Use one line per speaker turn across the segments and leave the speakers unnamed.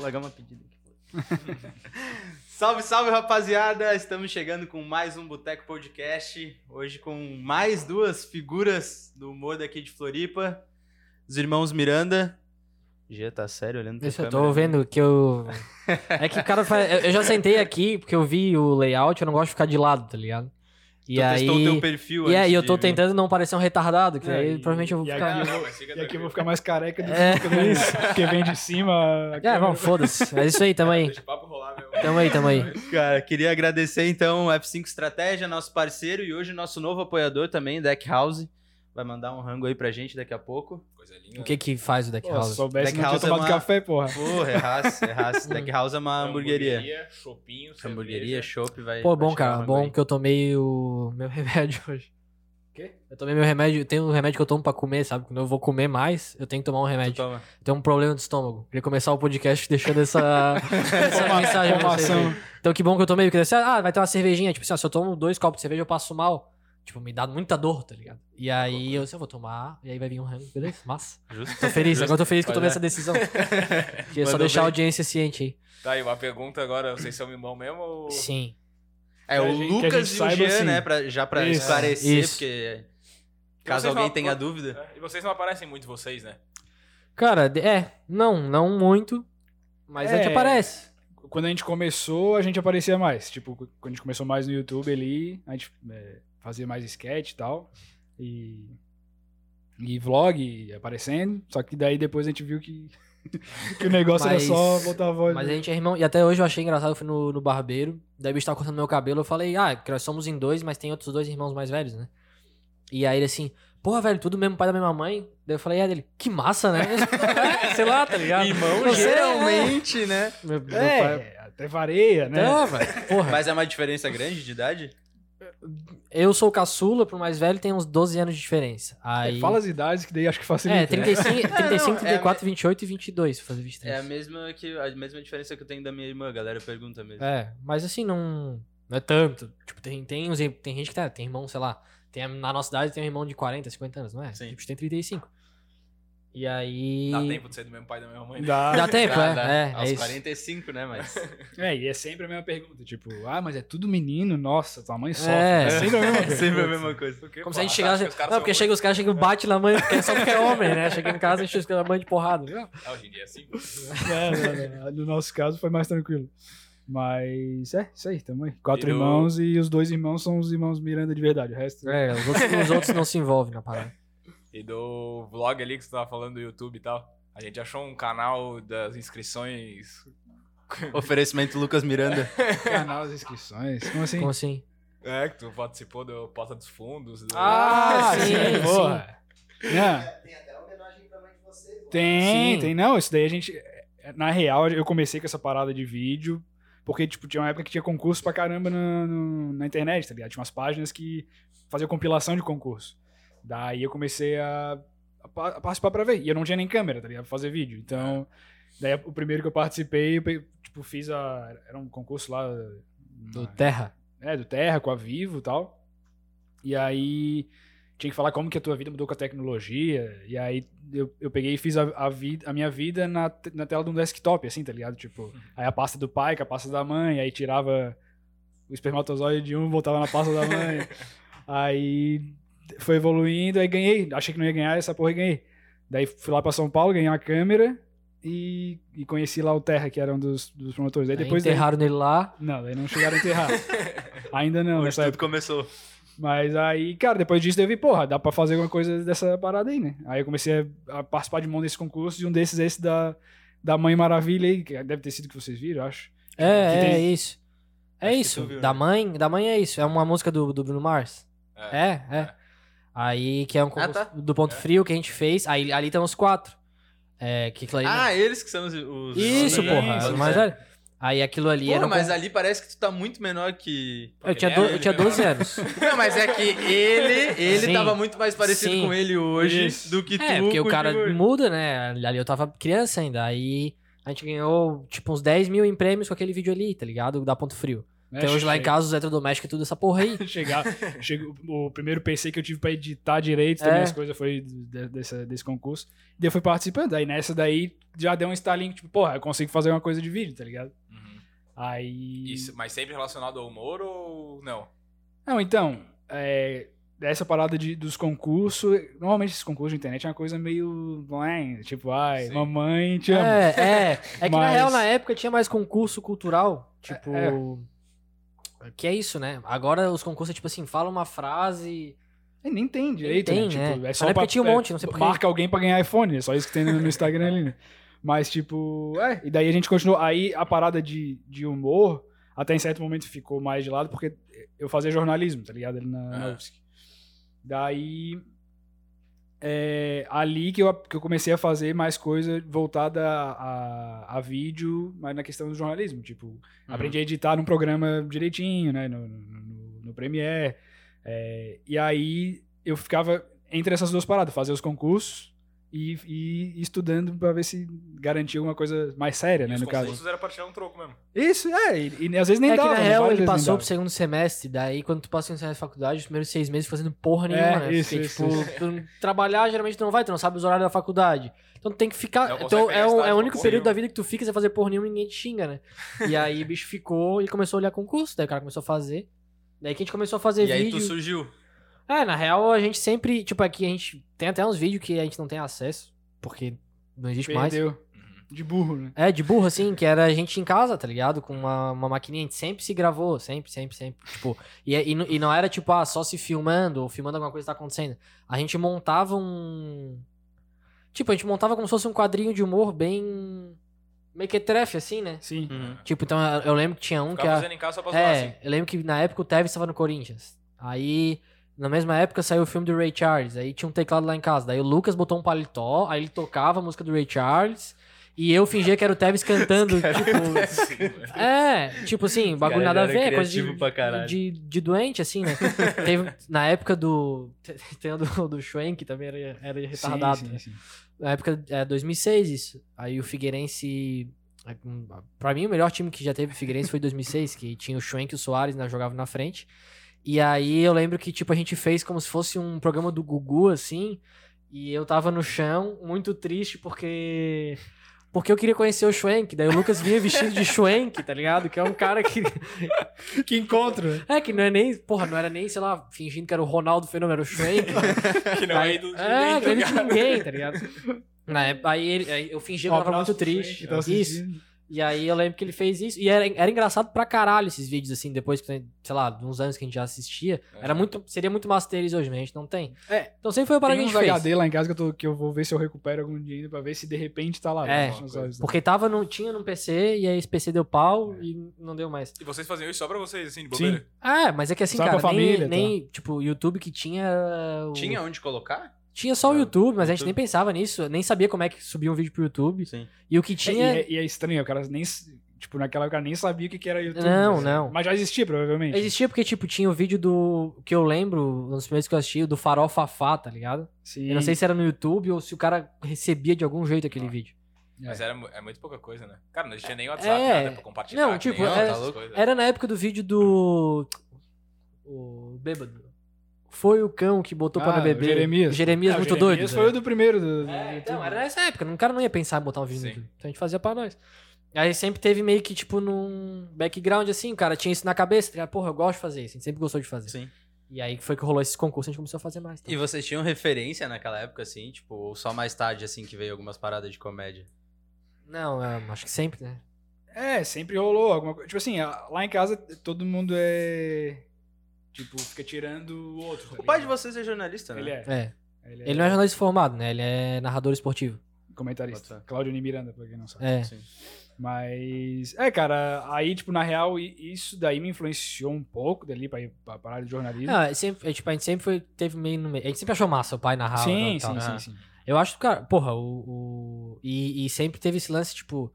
pagar uma pedida aqui. salve, salve, rapaziada! Estamos chegando com mais um Boteco Podcast. Hoje com mais duas figuras do humor daqui de Floripa. Os irmãos Miranda. Gia, tá sério olhando pra
Isso, eu
câmera?
tô vendo que eu. É que o cara faz. eu- Eu já sentei aqui porque eu vi o layout, eu não gosto de ficar de lado, tá ligado? E
Tu
aí.
testou o teu perfil antes
E aí eu
de
tô
vir.
tentando não parecer um retardado, que
É,
aí
e-
provavelmente eu vou
e
ficar.
aqui
mas
eu-
fica
E aqui eu
tranquilo.
vou ficar mais careca do
É.
que tudo isso, porque vem de cima. a
É,
câmera.
bom, foda-se. É isso aí, tamo aí.
Deixa o papo rolar, meu.
Tamo aí, tamo aí.
Cara, queria agradecer então o F5 Estratégia, nosso parceiro, e hoje nosso novo apoiador também, Deck House. Vai mandar um rango aí pra gente daqui a pouco.
Coisa linda.
O que que faz o Deck
Pô, se
House?
soubesse,
Black
não tinha
House é
tomado
uma-
café, porra.
Porra, errasse, errasse. Deck House é uma hamburgueria.
Chopinho,
Hamburgueria, chopp, vai.
Pô,
vai
bom,
chegar um
cara.
rango
Bom
aí.
que eu tomei o meu remédio hoje. Quê? Eu tomei meu remédio. Tem um remédio que eu tomo pra comer, sabe? Quando eu vou comer mais, eu tenho que tomar um
Tu
remédio.
toma.
Tem um problema de estômago. Queria começar o podcast deixando essa, essa é mensagem pra vocês. aí.
Informação.
Então que bom que eu tomei, porque deve ser, ah, vai ter uma cervejinha. Tipo assim, ó, se eu tomo dois copos de cerveja, eu passo mal. Tipo, me dá muita dor, tá ligado? E aí eu, se eu vou tomar, e aí vai vir um rango, beleza? Massa.
Justo.
Tô feliz,
Justo.
agora eu tô feliz que eu
Pois
tomei
é.
essa decisão. Queria só
Mandou
deixar a
bem.
audiência ciente aí.
Tá aí, uma pergunta agora. Vocês são irmão mesmo ou...
Sim.
É, o
Que a gente- que a
Lucas
gente
e o
saiba,
Jean,
assim.
né? pra- já pra
Isso.
esclarecer,
Isso.
porque caso
Vocês
alguém
não-
tenha dúvida.
É, E vocês não aparecem muito, vocês, né?
Cara, de- é, não, não muito, mas é, que
É.
aparece.
Quando a gente começou, a gente aparecia mais. Tipo, quando a gente começou mais no YouTube ali, a gente é, fazia mais sketch e tal. E. E vlog aparecendo. Só que daí depois a gente viu que, que o negócio
Mas-
era só botar a voz.
Mas a
né?
gente é irmão, e até hoje eu achei engraçado, eu fui no, no barbeiro, daí o bicho tava cortando meu cabelo, eu falei, ah, que nós somos em dois, mas tem outros dois irmãos mais velhos, né? E aí ele assim, porra, velho, tudo mesmo pai da mesma mãe? Daí eu falei, é dele, que massa, né? sei lá, tá ligado?
Irmão,
Não sei,
geralmente, né?
Meu, meu
É,
pai-
até vareia, né?
Então, velho, porra.
Mas é uma diferença grande de idade?
Eu sou caçula, pro mais velho tem uns 12 anos de diferença. Aí...
Fala assim, né? as idades, que daí acho que facilita.
É, 35, 35
não, é a
34, 28 e 22, vou fazer
É a
23.
mesma, que, a mesma diferença que eu tenho da minha irmã, a galera pergunta mesmo.
É, mas assim, não, não é tanto. Tipo, tem, tem, uns- tem gente que tá, tem irmão, sei lá, tem, na nossa idade tem um irmão de 40, 50 anos, não é?
Sim.
Tipo, tem 35. E aí...
Dá tempo né? de ser do mesmo pai e da mesma mãe. né?
Dá-
Dá tempo,
Dá,
é,
dá.
é, é
Aos
isso.
45, né? Mas.
É, e é sempre a mesma pergunta, tipo, ah, mas é tudo menino, nossa, tua mãe sofre.
É.
É, sempre a mesma
É
coisa.
sempre a mesma coisa.
Porque,
Como
pô,
se a gente
acha
chegasse...
né? que os caras
Não,
são
porque chega os caras, chega e bate na mãe, porque é só porque é homem, né? Chega em casa, enche os caras na mãe de porrada.
muito- Ah, hoje em dia é assim.
É, não, não, no nosso caso foi mais tranquilo. Mas é, isso aí também. Quatro
E o-
irmãos e os dois irmãos são os irmãos Miranda de verdade, o resto.
É, os outros, os outros não se envolvem na parada.
E do vlog ali que você tava falando do YouTube e tal. A gente achou um canal das inscrições.
Oferecimento Lucas Miranda.
é Canal as inscrições. Como assim?
Como assim?
É, que tu participou do Porta dos Fundos. do-
Ah, sim, sim.
Não,
Tem até uma homenagem pra mãe de vocês. lá.
É. tem,
Sim.
tem. Não, isso daí a gente. Na real, eu comecei com essa parada de vídeo. Porque, tipo, tinha uma época que tinha concurso pra caramba na, no- na internet, tá ligado? Tinha umas páginas que faziam compilação de concurso. Daí eu comecei a, a pa- a participar pra ver. E eu não tinha nem câmera, tá ligado? Pra fazer vídeo. Então, daí o primeiro que eu participei, eu pe- tipo, fiz a. Era um concurso lá.
Do
na-
Terra.
né, do Terra, com a Vivo e tal. E aí tinha que falar como que a tua vida mudou com a tecnologia. E aí eu, eu peguei e fiz a, a, vida, a minha vida na, te- na tela de um desktop, assim, tá ligado? Tipo, aí a pasta do pai com a pasta da mãe, aí tirava o espermatozoide de um, voltava na pasta da mãe. aí foi evoluindo, aí ganhei. Achei que não ia ganhar, essa porra eu ganhei. Daí fui lá pra São Paulo, ganhei uma câmera e, e conheci lá o Terra, que era um dos, dos promotores. Daí
Aí
depois. daí-
enterraram ele lá.
não, daí não chegaram a enterrar. Ainda não,
Onde
nessa
tudo
época.
começou.
Mas aí, cara, depois disso eu vi, porra, dá pra fazer alguma coisa dessa parada aí, né? Aí eu comecei a, a participar de um desses concursos e um desses é esse da, da Mãe Maravilha aí, que deve ter sido que vocês viram, eu acho.
É,
Que
é
tem-
isso. É
Acho que
isso.
tu viu,
da
né?
mãe, da mãe é isso. É uma música do, do Bruno Mars.
É.
É, é. Aí que é um concurso
tá.
do ponto frio que a gente fez. Aí ali estão os quatro. É, que aquilo ali-
Ah, eles que são os. os
isso,
os-
porra.
isso,
mas é- olha, Aí aquilo ali
Porra,
era. um
mas
con-
ali parece que tu tá muito menor que.
Eu tinha,
É,
do- eu
ele
tinha
mesmo.
12 anos.
Não, mas é que ele, ele
Sim.
tava muito mais parecido
Sim.
com ele hoje
Isso.
do que tu.
é, porque o
com
cara
hoje.
muda, né? Ali eu tava criança ainda. Aí a gente ganhou, tipo, uns 10 mil em prêmios com aquele vídeo ali, tá ligado? Da Ponto Frio.
né?
Tem hoje lá em
Che-
casa os eletrodomésticos e tudo essa porra aí.
Chegar, chegou- o primeiro PC que eu tive pra editar direito, também
É.
as coisas foi de- dessa- desse concurso. E eu fui participando. Aí nessa daí já deu um estalinho, tipo, porra, eu consigo fazer uma coisa de vídeo, tá ligado?
Uhum.
Aí.
Isso, mas sempre relacionado ao humor ou não?
Não, então, é, essa parada de, dos concursos, normalmente esses concursos de internet é uma coisa meio, né, tipo, ai,
Sim.
mamãe te ama.
É, é. É que na
Mas-
real, na época, tinha mais concurso cultural. Tipo.
É,
Que é isso, né? Agora os concursos é tipo assim, fala uma frase.
E É, nem tem direito,
tem,
né? Tipo,
né?
é só
Na época
pra-
tinha um
é,
monte, não sei porquê.
Marca alguém pra ganhar iPhone, é só isso que tem no no Instagram ali, né? Mas, tipo, é, e daí a gente continuou. Aí a parada de, de humor, até em certo momento ficou mais de lado, porque eu fazia jornalismo, tá ligado? Ali na, na
Ah.
UFSC. Daí. é, ali que eu, que eu comecei a fazer mais coisa voltada a, a, a vídeo, mas na questão do jornalismo. Tipo, Aprendi a editar num programa direitinho, né? No, no- no- no Premiere. É, e aí eu ficava entre essas duas paradas, fazer os concursos e, e estudando pra ver se garantia alguma coisa mais séria,
E
né?
os
No caso.
concursos era pra tirar um troco mesmo.
Isso, é. E, e às vezes nem
é que
dava.
na
né,
real ele
várias vezes nem
passou pro
dava.
segundo semestre, daí quando tu passa em semestre de faculdade, os primeiros seis meses fazendo porra nenhuma,
É,
né?
isso,
Porque,
isso,
tipo, tu não- trabalhar geralmente tu não vai, tu não sabe os horários da faculdade. Então tu tem que ficar.
Não consegue
então
pegar
é, um,
estágio
é o
pra
único
porra
período
nenhuma.
da vida que tu fica sem fazer porra nenhuma e ninguém te xinga, né? E aí o bicho ficou e começou a olhar concurso, daí o cara começou a fazer. Daí que a gente começou a fazer
E aí
vídeo.
tu surgiu.
É, na real, a gente sempre, tipo, aqui a gente tem até uns vídeos que a gente não tem acesso, porque não existe mais.
Perdeu. De burro, né?
É, de burro, assim, que era a gente em casa, tá ligado? Com uma, uma maquininha, a gente sempre se gravou, sempre, sempre, sempre. Tipo, e, e, n- e não era, tipo, ah, só se filmando ou filmando alguma coisa que tá acontecendo. A gente montava um. Tipo, a gente montava como se fosse um quadrinho de humor bem. meio que trefe, assim, né?
Sim.
Tipo, então eu- eu lembro que tinha um
Ficava
que era.
fazendo em casa só pra zoar,
É,
assim.
eu lembro que na época o Tevez estava no Corinthians. Aí, na mesma época, saiu o filme do Ray Charles. Aí tinha um teclado lá em casa. Daí o Lucas botou um paletó, aí ele tocava a música do Ray Charles. E eu fingia que era o Tevez cantando. tipo,
assim.
é, tipo assim, bagulho
Cara,
nada a
ele era
ver. é Coisa de,
criativo pra caralho.
de, de doente, assim, né? Teve, na época do. Tem o do, do Schwenk também era, era retardado. né?
Sim, sim, sim.
Na época, é 2006 isso. Aí o Figueirense... é, um, Pra mim, o melhor time que já teve o Figueirense foi 2006, que tinha o Schwenk e o Soares, né, jogavam na frente. E aí eu lembro que, tipo, a gente fez como se fosse um programa do Gugu, assim, e eu tava no chão, muito triste, porque... Porque eu queria conhecer o Schwenk, daí o Lucas vinha vestido de Schwenk, tá ligado? Que é um cara que...
Que encontro, né?
É, que não é nem... Porra, não era nem, sei lá, fingindo que era o Ronaldo Fenômeno, era o Schwenk.
que não é ídolo de
É,
ninguém, tá
que não
ligado?
tinha ninguém, tá ligado? Na época, aí, ele- aí eu fingi que eu tava muito triste.
Então, assim,
isso. E aí eu lembro que ele fez isso. E era, era engraçado pra caralho esses vídeos, assim, depois que, tem, sei lá, de uns anos que a gente já assistia. Era muito, seria muito massa ter eles hoje, mas a gente não tem.
É.
Então sempre foi o parada que
Tem
a
uns
gente fez.
HD lá em casa que eu, tô, que eu vou ver se eu recupero algum dia ainda pra ver se de repente tá lá.
É.
né? Nos olhos, né?
Porque tava num, tinha num PC, e aí esse PC deu pau e não deu mais.
E vocês faziam isso só pra vocês, assim, de
Sim.
bobeira?
Ah, mas é que assim,
Só
cara,
pra família,
nem, nem tipo, o YouTube que tinha. o-
Tinha onde colocar?
Tinha só o YouTube, mas a gente
YouTube.
nem pensava nisso, nem sabia como é que subia um víteo pro YouTube.
Sim.
E o que tinha.
E, é, e é estranho, o cara nem. s- Tipo, naquela época nem sabia o que que era YouTube.
Não,
mas-
não.
Mas já existia, provavelmente.
Existia porque, tipo, tinha o vídeo do. que eu lembro, um dos primeiros que eu assisti, o do Farol Fafá, tá ligado?
Sim.
Eu não sei se era no YouTube ou se o cara recebia de algum jeito aquele
Ah.
vídio.
Mas era mu- é muito pouca coisa, né? Cara, não tinha nem WhatsApp,
É.
nada pra compartilhar.
Não,
que
tipo,
nem
era-
essas coisas.
Era na época do vídeo do. O Bêbado. Foi o cão que botou pra
Ah,
BBB.
o Jeremias.
Jeremias
Ah,
muito
o
doido.
Jeremias
tá
Foi o
ligado?
do primeiro do, do
É,
YouTube.
então, era nessa época. O cara não ia pensar em botar um vídeo
Sim.
no YouTube. Então a gente fazia pra nós. Aí sempre teve meio que, tipo, num background assim, o cara tinha isso na cabeça, tá ligado? Porra, eu gosto de fazer isso, a gente sempre gostou de fazer.
Sim.
E aí foi que rolou esse concurso, a gente começou a fazer mais. tá?
E vocês tinham referência naquela época, assim, tipo, ou só mais tarde, assim, que veio algumas paradas de comédia?
Não, é, acho que sempre, né?
É, sempre rolou alguma coisa. Tipo assim, a- lá em casa todo mundo é. Tipo, fica tirando o outro. tá
O pai de
ligado?
vocês é jornalista, né?
Ele é.
É.
Ele,
Ele não é jornalista formado, né? Ele é narrador esportivo.
Comentarista.
Bota.
Cláudio Ni Miranda, pra quem não sabe.
É.
Sim.
Mas. É, cara, aí, tipo, na real, i- isso daí me influenciou um pouco dali pra, ir pra parada de jornalismo.
Ah, é sempre, é, tipo, a gente sempre foi, teve meio no meio. A gente sempre achou massa o pai narrar.
sim,
e tal,
sim,
né?
sim,
Ah.
sim.
Eu acho que, cara, porra, o. o- e, e sempre teve esse lance, tipo.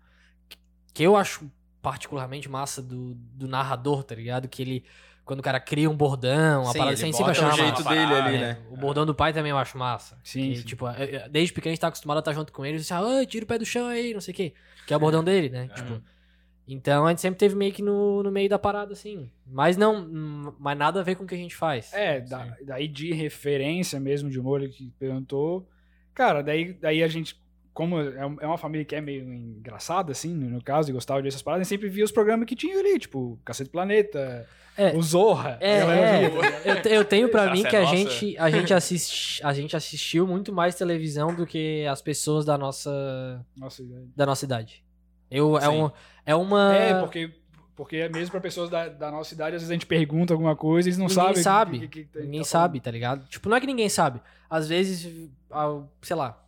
que- Que eu acho particularmente massa do, do narrador, tá ligado? Que ele. Quando o cara cria um bordão, a
Sim,
parada
ele
assim, sempre
bota
achou
o
massa.
jeito dele ali,
É,
né?
O bordão do pai também eu acho massa.
Sim,
Que,
sim.
Tipo, eu- eu- desde tá é pequeno a gente tá acostumado a estar junto com ele, assim, ah, "Ai, tira o pé do chão aí, não sei o quê. Que é o bordão dele, né? Tipo, Então a gente sempre teve meio que no, no meio da parada, assim. Mas não. Mas nada a ver com o que a gente faz.
É, da- daí de referência mesmo de humor que perguntou. Cara, daí, daí a gente, como é um- é uma família que é meio engraçada, assim, no no caso, e gostava dessas paradas, a gente sempre via os programas que tinha ali, tipo, Cacete Planeta,
É.
o Zorra.
É,
a galera
é.
via. tá
Eu, te- eu tenho pra
Essa
mim
é
que a
nossa.
gente, a, gente assist, a gente assistiu muito mais televisão do que as pessoas da nossa,
Nossa,
da nossa idade. Eu, é,
Sim.
um, é uma.
é, porque, porque é mesmo pra pessoas da, da nossa idade, às vezes a gente pergunta alguma coisa e eles não
Ninguém
sabem. o
sabe.
que- que- que tá-
Ninguém
tá
sabe, tá ligado? Tipo, não é que ninguém sabe. Às vezes, ao- sei lá.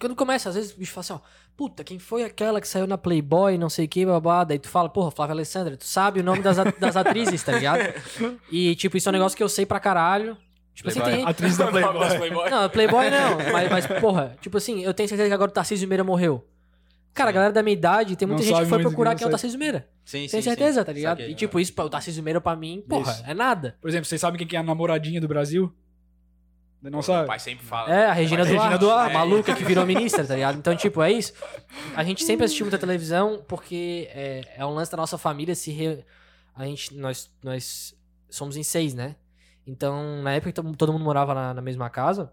Quando começa, às vezes o bicho fala assim, ó, puta, quem foi aquela que saiu na Playboy, não sei o que, babá. Daí tu fala, porra, Flávia Alessandra, tu sabe o nome das, at- das atrizes, tá ligado? E, tipo, isso é um negócio que eu sei pra caralho. Tipo, assim,
Playboy.
tem,
falando. Atriz da Playboy.
Não, Playboy não. Mas, mas, porra, tipo assim, eu tenho certeza que agora o Tarcísio Meira morreu. Cara, a galera da minha idade, tem muita
Não
gente que
sabe
foi
muito,
procurar
não
quem é o
sabe.
Tarcísio Meira.
Sim, né?
Tem certeza, tá ligado? E tipo, isso, pra- o Tarcísio Meira pra mim, porra,
Isso.
é nada.
Por exemplo, vocês sabem quem que é a namoradinha do Brasil? Não sabe?
O pai sempre fala. É.
É, a Regina
Mas
Duarte,
Regina Duarte.
a maluca que virou ministra, tá ligado? Então, tipo, é isso. A gente sempre assistiu muita televisão porque é, é um lance da nossa família se re... a gente nós nós somos em seis, né? Então, na época que to- todo mundo morava na, na mesma casa,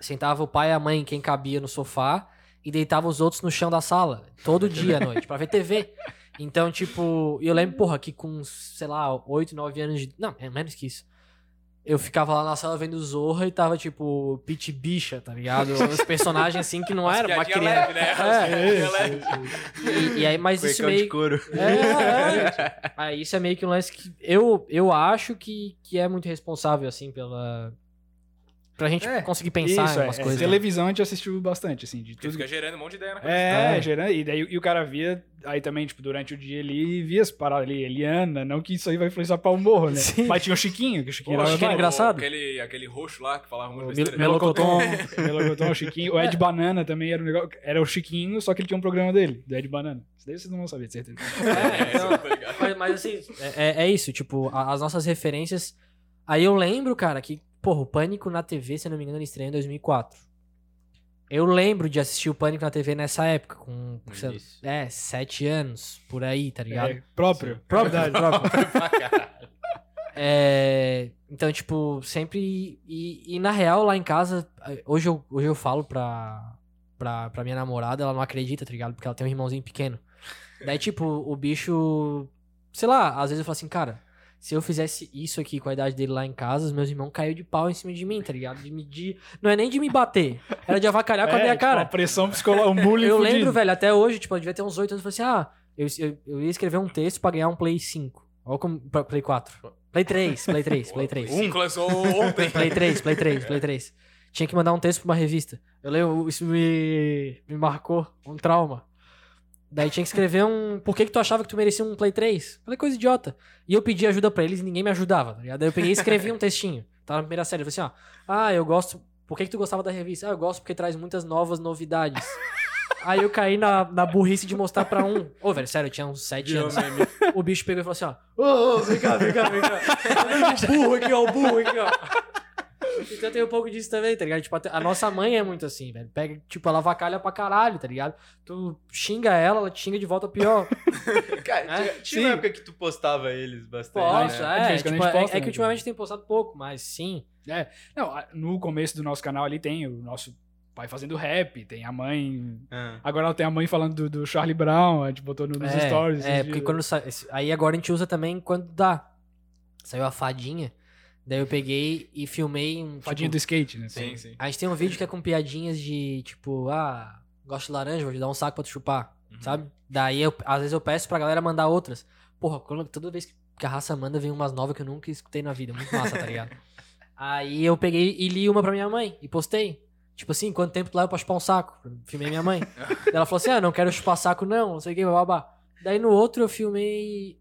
sentava o pai e a mãe, quem cabia no sofá, e deitava os outros no chão da sala, todo dia à noite, pra ver TV. Então, tipo, eu lembro, porra, que com, sei lá, 8, 9 anos de. Não, é menos que isso. Eu ficava lá na sala vendo Zorra e tava, tipo, Pit Bicha, tá ligado? Uns personagens assim que não
As
eram uma
piadinha
criança.
leve, né? As
É,
piadinha
isso,
leve.
E, e aí, mas isso
Cuecão de
meio.
couro.
É, é. Aí isso é meio que um lance que eu, eu acho que, que é muito responsável, assim, pela. Pra gente
É,
conseguir pensar
Isso,
em
é,
umas
é,
coisas. né?
Televisão a gente assistiu bastante, assim, de
Porque
tudo.
fica gerando um monte de ideia na cabeça.
É,
É.
gerando. E daí e o cara via, aí também, tipo, durante o dia ele via as paradas ali, Eliana, não que isso aí vai influenciar pra humor, né?
Sim.
Mas tinha o Chiquinho, que o Chiquinho
Pô,
era
Chiquinho era
mais-
engraçado.
Tipo, Aquele, aquele roxo lá que falava muito
o
besteira.
Mel- Melocotom, Melocotom, É. o Chiquinho. O Ed Banana também era um negócio. Era o Chiquinho, só que ele tinha um programa dele, do Ed Banana. Isso daí vocês não vão saber, de certeza.
É,
É,
então,
isso, tá ligado?
mas, mas, assim, é, é- é isso, tipo, a- as nossas referências. Aí eu lembro, cara, que, porra, o Pânico na TV, se eu não me engano, ele estreou em 2004. Eu lembro de assistir o Pânico na TV nessa época, com,
No
sei lá,
início.
é, sete anos, por aí, tá ligado?
É, próprio.
Próprio, próprio. É, então, tipo, sempre. E, e na real, lá em casa, hoje eu, hoje eu falo pra, pra, pra minha namorada, ela não acredita, tá ligado? Porque ela tem um irmãozinho pequeno. Daí, tipo, o bicho. Sei lá, às vezes eu falo assim, cara, se eu fizesse isso aqui com a idade dele lá em casa, os meus irmãos caiu de pau em cima de mim, tá ligado? De me, de, não é nem de me bater, era de avacalhar com a
É,
minha
tipo,
cara.
uma pressão psicológica, um bullying
Eu
fudido.
lembro, velho, até hoje, tipo, eu devia ter uns 8 anos, eu falei assim, ah, eu, eu, eu ia escrever um texto pra ganhar um Play 5. Olha como... pra- Play 4. Play 3, Play 3, Play Um. 3.
O 5 lançou ontem.
Play 3, Play 3, Play 3. Tinha que mandar um texto pra uma revista. Eu lembro, isso me, me marcou, um trauma. Daí tinha que escrever um... Por que que tu achava que tu merecia um Play 3? Falei, coisa idiota. E eu pedi ajuda pra eles e ninguém me ajudava, tá ligado? Daí eu peguei e escrevi um textinho. Tava na primeira série, eu falei assim, ó... Ah, eu gosto... Por que que tu gostava da revista? Ah, eu gosto porque traz muitas novas novidades. Aí eu caí na, na burrice de mostrar pra um... Ô, velho, sério, eu tinha uns 7 anos.
um
O bicho pegou e falou assim, ó... Ô, ô, vem cá, vem cá, vem cá. Olha o burro aqui, ó, o burro aqui, ó. Então tem um pouco disso também, tá ligado? Tipo, até- a nossa mãe é muito assim, velho. Pega, tipo, ela vacalha pra caralho, tá ligado? Tu xinga ela, ela te xinga de volta pior.
Cara,
É?
tinha- tinha uma época que tu postava eles bastante.
Posso,
né?
é
é.
difícil quando a
tipo,
gente
é-
posta,
é
né,
que ultimamente tem postado pouco, mas sim.
Não, a- no começo do nosso canal ali tem o nosso pai fazendo rap, tem a mãe.
Ah.
Agora ela tem a mãe falando do, do Charlie Brown, a gente botou no- nos
é,
stories. esses
É,
dias.
porque quando sai. esse- Aí agora a gente usa também quando dá. Saiu a fadinha. Daí eu peguei e filmei um.
Fadinha do
tipo,
skate, né?
Sim, sim.
A gente tem um vídeo que é com piadinhas de tipo, ah, gosto de laranja, vou te dar um saco pra tu chupar, sabe? Daí, eu- às vezes eu peço pra galera mandar outras. Porra, quando- toda vez que a raça manda, vem umas novas que eu nunca escutei na vida. Muito massa, tá ligado? Aí eu peguei e li uma pra minha mãe e postei. Tipo assim, quanto tempo tu leva pra chupar um saco? Filmei minha mãe. Daí ela falou assim, ah, não quero chupar saco não, não sei o que, babá. Daí no outro eu filmei...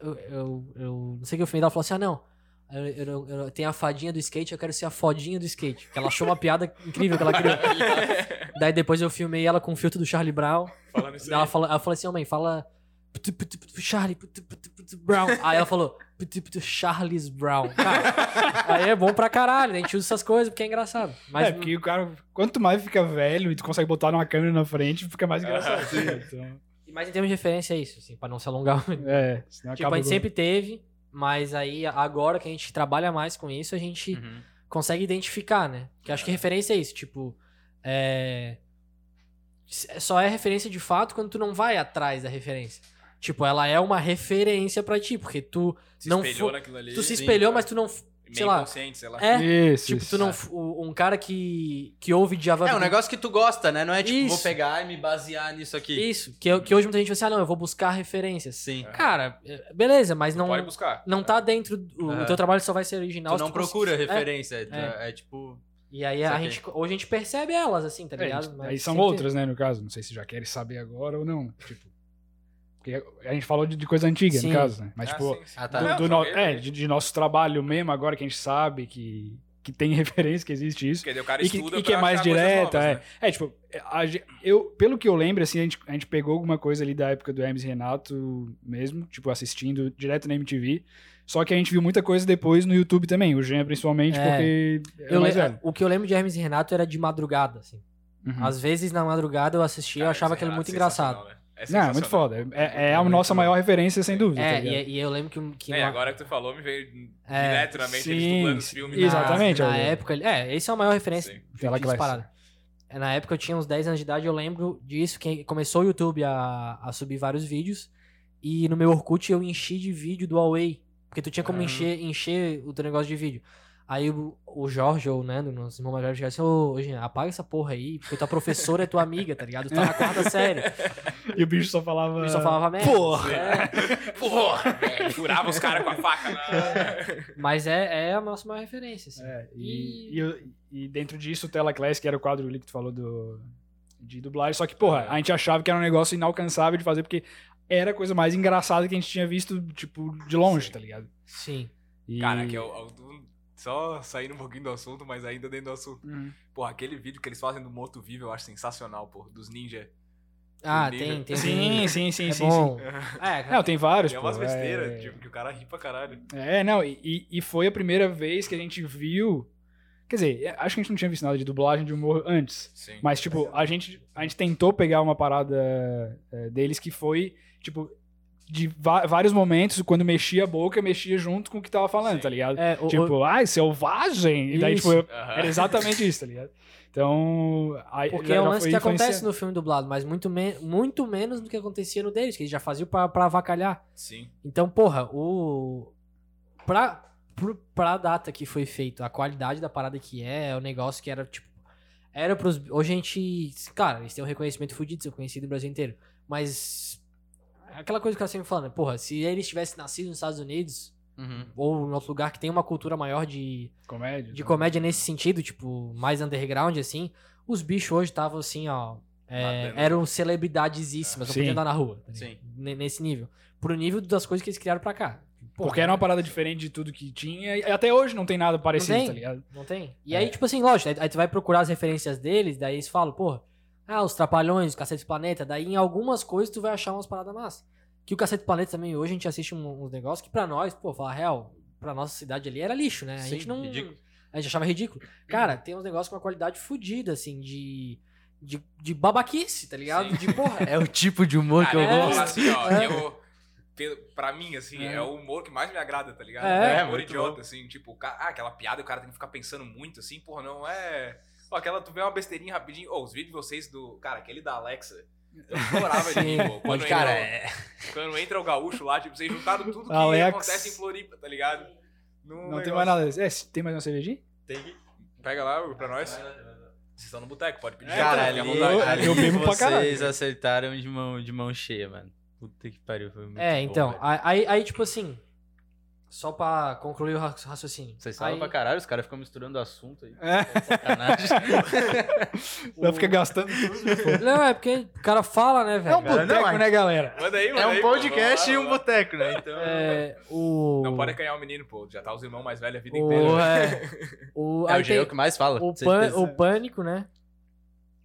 Eu, eu, eu- não sei o que eu filmei, ela falou assim, ah, não. Eu, eu, não- eu não- tem a fadinha do skate, eu quero ser a fodinha do skate. Porque ela achou uma piada incrível que ela criou. Daí depois eu filmei ela com o filtro do Charlie Brown.
Falando isso
Ela
aí.
falou, ela falou assim, ó, mãe, fala. putu, putu, putu, Charlie putu, putu, putu, Brown. Aí ela falou. putu, putu, Charles Brown. Cara, aí é bom pra caralho, né? a gente usa essas coisas porque é engraçado. Mas
é,
Ah.
porque o cara, quanto mais fica velho e tu consegue botar uma câmera na frente, fica mais engraçado. né? Então,
Mas em termos de referência é isso, assim, pra não se alongar. muito.
É, senão
tipo,
acaba
a gente
do-
sempre teve, mas aí agora que a gente trabalha mais com isso, a gente
Uhum.
consegue identificar, né? Que acho que referência é isso, tipo, é... s- Só é referência de fato quando tu não vai atrás da referência. Tipo, ela é uma referência pra ti, porque tu,
Se
Não
espelhou né?
fu-
naquilo ali.
tu se
sim, tá.
espelhou,
cara.
mas tu não... f-
Meio
sei lá.
inconsciente, sei lá.
É,
Isso,
tipo,
isso.
tu não... f- o- Um cara que, que ouve Java...
É um negócio que tu gosta, né? Não é tipo, vou
Isso.
pegar e me basear nisso aqui.
Isso, que, eu- que hoje muita gente fala assim, ah, não, eu vou buscar referências.
Sim.
É.
Cara, é- beleza, mas não,
Pode buscar.
não tá dentro... do- O,
É.
Aham.
teu trabalho só vai ser original
Tu
se
não
conseguir-
procura
é.
referência. tu- É, tipo.
E aí a
Saquei.
gente, hoje a gente percebe elas, assim, tá
É,
ligado?
gente,
Mas
aí são
sempre-
outras, né, no caso. Não sei se já querem saber agora ou não. Tipo, porque a gente falou de, de coisa antiga,
Sim.
no caso, né? Mas,
Ah,
tipo,
sim, sim.
Ah, tá.
do-
Não,
do
só
no-
veio,
é,
veio.
de, de nosso trabalho mesmo, agora que a gente sabe que, que tem referência, que existe isso.
Porque daí o cara
E que,
estuda
e que é
pra
mais
achar coisas
direta,
novas,
é.
né?
É, tipo, a ge- eu, pelo que eu lembro, assim, a gente, a gente pegou alguma coisa ali da época do Hermes e Renato mesmo, tipo, assistindo direto na MTV. Só que a gente viu muita coisa depois no YouTube também, o Jean principalmente,
É.
porque é
Eu
mais
le-
velho.
O que eu lembro de Hermes e Renato era de madrugada, assim.
Uhum.
Às vezes na madrugada eu assistia e eu
Cara,
achava
esse
aquilo
Renato
muito
é
engraçado.
sensacional, né? É
Não, é muito
sensacional.
foda. É, é a nossa maior referência, sem dúvida. tá
É,
ligado?
e, e eu lembro que. que
É,
na-
agora que tu falou, me veio
É,
direto na mente ele
sim,
estudando os
sim,
filmes.
na-
Exatamente,
Na
olha.
época. É, esse é a maior referência.
Sim.
Vai lá que vai.
disparada. É, Na época eu tinha uns 10 anos de idade, eu lembro disso, que começou o YouTube a, a subir vários vídeos. E no meu Orkut eu enchi de vídeo do Huawei. Porque tu tinha como
Uhum.
encher, encher o teu negócio de vídeo. Aí o, o Jorge ou o Nando, nos irmãos mais velhos, chegaram assim, ô, ô, Jean, apaga essa porra aí, porque tua professora é tua amiga, tá ligado? Tu tá na quarta série.
E o bicho só falava.
Eu só falava merda.
Porra!
É,
Porra, velho, furava os caras com a faca. Na...
mas é, é a nossa maior referência, assim.
É, e, e eu- e dentro disso, o Tela Classic era o quadro ali que tu falou do, de dublagem. Só que, porra, a gente achava que era um negócio inalcançável de fazer, porque era a coisa mais engraçada que a gente tinha visto, tipo, de longe,
Sim.
tá ligado?
Sim.
E-
Cara, que eu, eu- só saindo um pouquinho do assunto, mas ainda dentro do assunto.
Uhum.
Porra, aquele vídeo que eles fazem do Moto Vivo eu acho sensacional, porra, dos ninja.
Ah,
Entendi.
tem, tem.
Sim, sim, sim,
é
sim.
bom.
sim.
É,
sim. Não, tem vários.
é umas
pô,
besteiras,
é-
tipo, que o cara ri pra caralho.
É, não, e- e, e foi a primeira vez que a gente viu. Quer dizer, é, acho que a gente não tinha visto nada de dublagem de humor antes.
Sim.
Mas, tipo, a gente, a gente tentou pegar uma parada é, deles que foi, tipo, de va- vários momentos, quando mexia a boca, mexia junto com o que tava falando,
Sim.
tá ligado?
é, o- o-
Tipo, ai, selvagem! E daí,
Isso.
tipo, eu-
Aham.
era exatamente isso, tá ligado? Então. Aí,
Porque
já-
é um
já
lance
foi
que acontece
influencia-
no filme dublado, mas muito, men- muito menos do que acontecia no deles, que eles já faziam pra, pra avacalhar.
Sim.
Então, porra, o. Pra, pro- pra data que foi feito, a qualidade da parada que é, é o negócio que era, tipo. Era pros. Hoje a gente. Cara, eles têm um reconhecimento fudido, são conhecidos no Brasil inteiro. Mas. é Aquela coisa que eu sempre falo, né? Porra, se eles tivessem nascido nos Estados Unidos,
Uhum.
ou em outro lugar que tem uma cultura maior de,
Comédia.
de
né?
comédia nesse sentido, tipo, mais underground, assim, os bichos hoje estavam assim, ó. é,
Matando.
eram celebridadesíssimas, só
Sim.
podiam andar na rua. tá
Sim.
ligado? N- Nesse nível. Pro nível das coisas que eles criaram pra cá. Porra,
Porque era uma parada diferente de tudo que tinha. E até hoje não tem nada parecido,
tem?
tá ligado?
Não tem? E
É.
aí, tipo assim, lógico, aí, aí tu vai procurar as referências deles, daí eles falam, porra, ah, os Trapalhões, o Cacete do Planeta, daí em algumas coisas tu vai achar umas paradas massa. Que o Cacete do Planeta também, hoje a gente assiste um- uns negócios que pra nós, pô, falar real, pra nossa cidade ali era lixo, né? A
Sim,
gente não...
ridículo.
A gente achava ridículo. Cara, tem uns negócios com uma qualidade fodida, assim, de... De, de babaquice, tá ligado?
Sim.
De porra.
É o tipo de humor que
Cara,
eu
eu vou
gosto.
falar assim, ó,
É.
eu- pe- pra mim, assim, é. o humor que mais me agrada, tá ligado?
É.
o
É,
humor
muito
idiota,
bom.
assim, tipo, o ca- ah, aquela piada, o cara tem que ficar pensando muito, assim, porra, não é... Pô, aquela, tu vê uma besteirinha rapidinho, ou os vídeos de vocês do, cara, aquele da Alexa, eu chorava de
Sim.
rir, pô, quando,
Cara,
entra,
é.
quando entra o gaúcho lá, tipo, vocês juntaram tudo que
Alexa.
acontece em Floripa, tá ligado? Num
Não tem
negócio.
mais nada. É, tem mais uma cervejinha?
Tem que-
Pega lá pra nós, vocês estão no boteco, pode pedir.
Cara,
fica
ali,
à
eu-
vontade.
ali
eu bebo pra
vocês
caralho.
acertaram de mão, de mão cheia, mano. Puta que pariu, foi muito
É,
bom,
então,
velho.
aí, aí- aí, tipo assim, só pra concluir o ra- raciocínio.
Vocês falam
Aí-
pra caralho, os caras ficam misturando assunto aí.
É.
Sacanagem.
Vai ficar gastando tudo. né?
Não, é porque o cara fala, né,
É
velho?
um boteco,
Não, é-
né, galera?
Manda aí, manda
é
aí,
um
pô,
podcast
vamos
e
lá,
um
vamos lá.
boteco, né? Então.
É, o...
Não pode acanhar o menino, pô. Já tá os irmãos mais velhos a vida inteira. né?
o, é, o,
É
aí
o Jean
tem
que mais fala.
o,
com
pan-
certeza.
o pânico, né?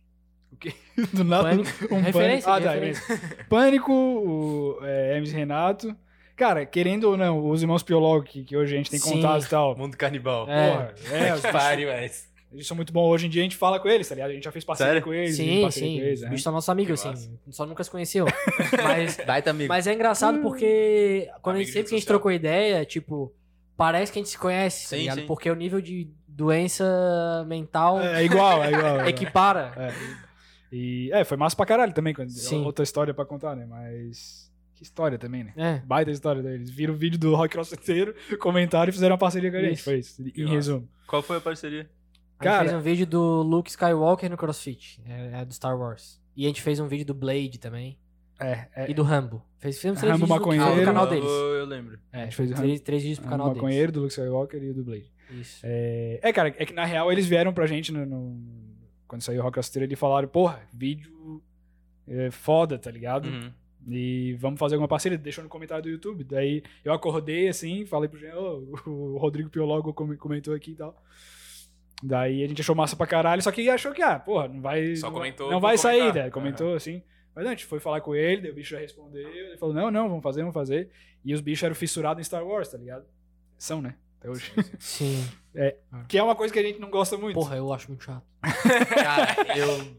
Do nada,
Pânico.
um
Referência,
pânico. Ah, tá,
referência.
beleza. Pânico, o é, Hermes e Renato. Cara, querendo ou não, os irmãos Piolog, que, que hoje a gente tem
Sim.
contato e tal.
Mundo canibal.
É.
Porra, é, os-
Pare, mas.
Eles são muito bons. Hoje em dia a gente fala com eles, tá ligado? A gente já fez parceria
Sério?
com eles. a gente
Sim,
parceria
sim.
Com eles, né?
Os bichos são nossos amigos,
Que
assim. Só nunca se conheceu. Mas,
Baita amigo.
mas é engraçado porque quando a gente,
Amigo
sempre
de
que a
rede
gente
social.
trocou ideia, tipo, parece que a gente se conhece, tá
Sim,
ligado?
sim.
Porque o nível de doença mental
É igual, é igual. é igual.
equipara.
É. E, é, foi massa pra caralho também. Quando,
Sim.
Outra história pra contar, né? Mas. Que história também, né?
É.
Baita história deles. Viram o vídeo do Rock Ross inteiro, comentaram e fizeram uma parceria com a gente.
Isso.
Foi isso, em
Que massa.
resumo.
Qual foi a parceria?
A gente
Cara-
fez um vídeo do Luke Skywalker no CrossFit, é, é do Star Wars. E a gente fez um vídeo do Blade também.
É, é.
E do Rambo. Fez, fizemos três
Rambo
vídeos do-
maconheiro.
do Ah, canal
eu,
deles.
eu lembro.
é, a gente fez o
Três, três vídeos pro canal
Rambo
deles.
Maconheiro, do Luke Skywalker e do Blade.
Isso.
É, é, cara, é que na real eles vieram pra gente no, no- quando saiu o Rock Ross inteiro e falaram: porra, vídeo é, foda, tá ligado?
Uhum.
E vamos fazer alguma parceria, deixou no comentário do YouTube. Daí eu acordei assim, falei pro Jean, "Ô, o Rodrigo Piologo com- comentou aqui e tal. Daí a gente achou massa pra caralho, só que achou que, ah, porra, não vai.
Só
não vai-
comentou
Não
por
vai sair,
comentar.
né? Comentou assim. Mas não, a gente foi falar com ele, daí o bicho já respondeu. Ele falou, não, não, vamos fazer, vamos fazer. E os bichos eram fissurados em Star Wars, tá ligado? São, né? Até hoje.
Sim.
que é uma coisa que a gente não gosta muito.
Porra, eu acho muito chato.
Cara, eu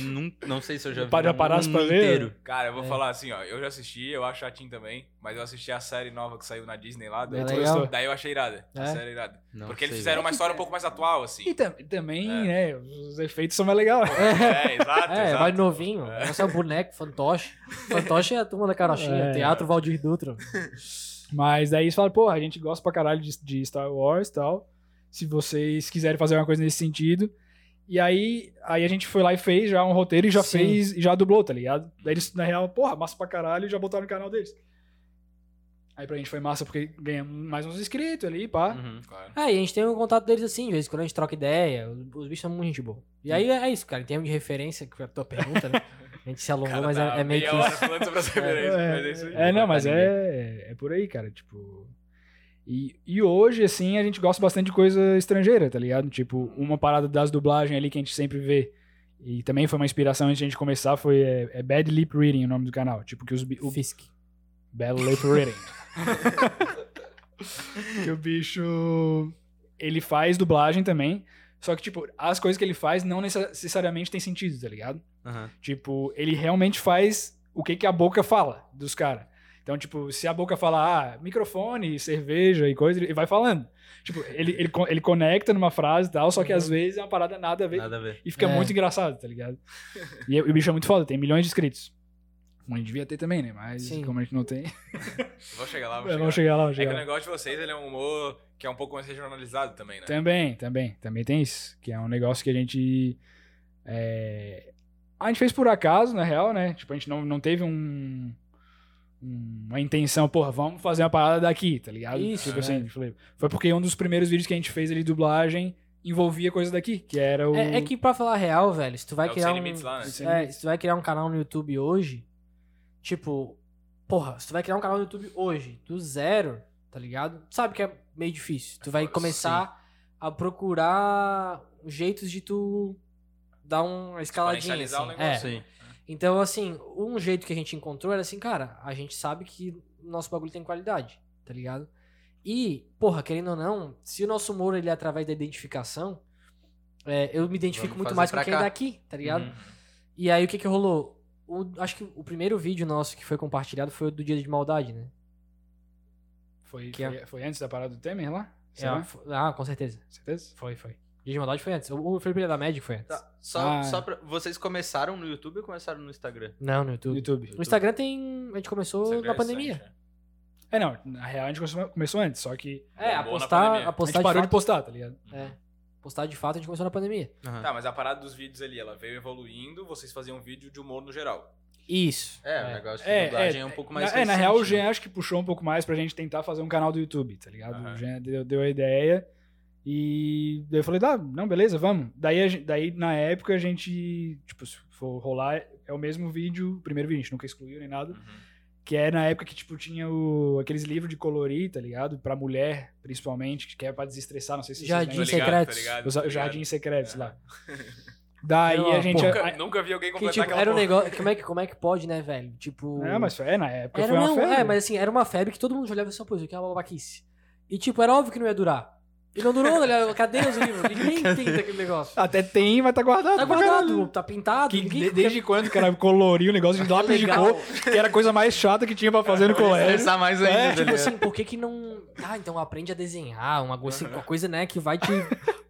nun- não sei se eu já vi
Para-
um
parasse pra ver?
inteiro.
Cara, eu vou
É.
falar assim, ó. Eu já assisti, eu acho chatinho também, mas eu assisti a série nova que saiu na Disney lá. Daí,
É
tu
legal.
gostou? daí eu achei irada. A
É?
série é irada.
Não
Porque eles
sei,
fizeram uma história um pouco mais atual, assim.
E tam- também, né? Os efeitos são mais legais.
É, exato,
É,
exato.
vai novinho. Essa é o boneco, fantoche. Fantoche é a turma da carochinha.
É.
Teatro Valdir Dutra.
Mas daí eles falam, porra, a gente gosta pra caralho de, de Star Wars e tal. Se vocês quiserem fazer uma coisa nesse sentido. E aí, aí a gente foi lá e fez já um roteiro e já
Sim.
fez, e já dublou, tá ligado? Daí eles, na real, porra, massa pra caralho, e já botaram no canal deles. Aí pra gente foi massa porque ganhamos mais uns inscritos ali, pá.
Uhum.
Claro.
É, e a gente tem um contato deles assim, de vez em quando a gente troca ideia. Os os bichos são muito gente boa. E aí é isso, cara. Em termos de referência, que foi a tua pergunta, né? A gente se alongou,
Cara,
mas
tá
é, é meio que
meia
isso.
hora falando sobre as referências, mas é isso aí.
É, não, mas é, é por aí, cara. Tipo. E, e hoje, assim, a gente gosta bastante de coisa estrangeira, tá ligado? Tipo, uma parada das dublagens ali que a gente sempre vê. E também foi uma inspiração antes de a gente começar, foi é, é Bad Lip Reading o nome do canal. Tipo, que os. bi- O,
Fisk.
Bad Lip Reading. que o bicho. Ele faz dublagem também. Só que, tipo, as coisas que ele faz não necessariamente têm sentido, tá ligado?
Aham.
Tipo, ele realmente faz o que, que a boca fala dos caras. Então, tipo, se a boca falar, ah, microfone, cerveja e coisa, ele vai falando. Tipo, ele, ele, co- ele conecta numa frase e tal, só que às vezes é uma parada nada a ver.
Nada a ver.
E fica
É.
muito engraçado, tá ligado? E o bicho é muito foda, tem milhões de inscritos. A gente devia ter também, né? Mas
Sim.
como a gente não tem.
Vou chegar lá, vou chegar lá.
Vamos chegar lá, vamos
É que
chegar
o
lá.
negócio de vocês, ele é um humor que é um pouco mais regionalizado também,
Tá
né?
Também, também. Também tem isso. Que é um negócio que a gente. é, A gente fez por acaso, na real, né? Tipo, a gente não, não teve um. um- Uma intenção, porra, vamos fazer uma parada daqui, tá ligado?
Isso,
Tipo
é.
assim, falei, foi porque um dos primeiros vídeos que a gente fez ali, dublagem, envolvia coisa daqui, que era o.
É, é que pra falar a real, velho, se tu vai
É o
criar
Sem
um.
Limites lá, né?
se-
Sem
é,
Limites.
se tu vai criar um canal no YouTube hoje, tipo, porra, se tu vai criar um canal no YouTube hoje, do zero, tá ligado? Tu sabe que é meio difícil. Tu vai
foda,
começar a procurar jeitos de tu dar uma escaladinha.
Exponencializar o
assim.
negócio,
É.
Sim.
Então, assim, um jeito que a gente encontrou era assim, cara, a gente sabe que o nosso bagulho tem qualidade, tá ligado? E, porra, querendo ou não, se o nosso humor ele é através da identificação, é, eu me identifico
Vamos
muito
fazer
mais com
pra
quem
cá.
é daqui, tá ligado?
Uhum.
E aí o que que rolou? O- acho que o primeiro vídeo nosso que foi compartilhado foi o do Dia de Maldade, né?
Foi,
que é-
foi, foi antes da parada do Temer lá?
É,
Será?
foi- ah, com certeza.
Certeza?
Foi, foi. Dia de Maldade foi antes. O, o Felipe da Magic foi antes.
Tá, só,
Ah.
só pra... Vocês começaram no YouTube ou começaram no Instagram?
Não, no YouTube.
YouTube.
O Instagram tem. A gente começou
Isso é
na
interessante,
pandemia.
né?
É, não, na real a gente começou, começou antes, só que
É,
Bombou na
apostar,
pandemia.
a
apostar
gente parou
de
de postar, tá ligado?
É. Postar de fato a gente começou na pandemia.
Aham.
Tá, mas a parada dos vídeos ali, ela veio evoluindo, vocês faziam um vídeo de humor no geral.
Isso.
É, o
né?
negócio de dublagem é um pouco mais
na, é, na real, o
recente, né?
Jean acho que puxou um pouco mais pra gente tentar fazer um canal do YouTube, tá ligado?
Aham.
O Jean deu, deu a ideia e daí eu falei, tá, não, beleza, vamos. Daí, a gen- daí, na época, a gente, tipo, se for rolar, é o mesmo vídeo, o primeiro vídeo, a gente nunca excluiu nem
Uhum.
nada, que é na época que, tipo, tinha o- aqueles livros de colorir, tá ligado? Pra mulher, principalmente, que é pra desestressar, não sei se
Jardim
Tá
vocês
ligado,
lembram.
Secretos.
tá ligado,
Os
tá ligado?
Jardim
É.
Secretos lá. Daí
Não,
a gente...
porra.
Nunca, nunca vi alguém
Que,
completar
tipo,
aquela
era um
porra.
negócio. Como é, que, como é que pode, né, velho? Tipo.
É, mas foi, é, na época
era
foi uma
não,
febre.
é, mas assim, era uma febre que todo mundo já olhava assim, pô, isso aqui é uma babaquice. E, tipo, era óbvio que não ia durar. E não durou, né? Cadê os livros? Ninguém tem aquele negócio.
Até tem, mas tá guardado.
Tá
pra caralho.
guardado, tá pintado.
Que,
ninguém
de- desde quando, cara, coloriu o negócio de lápis de
Tá Legal. É,
cor, que era a coisa mais chata que tinha pra fazer no colégio.
Pensar mais ainda,
É,
tá
Tipo
ligado?
assim, por que que não... Ah, então aprende a desenhar, uma coisa, uma coisa né, que vai te...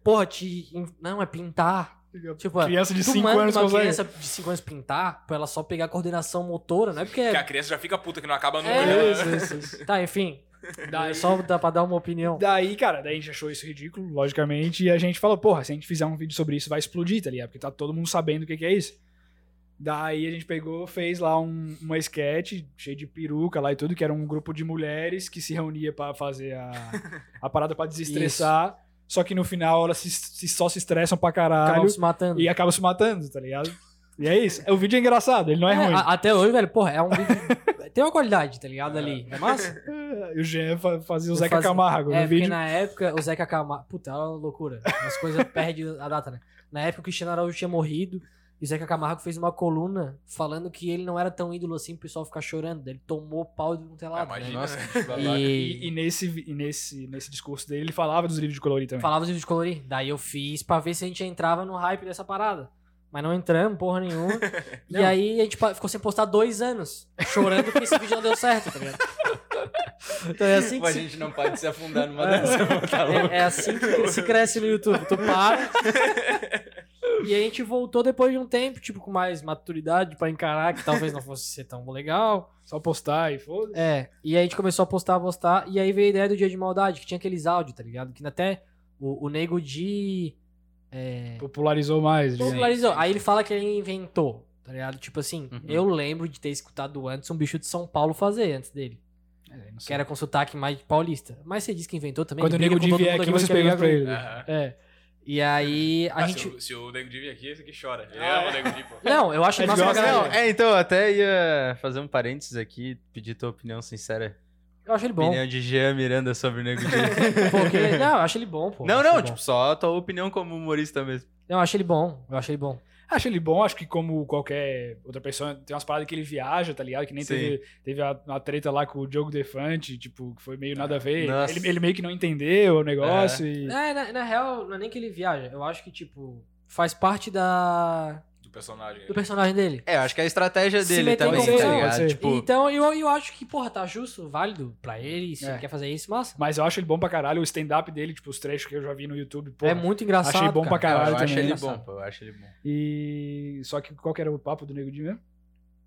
Porra, te... Não, é pintar. Tipo, é,
Criança de
tu
5
manda
anos
uma
consegue.
criança de 5 anos pintar, pra ela só pegar coordenação motora, não é porque...
Porque a criança já fica puta que não acaba nunca.
É.
né?
Isso, isso, isso.
Tá, enfim. É
Daí-
Só dá pra dar uma opinião.
Daí, cara, daí a gente achou isso ridículo, logicamente, e a gente falou, porra, se a gente fizer um vídeo sobre isso, vai explodir, tá ligado? Porque tá todo mundo sabendo o que, que é isso. Daí a gente pegou, fez lá um, uma sketch cheia de peruca lá e tudo, que era um grupo de mulheres que se reunia pra fazer a, a parada pra desestressar. Só que no final elas se, se- só se estressam pra caralho
Acabam se matando.
e acabam se matando, tá ligado? E é isso. O vídeo é engraçado, ele não é,
É,
ruim.
a- até hoje, velho, porra, é um vídeo. Tem uma qualidade, tá ligado? Ali. É massa.
E O Jean fa- fazia o
Eu
Zeca
fazia-
Camargo
É,
no
porque
um vídeo.
na época o Zeca Camargo. Puta, é uma loucura. As coisas perdem a data, né? Na época o Cristiano Araújo tinha morrido e o Zeca Camargo fez uma coluna falando que ele não era tão ídolo assim, o pessoal ficar chorando. Ele tomou pau de um
Ah,
telado. né?
imagina.
Nossa,
né?
E, e nesse, vi- e nesse, nesse discurso dele, ele falava dos livros de colorir também.
Falava de descolorir. Daí eu fiz pra ver se a gente entrava no hype dessa parada. Mas não entramos, porra nenhuma. e
Não.
aí a gente pa- ficou sem postar dois anos, chorando porque esse vídeo não deu certo, tá ligado? Então é assim
Pô,
que
a
se,
gente não pode se afundar numa dessa. tá louco?
é, é assim que se cresce no YouTube. Tu para. e a gente voltou depois de um tempo, tipo, com mais maturidade pra encarar que talvez não fosse ser tão legal.
Só postar e foda-se.
É, e aí a gente começou a postar, a postar, e aí veio a ideia do Dia de Maldade, que tinha aqueles áudios, tá ligado? Que até o, o Nego de... É.
Popularizou mais. digamos.
popularizou. Aí ele fala que ele inventou, tá ligado? Tipo assim, eu lembro de ter escutado antes um bicho de São Paulo fazer antes dele,
É, não sei.
que era com sotaque mais paulista. Mas você disse que inventou também.
Quando o
ele briga
nego é
com todo
de vier
mundo
aqui,
agora
vocês
que ele
pegam pra ele.
Aham.
É. E aí a
Ah,
gente... Ah, é.
se, o, se o Nego Di vir aqui, esse aqui chora. Ele ama o Nego Di, pô.
Não, eu acho
Eles
massa pra
gostam,
caralho.
Não, é, então, eu até ia fazer um parênteses aqui, pedir tua opinião sincera.
Eu acho ele bom.
Opinião de Jean Miranda sobre o Nego Di.
Porque, não, eu acho ele bom, pô. Eu
Não,
acho
não,
ele é bom.
tipo, só a tua opinião como humorista mesmo.
Não, eu acho ele bom. Eu acho ele bom.
Acho ele bom, acho que como qualquer outra pessoa, tem umas paradas que ele viaja, tá ligado? Que nem
Sim.
teve, teve a, a treta lá com o Diogo Defante, tipo, que foi meio nada a ver.
Nossa.
Ele, ele meio que não entendeu o negócio e...
É, na, na real, não é nem que ele viaja. Eu acho que, tipo, faz parte da...
Do personagem.
do personagem dele.
É, eu acho que é a estratégia
Se
dele
meter em
também,
confusão,
tá
pode
ligado?
ser.
Tipo,
Então, eu, eu acho que, porra, tá justo, válido pra ele, se
É.
ele quer fazer isso, massa.
Mas eu acho ele bom pra caralho, o stand-up dele, tipo, os trechos que eu já vi no YouTube, pô.
é muito engraçado.
achei bom
cara.
pra caralho
eu acho
também.
ele bom, pô, eu acho ele bom.
E... Só que qual que era o papo do Nego de mesmo?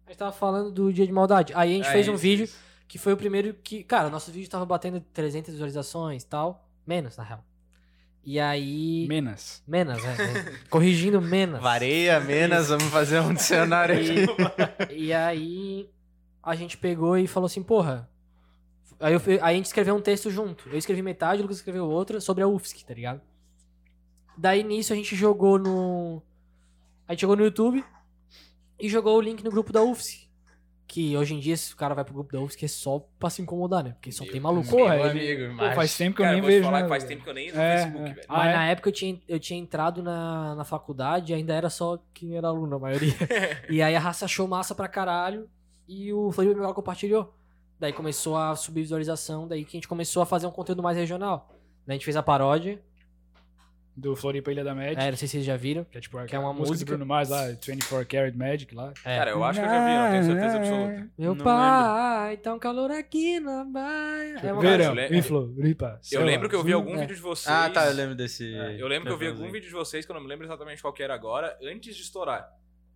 A gente tava falando do Dia de Maldade. Aí a gente
É,
fez um
isso,
vídeo
isso.
que foi o primeiro que. Cara, nosso vídeo tava batendo 300 visualizações e tal. Menos, na real. E aí.
Menas.
menos, né? É. Corrigindo menos.
Vareia, Menas, vamos fazer um dicionário aqui.
E aí a gente pegou e falou assim, porra. Aí, eu, aí a gente escreveu um texto junto. Eu escrevi metade, o Lucas escreveu outra sobre a UFSC, tá ligado? Daí nisso a gente jogou no. A gente jogou no YouTube e jogou o link no grupo da UFSC. Que hoje em dia, se o cara vai pro grupo da UFSC, é só pra se incomodar, né? Porque só
Meu
tem maluco.
Porra,
Meu
ele-
amigo,
Pô,
mas-
faz tempo que eu
Cara,
nem
vou te
vejo.
falar que
né,
faz
velho?
tempo que eu nem entro no
É,
Facebook,
é.
velho.
Ah,
Mas
é?
na época eu tinha, eu tinha entrado na, na faculdade, ainda era só quem era aluno, a maioria. e aí a raça achou massa pra caralho e o Flamengo Melhor compartilhou. Daí começou a subir visualização, daí que a gente começou a fazer um conteúdo mais regional. Daí a gente fez a paródia,
Do Floripa Ilha da Média.
é, não sei se vocês já viram.
Que é tipo
Que é uma
música,
música.
do Bruno Mars lá, 24 Karat Magic lá.
É.
Cara, eu acho que eu já vi, não tenho certeza absoluta.
Meu
Não
pai, tá um calor aqui na baia. É uma-
Vera.
Verão,
eu le-
em Floripa.
Eu lembro que eu vi algum
é.
vídeo de vocês.
Ah, tá, eu lembro desse...
É, Eu lembro que eu vi algum
Legalzinho.
vídeo de vocês, que eu não me lembro exatamente qual que era agora, antes de estourar.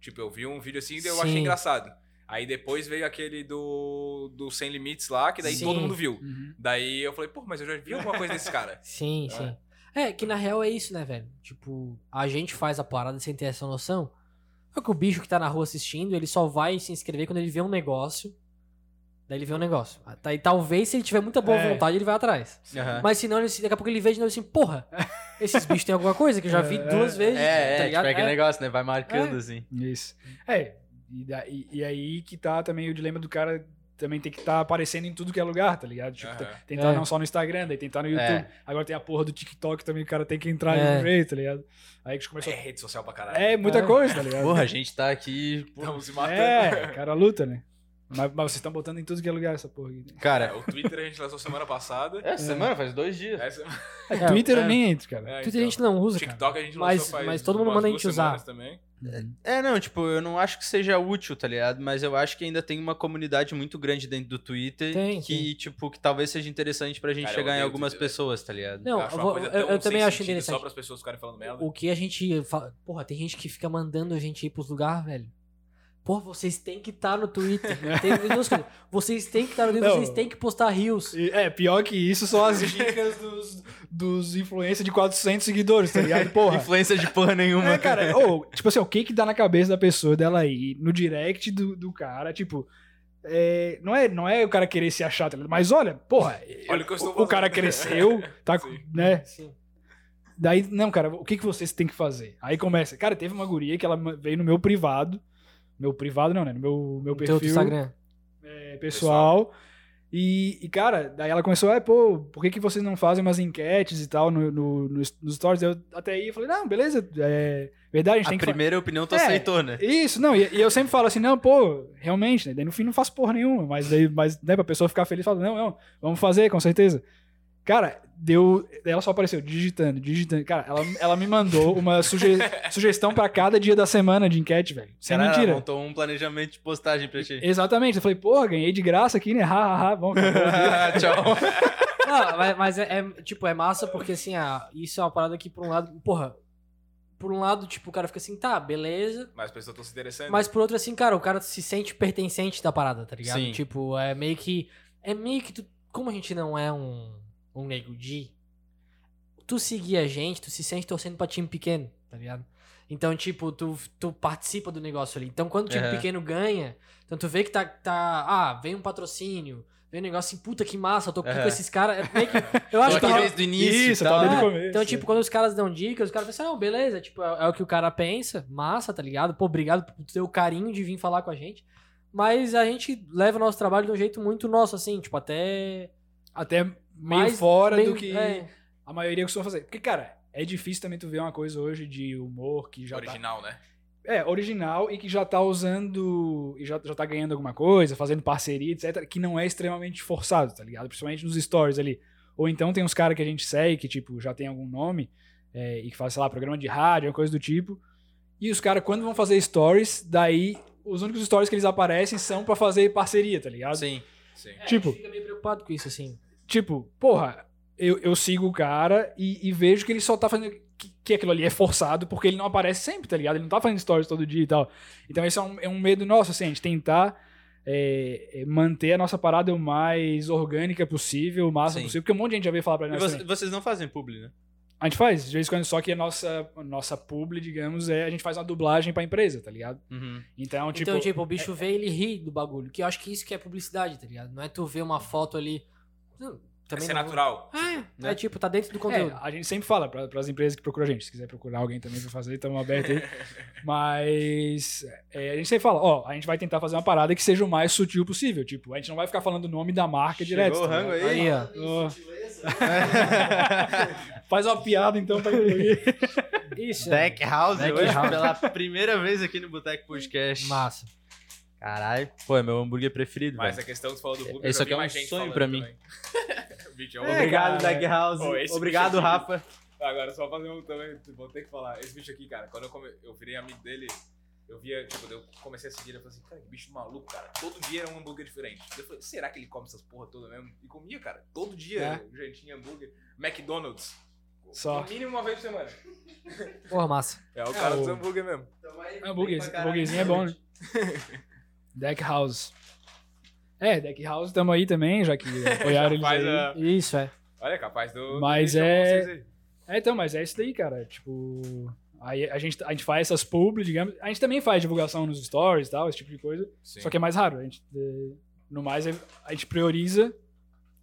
Tipo, eu vi um vídeo assim e eu achei
Sim.
engraçado. Aí depois veio aquele do, do Sem Limites lá, que daí
Sim.
todo mundo viu.
Uhum.
Daí eu falei, pô, mas eu já vi alguma coisa desse cara.
Sim,
É.
sim. É, que na real é isso, né, velho? Tipo, a gente faz a parada sem ter essa noção. Só que o bicho que tá na rua assistindo, ele só vai se inscrever quando ele vê um negócio. Daí ele vê um negócio. Ah, tá, E talvez, se ele tiver muita boa
É.
vontade, ele vai atrás.
Aham.
Mas senão, ele, se- daqui a pouco ele vê de novo assim, porra, esses bichos têm alguma coisa que eu já vi
É,
duas vezes.
É,
tá
é,
ligado?
tipo, é aquele
É.
negócio, né? Vai marcando, assim.
Isso. É, e, da- e- e aí que tá também o dilema do cara também tem que estar aparecendo em tudo que é lugar, tá ligado? Tipo,
Aham.
tá- tentar
É.
não só no Instagram, daí tentar no YouTube.
É.
Agora tem a porra do TikTok também, o cara tem que entrar de
É.
um jeito, tá ligado? Aí que começou.
É rede social pra caralho.
É,
É.
muita
então,
coisa, tá ligado?
Porra, a gente tá aqui... pô,
Estamos se matando.
É, o cara luta, né? Mas, mas vocês estão botando em tudo que é lugar essa porra aqui.
É,
Cara,
o Twitter a gente lançou semana passada.
essa semana faz dois dias.
Essa-
É,
Twitter
é,
eu nem entro, cara.
é,
Twitter
então.
a gente não usa, cara.
TikTok a gente
Mas-
lançou faz
mas todo mundo
umas
manda a
duas
gente usar.
semanas Também.
É, não, tipo, eu não acho que seja útil, tá ligado? Mas eu acho que ainda tem uma comunidade muito grande dentro do Twitter
Tem,
que, tipo, que talvez seja interessante pra gente
Cara, eu
chegar em
odeio o
algumas
Twitter,
pessoas, tá ligado?
Não, eu,
acho uma
vou-
coisa
eu-
tão
eu também
sem
acho
sentido Só
interessante.
para as pessoas ficarem falando merda.
O que a gente fala. Porra, tem gente que fica mandando a gente ir pros lugares, velho. Porra, vocês têm que estar no Twitter. Tem vídeos que- vocês têm que estar no Twitter,
Não.
vocês têm que postar rios.
E, É, pior que isso são as dicas dos, dos influencers de 400 seguidores, tá ligado? Porra.
Influência de porra nenhuma.
É, cara, ou, tipo assim, o que que dá na cabeça da pessoa dela ir no direct do, do cara, tipo, é, não, é, não é o cara querer se achar, tá ligado? mas olha, porra,
Olha o que eu estou
o, o cara
fazendo.
cresceu, tá, com-
Sim.
né?
Sim.
Daí, não, cara, o que que vocês têm que fazer? Aí começa, cara, teve uma guria que ela ma- veio no meu privado, meu privado não, né, no meu, meu
No teu
perfil
do Instagram.
é, pessoal, E, e, cara, daí ela começou, é, pô, por que que vocês não fazem umas enquetes e tal no, no, nos- nos stories? Eu até aí eu falei, não, beleza, é verdade, a gente
A
tem que fa-
primeira opinião tu
É.
aceitou, né?
isso, não, e, e eu sempre falo assim, não, pô, realmente, né? Daí no fim não faço porra nenhuma, mas daí, mas, né, pra pessoa ficar feliz, fala, não, não, vamos fazer, com certeza. Cara, deu. Ela só apareceu digitando, digitando. Cara, ela, ela me mandou uma suge- sugestão pra cada dia da semana de enquete, velho. Sem
Caralho,
é mentira.
montou um planejamento de postagem pra ti.
Exatamente. Eu falei, porra, ganhei de graça aqui, né? Ha, ha, ha, bom, acabou.
Ah,
Tchau.
Não, mas, mas é, é, tipo, é massa porque, assim, ah, isso é uma parada que, por um lado, porra, por um lado, tipo, o cara fica assim, tá, beleza.
Mas as pessoas estão se interessando.
Mas por outro, assim, cara, o cara se sente pertencente da parada, tá ligado?
Sim.
Tipo, é meio que. É meio que tu. Como a gente não é um, um nego de. Tu seguir a gente, tu se sente torcendo pra time pequeno, tá ligado? Então, tipo, tu, tu participa do negócio ali. Então, quando o time
Aham.
pequeno ganha, então tu vê que tá, tá. Ah, vem um patrocínio, vem um negócio assim, puta que massa, eu tô aqui
Aham.
com esses caras. É meio que. Eu
Tô
acho que.
aqui desde o início.
tá-
e
Isso,
tal.
tá desde o
É,
começo.
Então, tipo, quando os caras dão dicas, os caras falam assim, não, beleza, tipo, é, é o que o cara pensa, massa, tá ligado? Pô, obrigado por ter o carinho de vir falar com a gente. Mas a gente leva o nosso trabalho de um jeito muito nosso, assim, tipo, até...
até meio
mais-
fora
meio-
do que
é,
a maioria costuma fazer. Porque, cara, é difícil também tu ver uma coisa hoje de humor que já tá
Original, né?
É, original e que já tá usando e já, já tá ganhando alguma coisa, fazendo parceria, etc, que não é extremamente forçado, tá ligado? Principalmente nos stories ali. Ou então tem uns caras que a gente segue que, tipo, já tem algum nome é, e que faz, sei lá, programa de rádio, uma coisa do tipo. E os caras, quando vão fazer stories, daí os únicos stories que eles aparecem são pra fazer parceria, tá ligado?
Sim.
Sim.
é,
Tipo-
a gente fica meio preocupado com isso, assim.
Tipo, porra, eu, eu sigo o cara e, e vejo que ele só tá fazendo. Que, que aquilo ali é forçado, porque ele não aparece sempre, tá ligado? Ele não tá fazendo stories todo dia e tal. Então esse é um, é um medo nosso, assim, a gente tentar é, é, manter a nossa parada o mais orgânica possível, o máximo
Sim.
possível, porque um monte de gente já veio falar pra
E
nós.
você-
também.
vocês não fazem publi, né?
A gente faz, de vez em quando, só que a nossa, a nossa publi, digamos, é a gente faz uma dublagem pra empresa, tá ligado?
Uhum.
Então, tipo.
então, tipo, o bicho vê ele ri do bagulho, que eu acho que isso que é publicidade, tá ligado? Não é tu ver uma foto ali... Não,
Vai
também
ser
não-
natural.
É,
né?
é tipo, tá dentro do
É,
conteúdo.
a gente sempre fala para as empresas que procuram a gente. Se quiser procurar alguém também para fazer, estamos abertos aí. Mas é, a gente sempre fala, ó, a gente vai tentar fazer uma parada que seja o mais sutil possível. Tipo, a gente não vai ficar falando o nome da marca
Chegou
direto.
o
tá
rango
ligado?
aí.
Aí, ó.
ó.
Sutileza.
Faz uma piada então pra incluir.
Isso, é.
Deck House
Deck
hoje
House.
pela primeira vez aqui no Boteco
É.
Podcast.
Massa.
Caralho. Pô, é meu hambúrguer preferido,
Mas
velho.
a questão que você falou do público,
Isso
eu
aqui
vi
é um
mais gente
sonho
falando
pra mim.
também. O vídeo é um-
É,
Obrigado,
cara.
Deck House.
Pô, esse
Obrigado,
bicho aqui-
Rafa.
Agora, só fazer um também, vou ter que falar. Esse bicho aqui, cara, quando eu, come- eu virei amigo dele, eu via, tipo, eu comecei a seguir ele, eu falei assim, cara, que bicho maluco, cara. Todo dia era um hambúrguer diferente. Eu falei, será que ele come essas porra toda mesmo? E comia, cara, todo dia,
É.
um jeitinho hambúrguer. McDonald's.
Só.
No mínimo uma vez por semana.
Porra, massa.
É o cara
o-
dos hambúrguer mesmo.
Tamo aí, bem
Hambúrguer-
pra caralho.
hambúrguerzinho é bom, né? Deck House. É, Deck House, estamos aí também, já que apoiaram eles
Faz
aí.
a-
Isso, é.
Olha, capaz do.
Mas
do vídeo
é-
pra vocês aí.
É, então, mas é isso daí, cara. Tipo, aí a gente, a gente faz essas publi, digamos. A gente também faz divulgação nos stories e tal, esse tipo de coisa.
Sim.
Só que é mais raro. A gente, eh, no mais, é- a gente prioriza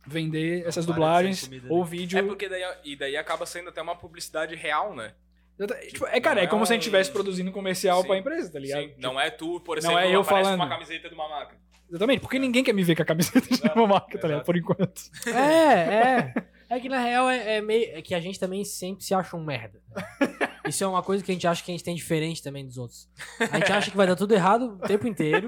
vender essas
para de
dublagens
ser comida,
ou
É
vídeo.
porque daí, e daí acaba sendo até uma publicidade real, né?
É, tipo, é, cara, é
não é
como se a gente estivesse
um-
produzindo um comercial
Sim.
pra empresa, tá ligado?
Sim. Não é tu, por
Não
exemplo,
é eu
aparece
falando.
com uma camiseta de uma marca.
Exatamente, porque ninguém quer me ver com a camiseta de
Exato,
uma marca, tá ligado?
exato.
Por enquanto.
É, é. É que na real é, é meio. É que a gente também sempre se acha um merda. né? Isso é uma coisa que a gente acha que a gente tem diferente também dos outros. A gente acha que vai dar tudo errado o tempo inteiro.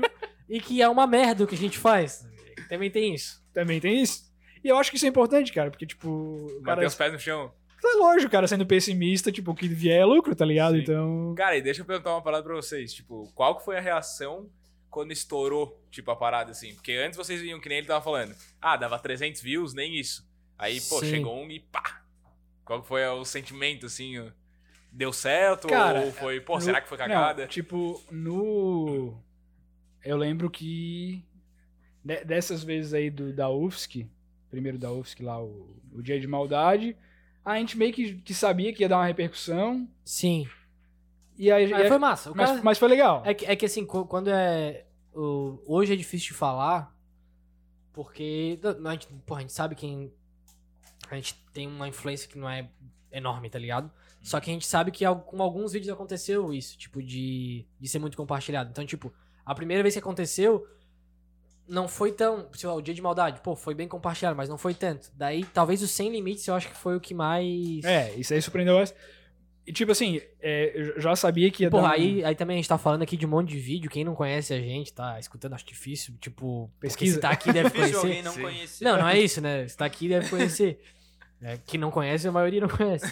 e que é uma merda o que a gente faz. Também tem isso.
Também tem isso. E eu acho que isso é importante, cara, porque, tipo, o cara.
Bater os pés no chão.
É lógico, o cara sendo pessimista, tipo, o que vier é lucro, tá ligado?
Sim.
Então.
Cara, e deixa eu perguntar uma parada pra vocês. Tipo, qual que foi a reação quando estourou, tipo, a parada, assim? Porque antes vocês vinham que nem ele tava falando. Ah, dava 300 views, nem isso. Aí, pô,
Sim.
chegou um e pá. Qual que foi o sentimento, assim? o- Deu certo?
Cara,
ou foi, pô,
no-
será que foi
Não,
cagada?
tipo, no. Eu lembro que. de- Dessas vezes aí do, da UFSC, primeiro da UFSC lá, o, o Dia de Maldade, a gente meio que, que sabia que ia dar uma repercussão.
Sim.
E aí, e
Mas
aí-
foi massa. O
mas,
cara-
mas foi legal.
É que, é que assim, qu- quando é. o- Hoje é difícil de falar, porque. não, A gente, porra, a gente sabe quem. A gente tem uma influência que não é enorme, tá ligado? Só que a gente sabe que al- com alguns vídeos aconteceu isso, tipo, de, de ser muito compartilhado. Então, tipo, a primeira vez que aconteceu, não foi tão. Sei lá, o dia de maldade, pô, foi bem compartilhado, mas não foi tanto. Daí, talvez o Sem Limites eu acho que foi o que mais.
É, isso aí surpreendeu nós. E tipo assim, é, eu já sabia que ia dar
Porra,
um-
aí, aí também a gente tá falando aqui de um monte de vídeo. Quem não conhece a gente, tá escutando, acho difícil. Tipo, porque
Pesquisa.
Se tá aqui, deve
Difícil alguém
conhecer.
não
Sim.
conhecer.
Não, não é isso, né? Se tá aqui, deve conhecer. É, que não conhece, a maioria não conhece.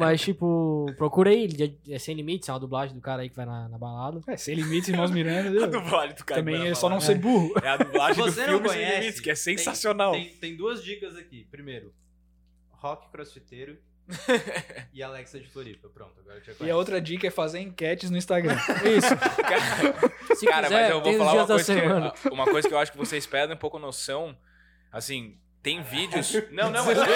Mas, tipo, procura aí. de- É Sem Limites, é uma dublagem do cara aí que vai na, na balada.
É, sem limites, irmãos Miranda.
A
deu.
dublagem do cara. que
Também
vai
é só não
falar,
ser
né?
burro.
É a dublagem do
Se você não
filme Sem
conhece,
Limites, que é
tem-
sensacional.
Tem, tem duas dicas aqui. Primeiro, rock crossfiteiro e Alexa de Floripa. Pronto, agora eu já
E a
conheço.
outra dica é fazer enquetes no Instagram.
Cara,
Se
Cara,
quiser,
mas eu vou
tem os
falar
dias
uma
da
coisa,
semana.
que, uma coisa que eu acho que vocês perdem um pouco noção. Assim, tem vídeos. Não, não, mas. não,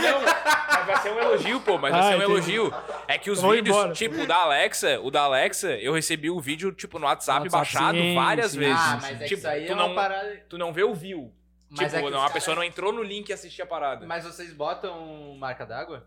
não. Mas vai ser um elogio, pô. Mas vai
Ah,
ser um
entendi.
elogio. É que os
Vou
vídeos,
embora.
tipo, o da Alexa, o da Alexa, eu recebi o vídeo, tipo, no WhatsApp,
No WhatsApp,
baixado
sim,
várias
sim.
vezes.
Ah, mas é que
tipo,
isso aí
tu,
é
não,
uma parada.
tu não vê o view.
Mas
tipo,
é que
não,
os
a
caras-
pessoa não entrou no link e assistiu a parada.
Mas vocês botam marca d'água?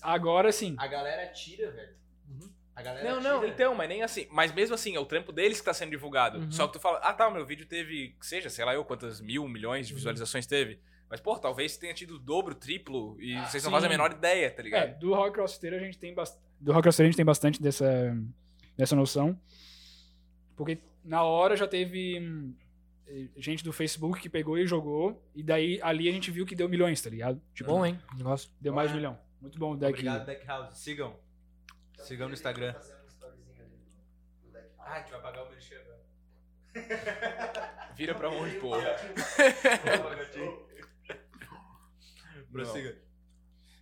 Agora sim.
A galera tira, velho.
Uhum.
A galera
Não, não,
tira.
então, mas nem assim. Mas mesmo assim, é o trampo deles que tá sendo divulgado.
Uhum.
Só que tu fala, ah tá, meu vídeo teve, que seja, sei lá eu quantas mil, milhões de visualizações teve. Mas, pô, talvez tenha tido o dobro, triplo, e vocês
sim.
não fazem a menor ideia, tá
É,
ligado?
do rock crossfiteiro a gente tem bastante. Do rock crossfiteiro a gente tem bastante dessa, dessa noção. Porque na hora já teve hum, eh, gente do Facebook que pegou e jogou. E daí ali a gente viu que deu milhões, tá ligado? Tipo,
Bom, hein? Negócio.
deu mais de um milhão. Muito bom o deck.
Obrigado, Deck House. Sigam. Sigam no Instagram.
Fazer um storyzinho ali no- no deck.
Ah, a gente vai pagar o merchan agora.
Vira pra onde, pô?
Prossiga.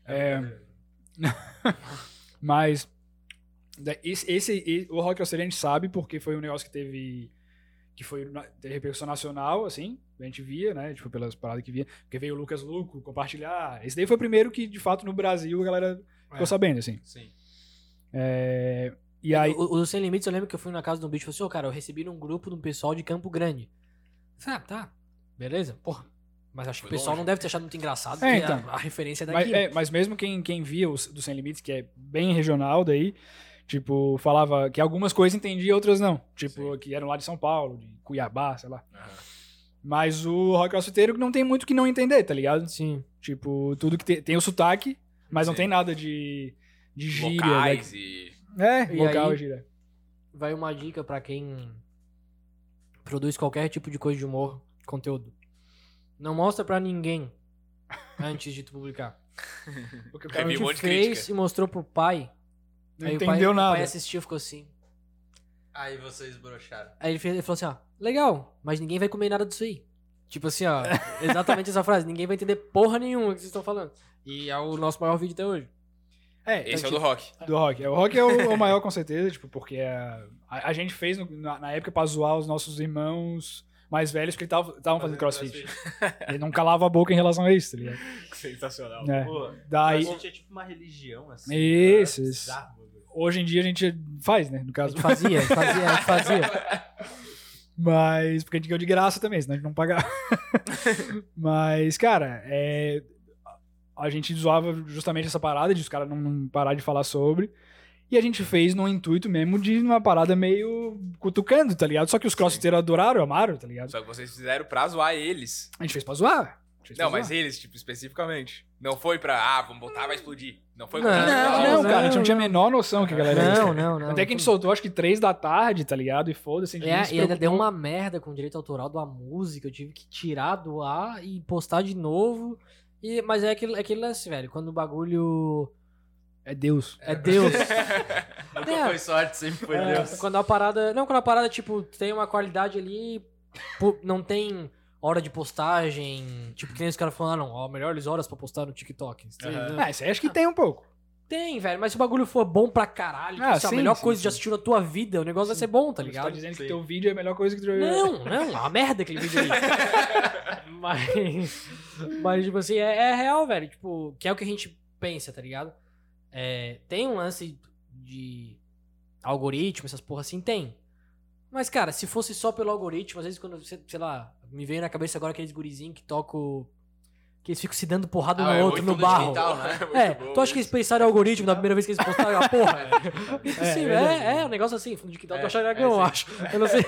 É, Mas da- esse, esse- e- o Rock Australia a gente sabe porque foi um negócio que teve que foi na- teve repercussão nacional, assim, a gente via, né, tipo, pelas paradas que via, porque veio o Lucas Luco compartilhar, esse daí foi o primeiro que, de fato, no Brasil a galera ficou
É.
sabendo, assim.
Sim.
É, e aí,
O, o do Sem Limites, eu lembro que eu fui na casa de um bicho e falei assim, ô, cara, eu recebi num grupo de um pessoal de Campo Grande. Ah, tá. Beleza? Porra. Mas acho que o
Foi
pessoal
longe.
não deve ter achado muito engraçado,
É,
porque a-
então.
a, referência é
mas,
daqui.
é, mas mesmo quem, quem via os, do Sem Limites, que é bem regional daí, tipo, falava que algumas coisas entendia, outras não, tipo,
Sim.
que eram lá de São Paulo, de Cuiabá, sei lá.
Aham.
Mas o rock crossfiteiro não tem muito o que não entender, tá ligado?
Sim.
Tipo, tudo que tem, tem o sotaque, mas não
Sim.
tem nada de, de gíria.
Locais e.
Né? É,
E
local
aí-
e gíria.
vai uma dica pra quem produz qualquer tipo de coisa de humor, conteúdo. Não mostra pra ninguém antes de tu publicar.
Porque o
A
cara
cara não Teve um
gente
monte de
fez
crítica.
e mostrou pro pai.
não
aí o pai,
entendeu
O
nada.
pai assistiu e ficou assim.
Aí vocês broxaram.
Aí ele, fez, ele falou assim, ó, legal, mas ninguém vai comer nada disso aí. Tipo assim, ó, exatamente essa frase, ninguém vai entender porra nenhuma que vocês estão falando. E é o nosso maior vídeo até hoje.
É,
Esse é
então,
o do rock.
tipo, do rock. É, O rock é o, o maior, com certeza, tipo, porque a, a, a gente fez no- na, na época pra zoar os nossos irmãos mais velhos que estavam fazendo, crossfit. Ele não calava a boca em relação a isso, tá ligado?
Sensacional.
É.
Pô,
Daí,
crossfit é tipo uma religião, assim.
Isso,
cara,
isso.
bizarro, velho.
hoje em dia a gente faz, né? No
A
caso.
gente fazia, a gente fazia, a gente fazia.
Mas, porque a gente ganhou de graça também, senão a gente não pagava. Mas, cara, é, a gente zoava justamente essa parada de os caras não, não parar de falar sobre. E a gente fez no intuito mesmo de uma parada meio cutucando, tá ligado? Só que os crossfiteiros adoraram, amaram, tá ligado?
Só que vocês fizeram pra zoar eles.
A gente fez pra zoar. Deixa eu
Não, mas
explicar.
eles, tipo, especificamente. Não foi pra, ah, vamos botar, vai explodir. Não foi
Não,
pra.
Não,
não,
cara, a gente
não.
não tinha a menor noção que a galera ia.
Não, não, não.
Até é que a gente soltou, acho que três da tarde, tá ligado? E foda-se, a gente nem
É,
se
e ainda deu
preocupou.
uma merda com o direito autoral da música. Eu tive que tirar do ar e postar de novo. E, mas é aquele, é aquele lance, velho. Quando o bagulho
É Deus.
é Deus.
Nunca
É.
foi sorte, sempre foi
É,
Deus.
Quando a parada. Não, quando a parada, tipo, tem uma qualidade ali. pu- Não tem hora de postagem. Tipo, que nem os caras falaram, ó, melhores horas pra postar no TikTok. É,
Aham.
Ah, isso aí acho que tem um pouco.
Tem, velho, mas se o bagulho for bom pra caralho,
Ah,
que isso é a
sim,
melhor
sim,
coisa de
sim.
assistir na tua vida, o negócio vai ser bom, tá
Você tá
ligado?
dizendo
Sim.
que teu vídeo é a melhor coisa que tu já
Não, não, é uma merda aquele vídeo ali. mas, mas, tipo assim, é, é real, velho. Tipo, que é o que a gente pensa, tá ligado? É, tem um lance de algoritmo, essas porra assim, tem. Mas, cara, se fosse só pelo algoritmo, às vezes quando, sei sei lá, me veio na cabeça agora aqueles gurizinhos que tocam. que eles ficam se dando porrada um
Ah, é
no outro
muito
no barro.
digital, né? Muito
É,
bom
tu acha que eles pensaram em algoritmo da primeira vez que eles postaram a porra?
É,
Sim,
verdade.
é, é, um negócio assim, fundo de quintal, tu
É,
acha
é,
dragão, eu
sim.
acho. Eu não sei.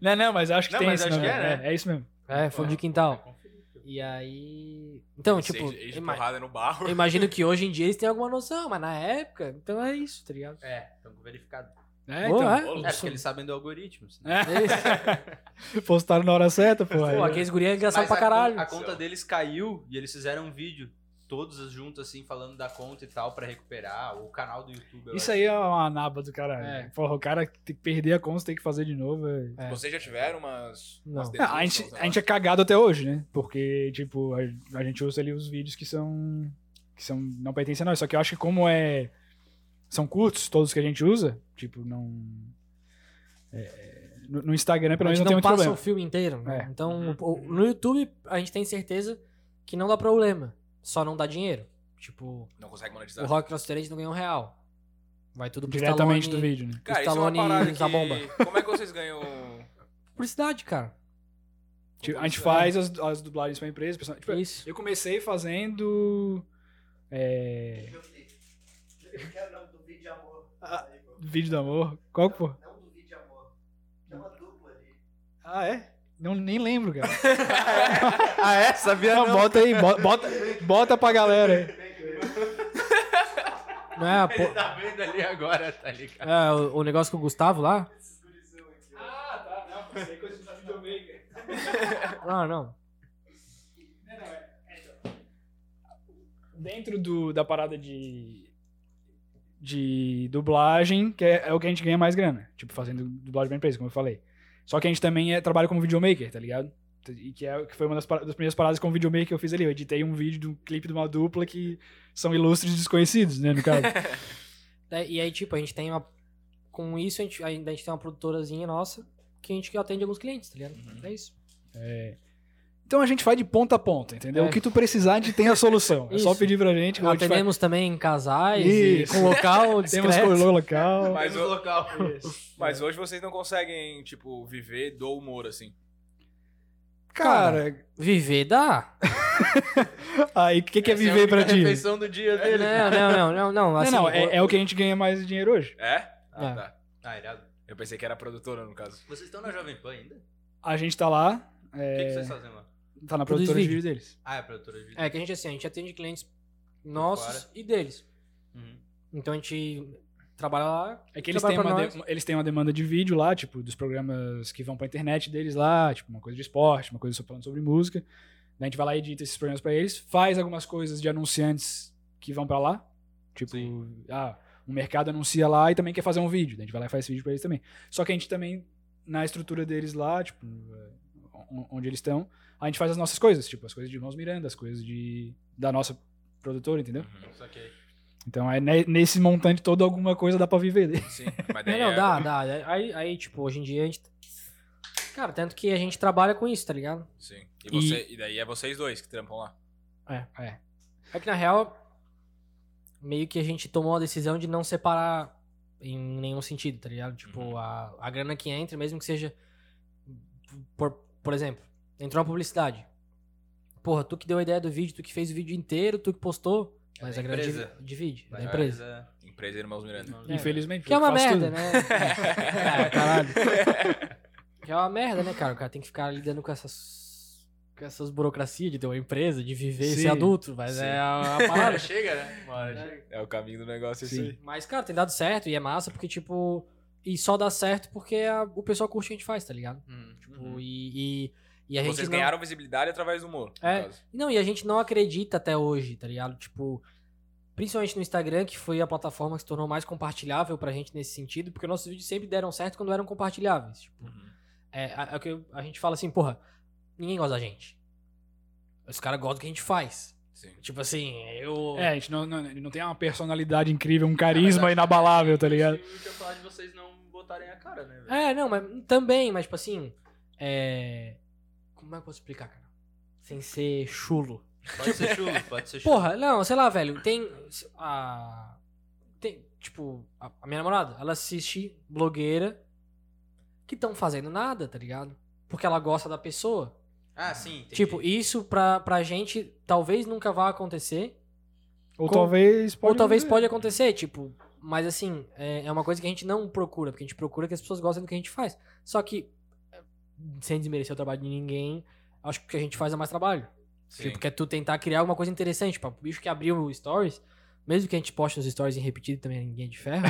Não, não, mas acho que
Não,
tem
mas
isso,
acho
não,
que é,
é, é isso mesmo.
É, fundo de quintal. E aí. Então,
isso.
tipo,
Eles-
é
eles
ima-
porrada no barro.
eu imagino que hoje em dia eles têm alguma noção, mas na época, então é isso, tá ligado?
É, estão verificado.
É,
Pô,
então.
é.
É, porque eles sabem do algoritmo. senão-
Postaram na hora certa, porra.
Pô,
Aí,
aqueles guri é
Mas
engraçado pra
a con-
caralho.
A conta deles caiu e eles fizeram um vídeo, todos juntos, assim, falando da conta e tal, pra recuperar. O canal do YouTube. eu
Isso
acho.
aí é uma anaba do caralho.
É.
Porra, o cara tem que perder a conta, tem que fazer de novo. é.
É.
Vocês já tiveram umas.
Não.
umas
Não, a, gente, a gente é cagado até hoje, né? Porque, tipo, a, a gente usa ali os vídeos que são. que são. não pertencem a nós. Só que eu acho que como é. São curtos todos que a gente usa, tipo, não. é, no, no Instagram, pelo
a
menos,
gente
não
não,
tem muito
passa
problema.
o filme inteiro, né?
É.
Uhum.
Então, o- o- no YouTube, a gente tem certeza que não dá problema. Só não dá dinheiro. Tipo,
Não consegue
o
monetizar.
Rock Cross não ganhou um real. Vai tudo pro
Diretamente
Stallone,
do vídeo, né?
Cara,
o
isso é uma
Stallone
parada
usa a bomba.
que... Como é que vocês ganham...
Publicidade, cara.
Tipo, a
é.
gente faz as, as dublagens pra empresa. pessoal- Tipo,
Isso.
eu comecei fazendo. É,
Eu quero não duvide de amor.
Ah.
Aí, pô.
vídeo do amor. Qual que foi?
Não duvide de amor. É uma dupla ali.
Ah, é? Não, nem lembro, cara.
Ah, é? Sabia
Não,
não.
bota aí, bota, bota, bota pra galera aí.
Não é, a po-
Ele tá vendo ali agora, tá ligado?
é, o, o negócio com o Gustavo lá?
Ah, tá. Não, pensei
é
que eu sabia do meio, cara.
Não, não.
Não, não, é. é, então. Dentro do, da parada de. de dublagem, que é, é o que a gente ganha mais grana. Tipo, fazendo dublagem pra empresa, como eu falei. Só que a gente também é, trabalha como videomaker, tá ligado? E que, é, que foi uma das, par- das primeiras paradas como videomaker que eu fiz ali. Eu editei um vídeo de um clipe de uma dupla que são ilustres desconhecidos, né, no caso.
É, E aí, tipo, a gente tem uma. Com isso, a gente, ainda a gente tem uma produtorazinha nossa que a gente atende alguns clientes, tá ligado? É isso.
Então a gente faz de ponta a ponta, entendeu?
É.
O que tu precisar, a gente tem a solução. É só
Isso.
pedir pra gente. que a gente faz-
Atendemos também casais
Isso.
e com local
Temos
discreto.
color local.
Mas,
Mesmo
o-
local.
É.
mas hoje vocês não conseguem, tipo, viver do humor, assim.
Cara,
Viver dá.
aí o que, que é
Essa a
viver pra
única
ti?
refeição do dia dele.
Não, não, não, não, não.
Não,
Assim,
não, é, é o que a gente ganha mais dinheiro hoje.
É?
É.
Ah, tá.
Ah, irado.
Eu pensei que era produtora, no caso.
Vocês estão na Jovem Pan ainda?
A gente tá lá,
O que, que
é,
vocês fazem lá?
tá na
Produz
produtora de
vídeo.
vídeo deles.
Ah, é produtora de vídeo.
é que a gente, assim, a gente atende clientes nossos e deles.
Uhum.
Então a gente trabalha lá.
É que eles têm,
Trabalha
uma
pra
de- eles têm uma demanda de vídeo lá, tipo, dos programas que vão pra internet deles lá, tipo, uma coisa de esporte, uma coisa só falando sobre música. Daí a gente vai lá e edita esses programas pra eles, faz algumas coisas de anunciantes que vão pra lá. Tipo, ah, o mercado anuncia lá e também quer fazer um vídeo. Daí a gente vai lá e faz esse vídeo pra eles também. Só que a gente também, na estrutura deles lá, tipo, eh, on- onde eles estão, a gente faz as nossas coisas, tipo, as coisas de Irmãos Miranda, as coisas de, da nossa produtora, entendeu?
Saquei.
Então é ne- nesse montante todo alguma coisa dá pra viver.
Sim, mas
Não,
daí
não,
é-
dá, dá. Aí, aí, tipo, hoje em dia a gente. Cara, tanto que a gente trabalha com isso, tá ligado?
Sim. E, você- e daí é vocês dois que trampam lá.
É, é.
É que na real, meio que a gente tomou a decisão de não separar em nenhum sentido, tá ligado? Tipo,
Uhum.
a, a grana que entra, mesmo que seja. Por, por exemplo, entrou uma publicidade. Porra, tu que deu a ideia do vídeo, tu que fez o vídeo inteiro, tu que postou,
É
mas
da
a grana divi-
empresa.
divide, é da
Vai,
empresa.
Empresa Irmãos Miranda.
Irmãos Miranda.
Infelizmente.
Que é uma
faz
merda,
tudo.
né? É, caralho. Que é uma merda, né, cara? O cara tem que ficar lidando com essas com essas burocracias de ter uma empresa, de viver e
Sim,
ser adulto, mas
sim.
é a, a
Uma hora
parada.
chega, né? Uma hora chega.
É o caminho do negócio isso
Sim.
aí.
mas, cara, tem dado certo e é massa porque, tipo, e só dá certo porque a- o pessoal curte o que a gente faz, tá ligado?
Hum, tipo,
Tipo, e, e, e a gente
Uhum. Vocês
não-
ganharam visibilidade através do humor. no
É.
caso.
Não, e a gente não acredita até hoje, tá ligado? Tipo, principalmente no Instagram, que foi a plataforma que se tornou mais compartilhável pra gente nesse sentido, porque nossos vídeos sempre deram certo quando eram compartilháveis. Tipo,
Uhum.
é, a, é o que eu- a gente fala assim, porra, ninguém gosta da gente. Os caras gostam do que a gente faz.
Sim.
Tipo assim, eu.
É, a gente não, não, não tem uma personalidade incrível, um
É
carisma inabalável, tá ligado?
Eu ia falar de vocês não botarem a cara, né, velho?
É, não, mas também, mas tipo assim. É. Como é que eu posso explicar, cara? Sem ser chulo.
Pode ser chulo, pode ser chulo.
Porra, não, sei lá, velho. Tem. A. Tem. Tipo, a, a minha namorada, ela assiste blogueira que estão fazendo nada, tá ligado? Porque ela gosta da pessoa.
Ah, sim. entendi.
Tipo, isso pra, pra gente talvez nunca vá acontecer.
Ou
Com-
talvez pode
ou talvez
acontecer.
pode acontecer, tipo. Mas assim, é, é uma coisa que a gente não procura, porque a gente procura que as pessoas gostem do que a gente faz. Só que, é, sem desmerecer o trabalho de ninguém, acho que o que a gente faz é mais trabalho.
Sim.
Tipo, que é tu tentar criar alguma coisa interessante. Tipo, o bicho que abriu o Stories, mesmo que a gente poste os Stories em repetido também, ninguém é de ferro.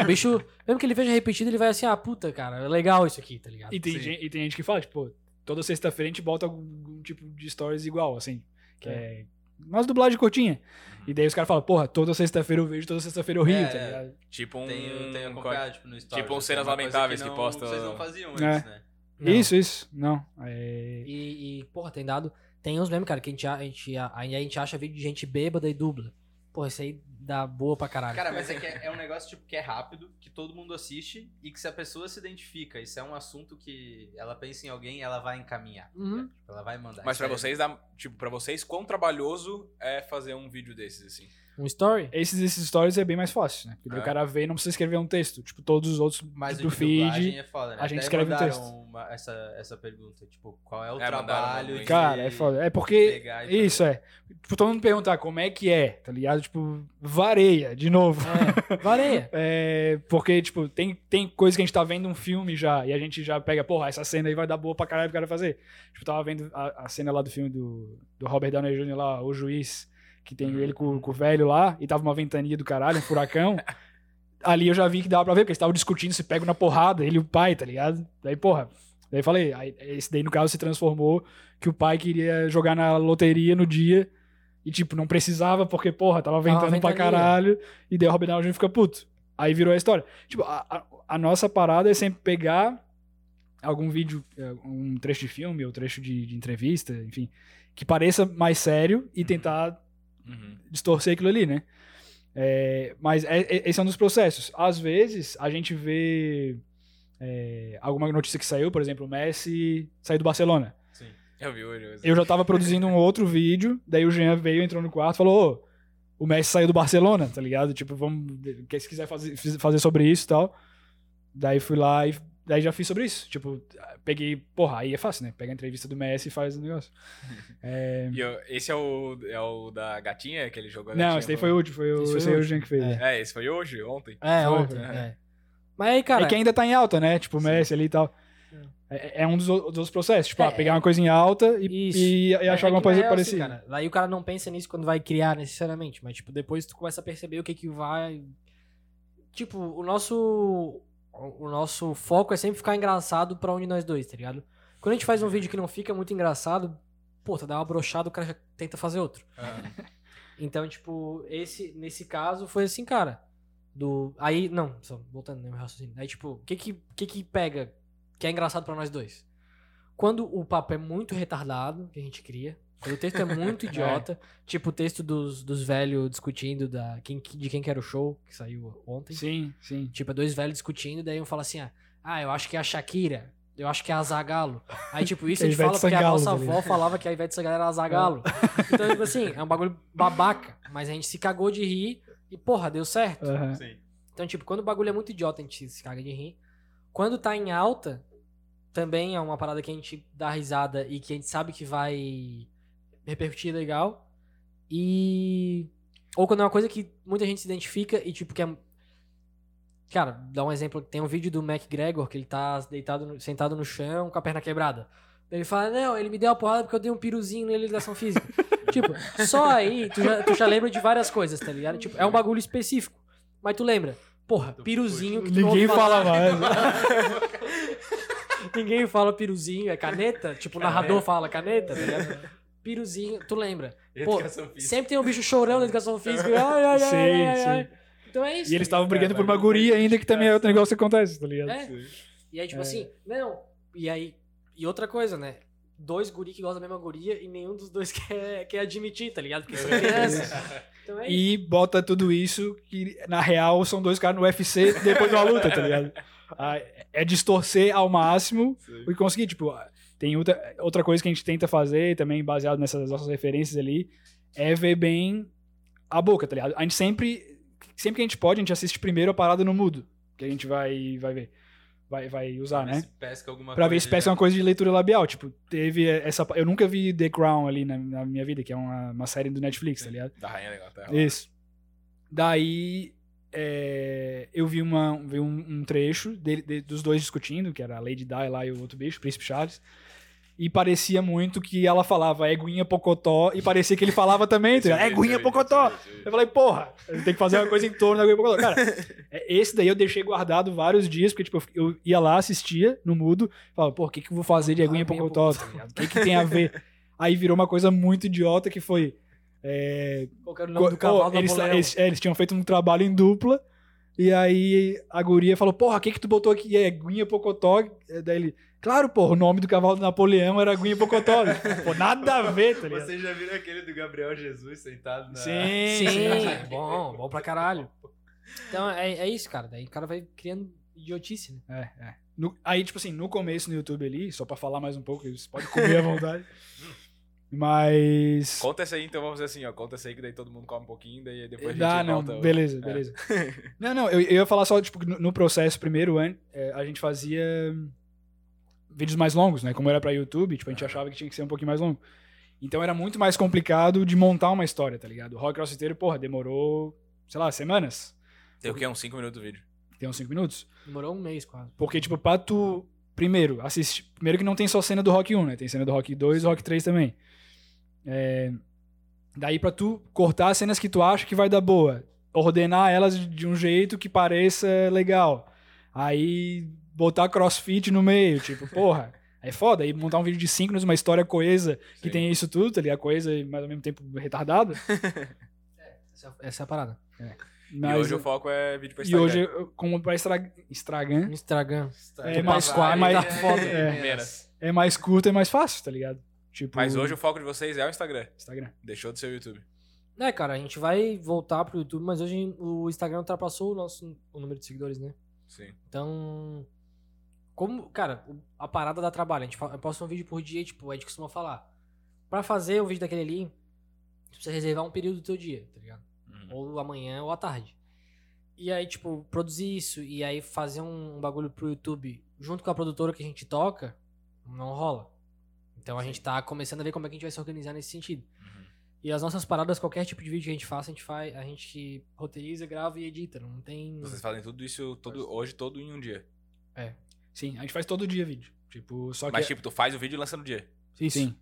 o bicho, mesmo que ele veja repetido, ele vai assim, ah, puta, cara, é legal isso aqui, tá ligado?
E tem,
Sim.
gente, e tem gente que fala, tipo, toda sexta-feira a gente bota algum, algum tipo de stories igual, assim. Que é. umas dublagens curtinha.
Uhum.
E daí os caras falam, porra, toda sexta-feira eu vejo, toda sexta-feira eu rio,
É,
tá
é.
ligado?
Tipo um.
Tem, tem acompanhado, tipo, no stories.
Tipo, um
assim,
Cenas
uma coisa
Lamentáveis que
não-
posta-
Vocês não faziam antes,
É.
né?
Não.
Isso, isso. Não. É...
E, e, porra, tem dado. Tem uns mesmo, cara, que a gente, a, a gente, a, aí a gente acha vídeo de gente bêbada e dubla. Porra, isso aí dá boa pra caralho.
Cara, mas é que é, é um negócio tipo, que é rápido, que todo mundo assiste e que se a pessoa se identifica, isso é um assunto que ela pensa em alguém, ela vai encaminhar.
Uhum.
né? Tipo, ela vai mandar.
Mas
Isso
pra
aí-
vocês dá. Tipo, pra vocês, quão trabalhoso é fazer um vídeo desses, assim.
Um story?
Esses, esses stories é bem mais fácil, né? Porque daí
É.
o cara vê e não precisa escrever um texto. Tipo, todos os outros
Mas
do
o de dublagem
feed.
é foda, né?
a gente
Até
escreve um
mandaram
texto.
uma- essa, essa pergunta, tipo, qual é o
É, mandaram
trabalho
muito.
de...
Cara, é foda. É porque.
pegar e
Isso, é. Tipo, todo mundo perguntar como é que é, tá ligado? Tipo, vareia, de novo.
É, vareia.
É, porque, tipo, tem, tem coisa que a gente tá vendo um filme já, e a gente já pega, porra, essa cena aí vai dar boa pra caralho pro cara fazer. Tipo, tava vendo a, a cena lá do filme do, do Robert Downey Jr. lá, O Juiz, que
Uhum.
tem ele com, com o velho lá, e tava uma ventania do caralho, um furacão. Ali eu já vi que dava pra ver, porque eles estavam discutindo se pega na porrada, ele e o pai, tá ligado? Daí, porra, daí eu falei, aí, esse daí no caso se transformou que o pai queria jogar na loteria no dia, e tipo, não precisava, porque, porra, tava
Tava
ventando pra
ventania.
caralho, e daí o Robert Downey Jr. fica puto. Aí virou a história. Tipo, a, a- a nossa parada é sempre pegar algum vídeo, eh, um trecho de filme ou trecho de, de entrevista, enfim, que pareça mais sério e tentar distorcer aquilo ali, né? É, mas é- é- esse é um dos processos. Às vezes, a gente vê eh, alguma notícia que saiu, por exemplo, o Messi saiu do Barcelona.
Sim.
Eu vi hoje.
Eu já tava produzindo um outro vídeo, daí o Jean veio, entrou no quarto e falou: Ô, o Messi saiu do Barcelona, tá ligado? Tipo, vamos. que- Se quiser fazer, fiz- fazer sobre isso e tal. Daí fui lá e. Daí já fiz sobre isso. Tipo, peguei. Porra, aí é fácil, né? Pega a entrevista do Messi e faz o negócio.
E eu- esse é o, é o da gatinha que ele jogou a
Não,
gatinha,
esse daí foi o último, foi o,
Esse foi
esse
o
aí o
último.
Jean que fez.
É.
É.
É, esse foi hoje, ontem.
É,
Foi,
ontem.
é.
é. Mas aí, cara.
que ainda tá em alta, né? Tipo, o
Sim.
Messi ali e tal. É, é um dos, o- dos processos. Tipo,
É,
ah, pegar uma coisa em alta e,
Isso.
e, e achar
É
alguma
que
coisa
na real, assim,
parecida.
cara, aí o cara não pensa nisso quando vai criar necessariamente, mas tipo, depois tu começa a perceber o que que vai. Tipo, o nosso o nosso foco é sempre ficar engraçado pra onde nós dois, tá ligado? Quando a gente faz um vídeo que não fica muito engraçado, pô, tu dá uma brochada, o cara já tenta fazer outro. Então, tipo, esse nesse caso foi assim, cara. Do aí, não, só voltando no meu raciocínio. Aí tipo, o que que que que pega que é engraçado pra nós dois? Quando o papo é muito retardado, que a gente cria, quando o texto é muito idiota, tipo o texto dos, dos velhos discutindo da, quem, de quem que era o show, que saiu ontem.
Sim, sim.
Tipo, é dois velhos discutindo, daí um fala assim, ah, ah, eu acho que é a Shakira, eu acho que é a Zagalo. Aí, tipo, isso a gente
Ivete
fala porque a
Sangalo,
nossa
tá
avó
ligado?
falava que a Ivete Sangalo era a Zagalo. Então, tipo assim, é um bagulho babaca, mas a gente se cagou de rir e, porra, deu certo.
Aham.
um Sim.
Então, tipo, quando o bagulho é muito idiota, a gente se caga de rir. Quando tá em alta, também é uma parada que a gente dá risada e que a gente sabe que vai repercutir legal. E. Ou quando é uma coisa que muita gente se identifica e, tipo, que é. Cara, dá um exemplo. Tem um vídeo do MacGregor que ele tá deitado, no- sentado no chão com a perna quebrada. Daí ele fala, não, ele me deu uma porrada porque eu dei um piruzinho nele de ação física. tipo, só aí tu já, tu já lembra de várias coisas, tá ligado? Tipo, é um bagulho específico. Mas tu lembra, porra, piruzinho que tu não ouve
Ninguém
falar.
fala mais.
Ninguém fala piruzinho, é caneta? Tipo, o narrador
É.
fala caneta, tá ligado? Piruzinho, tu lembra. Pô,
Educação física.
sempre tem um bicho chorão na educação física. Ai, ai, ai,
Sim,
ai,
sim.
ai. Então é isso.
E eles estavam brigando
É,
por
mas
uma guria
não tem
ainda, que também é outro negócio que acontece, tá ligado?
É. E aí, tipo assim, não. E aí, e outra coisa, né? Dois guri que gostam da mesma guria e nenhum dos dois quer, quer admitir, tá ligado? Porque são crianças. Então é isso.
É. E bota tudo isso que, na real, são dois caras no UFC depois de uma luta, tá ligado? Ah, É distorcer ao máximo
Sim.
e conseguir, tipo, ah, tem outra, outra coisa que a gente tenta fazer, também baseado nessas nossas referências ali, é ver bem a boca, tá ligado? A gente sempre, sempre que a gente pode, a gente assiste primeiro a parada no mudo, que a gente vai, vai ver, vai, vai usar, né?
Se pesca alguma
Pra ver
coisa,
se parece
né?
já-
uma coisa de leitura labial. Tipo, teve essa. Eu nunca vi The Crown ali na, na minha vida, que é uma, uma série do Netflix, tá ligado?
Da rainha da Inglaterra.
Isso. Daí é, eu vi, uma, vi um, um trecho dele- de- dos dois discutindo, que era a Lady Di lá e o outro bicho, Príncipe Charles. E parecia muito que ela falava eguinha pocotó, e parecia que ele falava também, tá
Isso aí,
ligado?
isso aí,
Eguinha
é isso aí,
pocotó!
isso aí, isso aí.
Eu falei, porra, tem que fazer uma coisa em torno da Guia Pocotó. Cara, é, esse daí eu deixei guardado vários dias, porque tipo, eu fi- eu ia lá, assistia no mudo, falava, pô, o que, que eu vou fazer de Aguinha
Ah, Guia
Pocotó? tá ligado? O que, que tem a ver? Aí virou uma coisa muito idiota que foi. é,
Qual que era o nome do
co-
cavalo
oh, eles,
Napoleão?
eles- é, eles tinham feito um trabalho em dupla, e aí a guria falou, porra, o que, que tu botou aqui? É Aguinha Pocotó? É, Daí ele, claro, porra, o nome do cavalo do Napoleão era Aguinha Pocotó. pô, nada a ver, tá ligado?
Vocês já viram aquele do Gabriel Jesus sentado na...
Sim,
Né? Sim, bom, bom pra caralho. Então é, é isso, cara. Daí o cara vai criando idiotice, né?
É, é. No- aí, tipo assim, no começo no YouTube ali, só pra falar mais um pouco, você pode comer à vontade. Mas.
Conta essa aí, então vamos fazer assim, ó. Conta essa aí que daí todo mundo come um pouquinho, daí depois a
Dá,
gente
não,
volta.
beleza,
É.
beleza. Não, não, eu, eu ia falar só, tipo, que no, no processo primeiro, an- é, a gente fazia vídeos mais longos, né? Como era pra YouTube, tipo, a gente achava que tinha que ser um pouquinho mais longo. Então era muito mais complicado de montar uma história, tá ligado? O Rock Crossiteiro, porra, demorou, sei lá, semanas.
Tem o quê? Uns 5 minutos do vídeo.
Tem uns 5 minutos.
Demorou um mês quase.
Porque, tipo, pra tu. Primeiro, assiste. Primeiro que não tem só cena do Rock 1, né? Tem cena do Rock 2 e Rock 3 também. É, Daí pra tu cortar as cenas que tu acha que vai dar boa. Ordenar elas de- de um jeito que pareça legal. Aí botar crossfit no meio, tipo, porra. É foda, aí montar um vídeo de 5 minutos, uma história coesa, que
Sim.
tem isso tudo, tá ligado? Coesa e, mas ao mesmo tempo retardada.
Essa, essa é a parada.
E
Mas-
hoje o foco é vídeo pra
e
Instagram.
hoje eu- como pra estragar, estragar
No Instagram.
É,
Tu
mas
passa-
qual- mas-
tá foda.
é.
Menos.
é mais curto e mais fácil, tá ligado? Tipo,
Mas hoje o foco de vocês é o Instagram.
Instagram.
Deixou de ser o YouTube.
É, cara, a gente vai voltar pro YouTube, mas hoje o Instagram ultrapassou o nosso o número de seguidores, né?
Sim.
Então, como, cara, o- a parada dá trabalho. A gente fa- posta um vídeo por dia, tipo, a gente costuma falar. Pra fazer o vídeo daquele ali, tu precisa reservar um período do teu dia, tá ligado?
Uhum.
Ou amanhã ou à tarde. E aí, tipo, produzir isso e aí fazer um, um bagulho pro YouTube junto com a produtora que a gente toca, não rola. Então a gente tá começando a ver como é que a gente vai se organizar nesse sentido.
Uhum.
E as nossas paradas, qualquer tipo de vídeo que a gente faça, a gente faz, a gente roteiriza, grava e edita. Não tem.
Uhum.
Vocês fazem tudo isso todo, hoje todo em um dia.
Sim, a gente faz todo dia vídeo. Tipo, só que.
Mas tipo, tu faz o vídeo e lança no dia.
Isso.
Sim.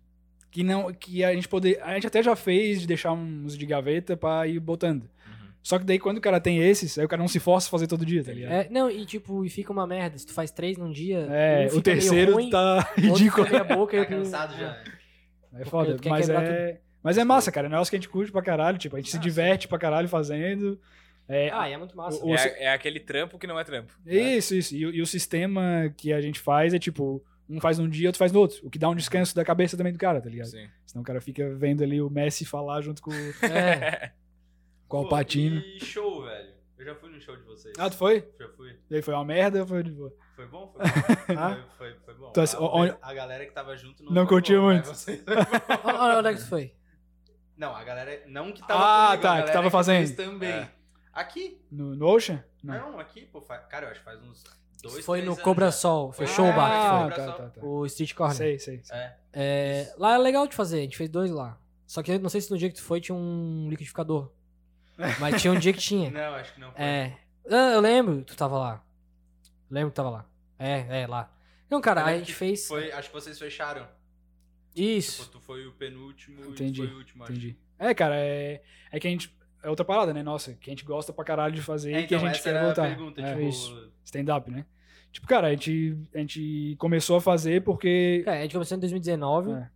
Que não. Que a gente poder. A gente até já fez de deixar uns de gaveta pra ir botando.
Uhum.
Só que daí quando o cara tem esses, aí o cara não se força a fazer todo dia, tá ligado?
É, não, e tipo, e fica uma merda. Se tu faz três num dia,
É,
um
o
fica
terceiro
meio ruim,
tá
outro
ridículo.
fica meia boca, e
Tá
o primeiro-
cansado já. né?
É foda.
Tu quer
Mas
quebrar
é. Mas é massa, cara. É um negócio que a gente curte pra caralho. Tipo, a gente se diverte pra caralho fazendo. É,
Ah, e é muito massa.
O- o-
É,
Você-
é aquele trampo que não é trampo. né?
Isso, isso. E, o- e o sistema que a gente faz é tipo, um faz num dia, outro faz no outro. O que dá um descanso da cabeça também do cara, tá ligado?
Sim.
Senão o cara fica vendo ali o Messi falar junto com,
É,
com o
Pô,
Patino.
E show, velho. Eu já fui no show de vocês.
Ah, tu foi?
Já fui.
Daí foi uma merda, foi de boa.
Foi bom? Foi bom.
Ah.
foi, foi, foi bom.
Então, assim,
a,
o-
a galera que tava junto não.
Não
foi
curtiu
bom,
muito.
mas vocês-
olha onde é que tu foi.
Não, a galera. Não que tava.
Ah,
comigo,
tá,
a
que
galera
tava fazendo.
fez também.
É.
Aqui?
No, no Ocean?
Não. aqui, pô. fa- Cara, eu acho que faz uns dois.
foi
três
no
anos
Cobra
já.
Sol,
Foi
fechou o bar.
Ah,
que
tá,
foi.
tá, tá.
que foi. O Street Corner.
Sei, sei. sei.
É.
É, lá é legal de fazer, a gente fez dois lá. Só que eu não sei se no dia que tu foi tinha um liquidificador. Mas tinha um dia que tinha.
Não, acho que não foi.
É. Ah, Eu lembro, tu tava lá. Lembro que tava lá. É, é, lá. Não, cara,
Eu
aí a
lembro
gente
que
fez.
Foi, acho que vocês fecharam. Tipo,
Isso.
tu foi o penúltimo
Entendi,
e tu foi o último, acho.
Entendi. É, cara, é, é que a gente. É outra parada, né? Nossa, que a gente gosta pra caralho de fazer
É,
e que a
então,
gente
essa
quer
era
voltar.
a pergunta,
é,
tipo,
isso. Stand-up, né? Tipo, cara, a gente, a gente começou a fazer porque.
Cara, É, a gente começou em 2019.
tipo- É.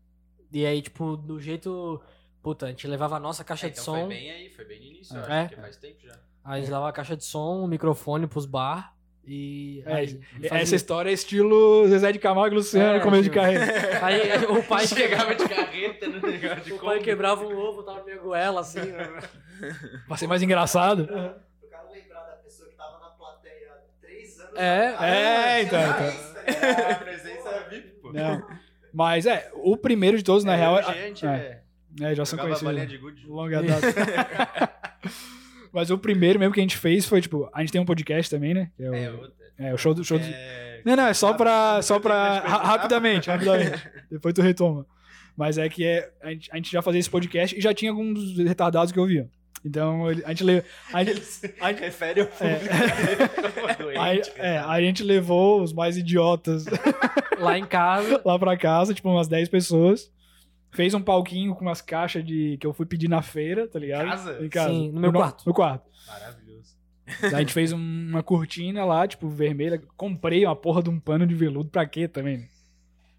E aí, tipo, do jeito. Puta, a gente levava a nossa caixa
É,
de
então
som.
foi bem aí, foi bem no início, eu
É.
acho, porque faz tempo já.
A
É.
gente levava a caixa de som, o microfone pros bar. E.
É,
aí- e fazia-
Essa história é estilo Zezé de Camargo e Luciano,
É,
começo
tipo,
de carreira.
aí- aí o pai
chegava de carreta no negócio de
O pai
Kombi.
quebrava um ovo, tava meio goela, assim.
Pra ser mais engraçado.
O cara lembrar da pessoa que tava na plateia há três anos.
É,
é, então,
É, A presença VIP, pô.
Não. Mas é, o primeiro de todos, na
É,
real,
hoje a
é,
gente
é.
é,
é, já são
jogava
conhecidos.
bolinha
né?
de gude.
Longa data. Mas o primeiro mesmo que a gente fez foi, tipo, a gente tem um podcast também, né? Que é,
É,
o,
outra.
é, o show do. Show do...
É,
Não, não, é só
Tá,
pra.
eu
Só
tenho
pra
mais coisa,
ra-
tá?
rapidamente, rapidamente. Depois tu retoma. Mas é que é, a, gente, a gente já fazia esse podcast e já tinha alguns retardados que eu via. Então ele- a gente leu. A gente,
ele se refere ao
é,
público dele como doente.
a- é, a gente levou os mais idiotas
Lá em casa.
lá pra casa, tipo, umas 10 pessoas. Fez um palquinho com umas caixas de que eu fui pedir na feira, tá ligado?
Casa?
Em casa.
Sim, no meu quarto.
No quarto.
Maravilhoso.
Daí a gente fez um- uma cortina lá, tipo, vermelha. Comprei uma porra de um pano de veludo pra quê também? né?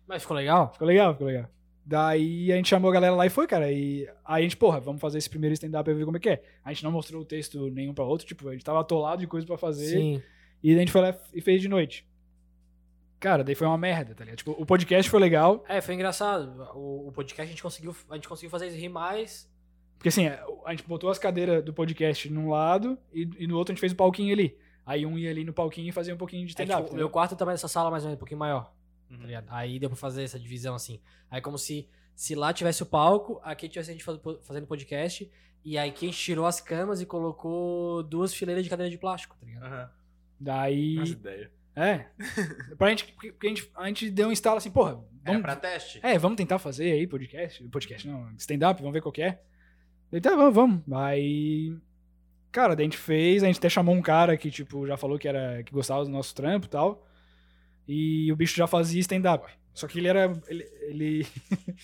Mas ficou legal?
Ficou legal, ficou legal. Daí a gente chamou a galera lá e foi, cara. E aí a gente, porra, vamos fazer esse primeiro stand-up e ver como é que é. A gente não mostrou o texto nenhum pra outro, tipo, a gente tava atolado de coisa pra fazer.
Sim.
E daí a gente foi lá e fez de noite. Cara, daí foi uma merda, tá ligado? Tipo, o podcast foi legal,
É, foi engraçado. O, o podcast a gente conseguiu. A gente conseguiu fazer eles rir mais.
porque assim, a gente botou as cadeiras do podcast num lado e, e no outro a gente fez o palquinho ali. Aí um ia ali no palquinho e fazia um pouquinho
É,
de stand-up.
tipo,
tá
o meu
ligado?
quarto também nessa sala mais ou menos, um pouquinho maior.
Uhum.
tá ligado? Aí deu pra fazer essa divisão assim. Aí como se, se lá tivesse o palco, aqui tivesse a gente faz- fazendo podcast, e aí quem tirou as camas e colocou duas fileiras de cadeira de plástico, tá ligado?
Aham.
Daí.
Nossa ideia.
É. pra gente, porque porque a gente, a gente deu um instalo assim, porra,
Era
vamos,
pra teste?
é, vamos tentar fazer aí podcast. Podcast não, stand-up, vamos ver qual que é. Daí, tá, vamos, vamos. Aí. Cara, daí a gente fez, a gente até chamou um cara que, tipo, já falou que era que gostava do nosso trampo e tal. E o bicho já fazia stand-up. Só que ele era. Ele, ele-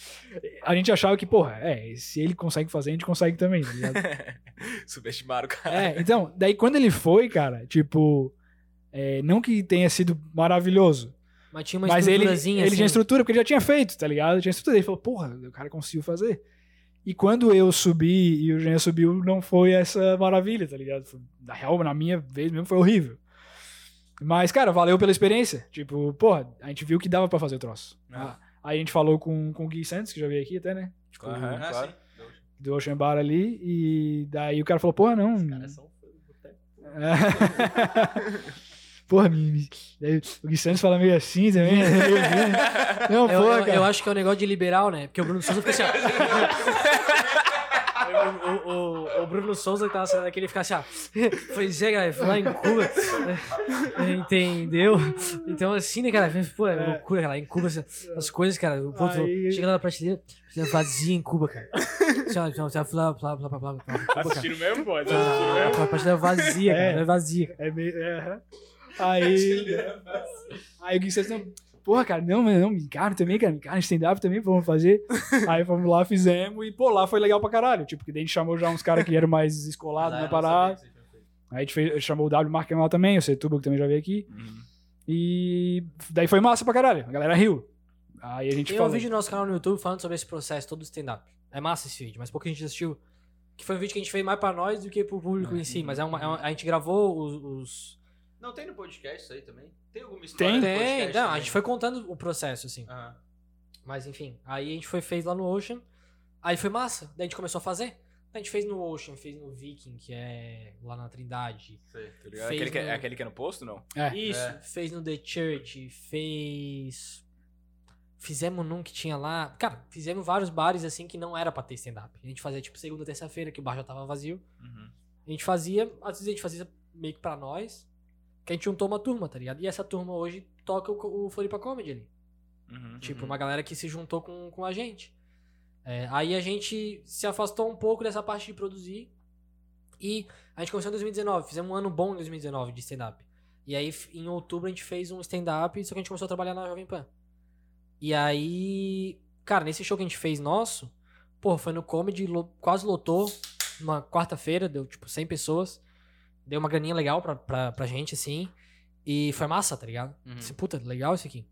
a gente achava que, porra, é, se ele consegue fazer, a gente consegue também, tá ligado?
Subestimaram o cara.
É, então, daí quando ele foi, cara, tipo. é, não que tenha sido maravilhoso,
Mas tinha uma
mas ele, ele
estruturazinha assim.
tinha estrutura, porque ele já tinha feito, tá ligado? Tinha estrutura. Ele falou, porra, o cara conseguiu fazer. E quando eu subi e o Jean subiu, não foi essa maravilha, tá ligado? Foi- Na real, na minha vez mesmo, foi horrível. Mas, cara, valeu pela experiência. Tipo, porra, a gente viu que dava pra fazer o troço.
Ah.
A- Aí a gente falou com, com o Gui Santos, que já veio aqui até, né? Tipo,
Aham.
Ah,
claro.
sim.
do Ocean Bar ali. E daí o cara falou, porra, não.
Os caras são fãs do boteco.
porra, me, me- daí o Gui Santos fala meio assim também. né? Não,
Eu,
porra,
eu-
cara.
eu acho que é um negócio de liberal, né? Porque o Bruno Souza fica assim, ó. O, o- o- o Bruno Souza que tava saindo daqui, ele fica assim, ó. Pois é, cara, foi lá em Cuba. né? Entendeu? Então, assim, né, cara? Pô, é
É.
loucura, cara. lá Em Cuba, assim, as coisas, cara. O ponto
Aí-
chega lá na prateleira, prateleira vazia em Cuba, cara. Assim, ó, assim, ó, assim, ó, blá, blá, blá, blá, blá, blá, Cuba, cara.
Assistindo mesmo, pô?
Ah, A prateleira vazia, cara. É vazia.
É meio. É, aham. aí. aí o Gui Santos, não, porra, cara, não, mas não, me encara também, cara, me encara em stand-up também, vamos fazer. aí fomos lá, fizemos, e pô, lá foi legal pra caralho. Tipo, que daí a gente chamou já uns caras que eram mais escolados na parada. Aí a gente fez- chamou o W Marquem lá também, o Setuba, que também já veio aqui.
Uhum.
E daí foi massa pra caralho. A galera riu. Aí a gente
Tem um
falou.
vídeo no nosso canal no YouTube falando sobre esse processo todo do stand-up. É massa esse vídeo, mas pouca gente assistiu. Que foi um vídeo que a gente fez mais pra nós do que pro público em si. Mas é uma, é uma- a gente gravou os. os-
Não tem no podcast isso aí também? Tem alguma história
Tem?
Tem,
no podcast né?
não, a
também?
gente foi contando o processo, assim.
Aham.
Mas enfim, aí a gente foi fez lá no Ocean. Aí foi massa, daí a gente começou a fazer. A gente fez no Ocean, fez no Viking, que é lá na Trindade.
Sei.
Tá ligado? Aquele que, é aquele que é no posto, não?
É.
Isso,
É.
fez no The Church, fez. Fizemos num que tinha lá. Cara, fizemos vários bares assim que não era pra ter stand-up. A gente fazia tipo segunda, terça-feira, que o bar já tava vazio. A gente fazia, às vezes a gente fazia meio que pra nós, que a gente juntou uma turma, tá ligado? E essa turma hoje toca o, o Floripa Comedy ali.
Uhum.
Tipo, uma galera que se juntou com, com a gente. É, aí a gente se afastou um pouco dessa parte de produzir. E a gente começou em 2019. Fizemos um ano bom em 2019 de stand-up. E aí, f- em outubro, a gente fez um stand-up, só que a gente começou a trabalhar na Jovem Pan. E aí, Cara, nesse show que a gente fez nosso, porra, foi no comedy, lo- quase lotou. Uma quarta-feira, deu tipo 100 pessoas. Deu uma graninha legal pra, pra, pra gente, assim. E foi massa, tá ligado?
Uhum.
Esse puta, legal isso aqui.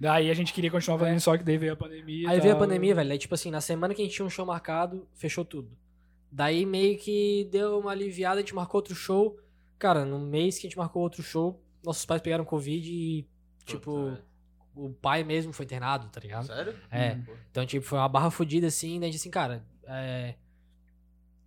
Daí a gente queria continuar fazendo, só que daí veio a pandemia. e
Aí veio a
tal.
pandemia, velho. Aí, tipo assim, na semana que a gente tinha um show marcado, fechou tudo. Daí meio que deu uma aliviada, a gente marcou outro show. Cara, no mês que a gente marcou outro show, nossos pais pegaram Covid e, tipo,
é.
velho.
o pai mesmo foi internado, tá ligado?
Sério?
É.
Pô.
Então, tipo, foi uma barra fodida, assim, daí a gente assim, cara, é...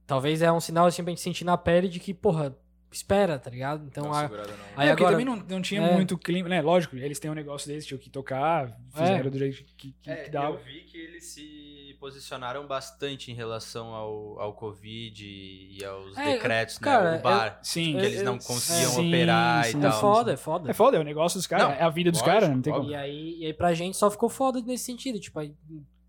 Talvez é um sinal, assim, pra gente sentir na pele de que, porra, espera, tá ligado? Então,
Não,
a-
segurada não.
aí
é, porque
agora...
também não, não tinha
É.
muito clima, né? Lógico, eles têm um negócio desse, tinham que tocar, fizeram do jeito que, que,
É,
que dava.
eu vi que eles se posicionaram bastante em relação ao, ao Covid e aos
É,
decretos,
cara,
né? O bar,
Sim.
que eles
eu-
não
eu-
conseguiam
sim,
operar
sim.
e
É
tal.
foda, é foda.
É foda, é o negócio dos
Não,
caras, é a vida dos
lógico,
caras, não tem como.
óbvio.
E aí, e aí pra gente só ficou foda nesse sentido, tipo, aí...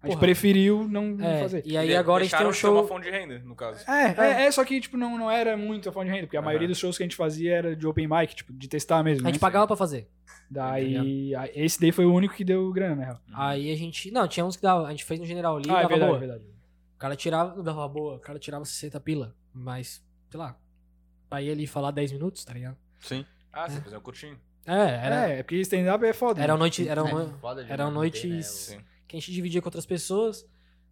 A gente
porra.
preferiu não não
É,
fazer.
E aí agora a gente tem um
Deixaram de ter
show...
uma fonte de renda, no caso.
É, é, é, só que, tipo, não, não era muito a fonte de renda, porque a
Aham.
maioria dos shows que a gente fazia era de open mic, tipo, de testar mesmo.
A
né?
gente pagava pra fazer.
Daí, a- esse daí foi o único que deu grana, na real.
Aí a gente... Não, tinha uns que dava. A gente fez no General ali,
Ah, é
dava
verdade, é
boa.
verdade.
O cara tirava, não dava boa, o cara tirava 60 pila, mas, sei lá, pra ir ali falar 10 minutos, tá ligado?
Sim.
Ah, você fazer um curtinho.
É, era,
É, é porque stand-up é foda.
era um
né?
uma noite, era uma,
Foda de
eram
não ter,
noites-
né,
que a gente dividia com outras pessoas,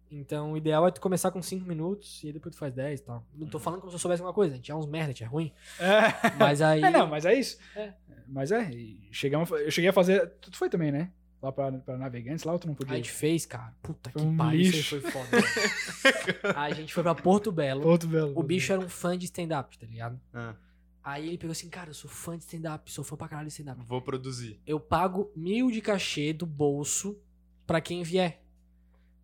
então o ideal é tu começar com 5 minutos e aí depois tu faz 10 e tal. Não tô falando como se eu soubesse alguma coisa, a gente é uns merda, a gente é ruim,
É.
mas aí...
É, não, mas é isso.
É.
Mas é, e chegamos, eu cheguei a fazer. Tu tu foi também, né? Lá pra, pra navegantes, lá ou tu não
A
podia?
gente fez, cara. Puta
Foi
que
um
pariu, isso aí
lixo.
foi foda. velho. a gente foi pra Porto Belo.
Outro belo.
O bicho era um fã de stand-up, tá ligado?
Ah.
Aí ele pegou assim, cara, eu sou fã de stand-up, sou fã pra caralho de stand-up.
Vou produzir.
Eu pago mil de cachê do bolso pra quem vier.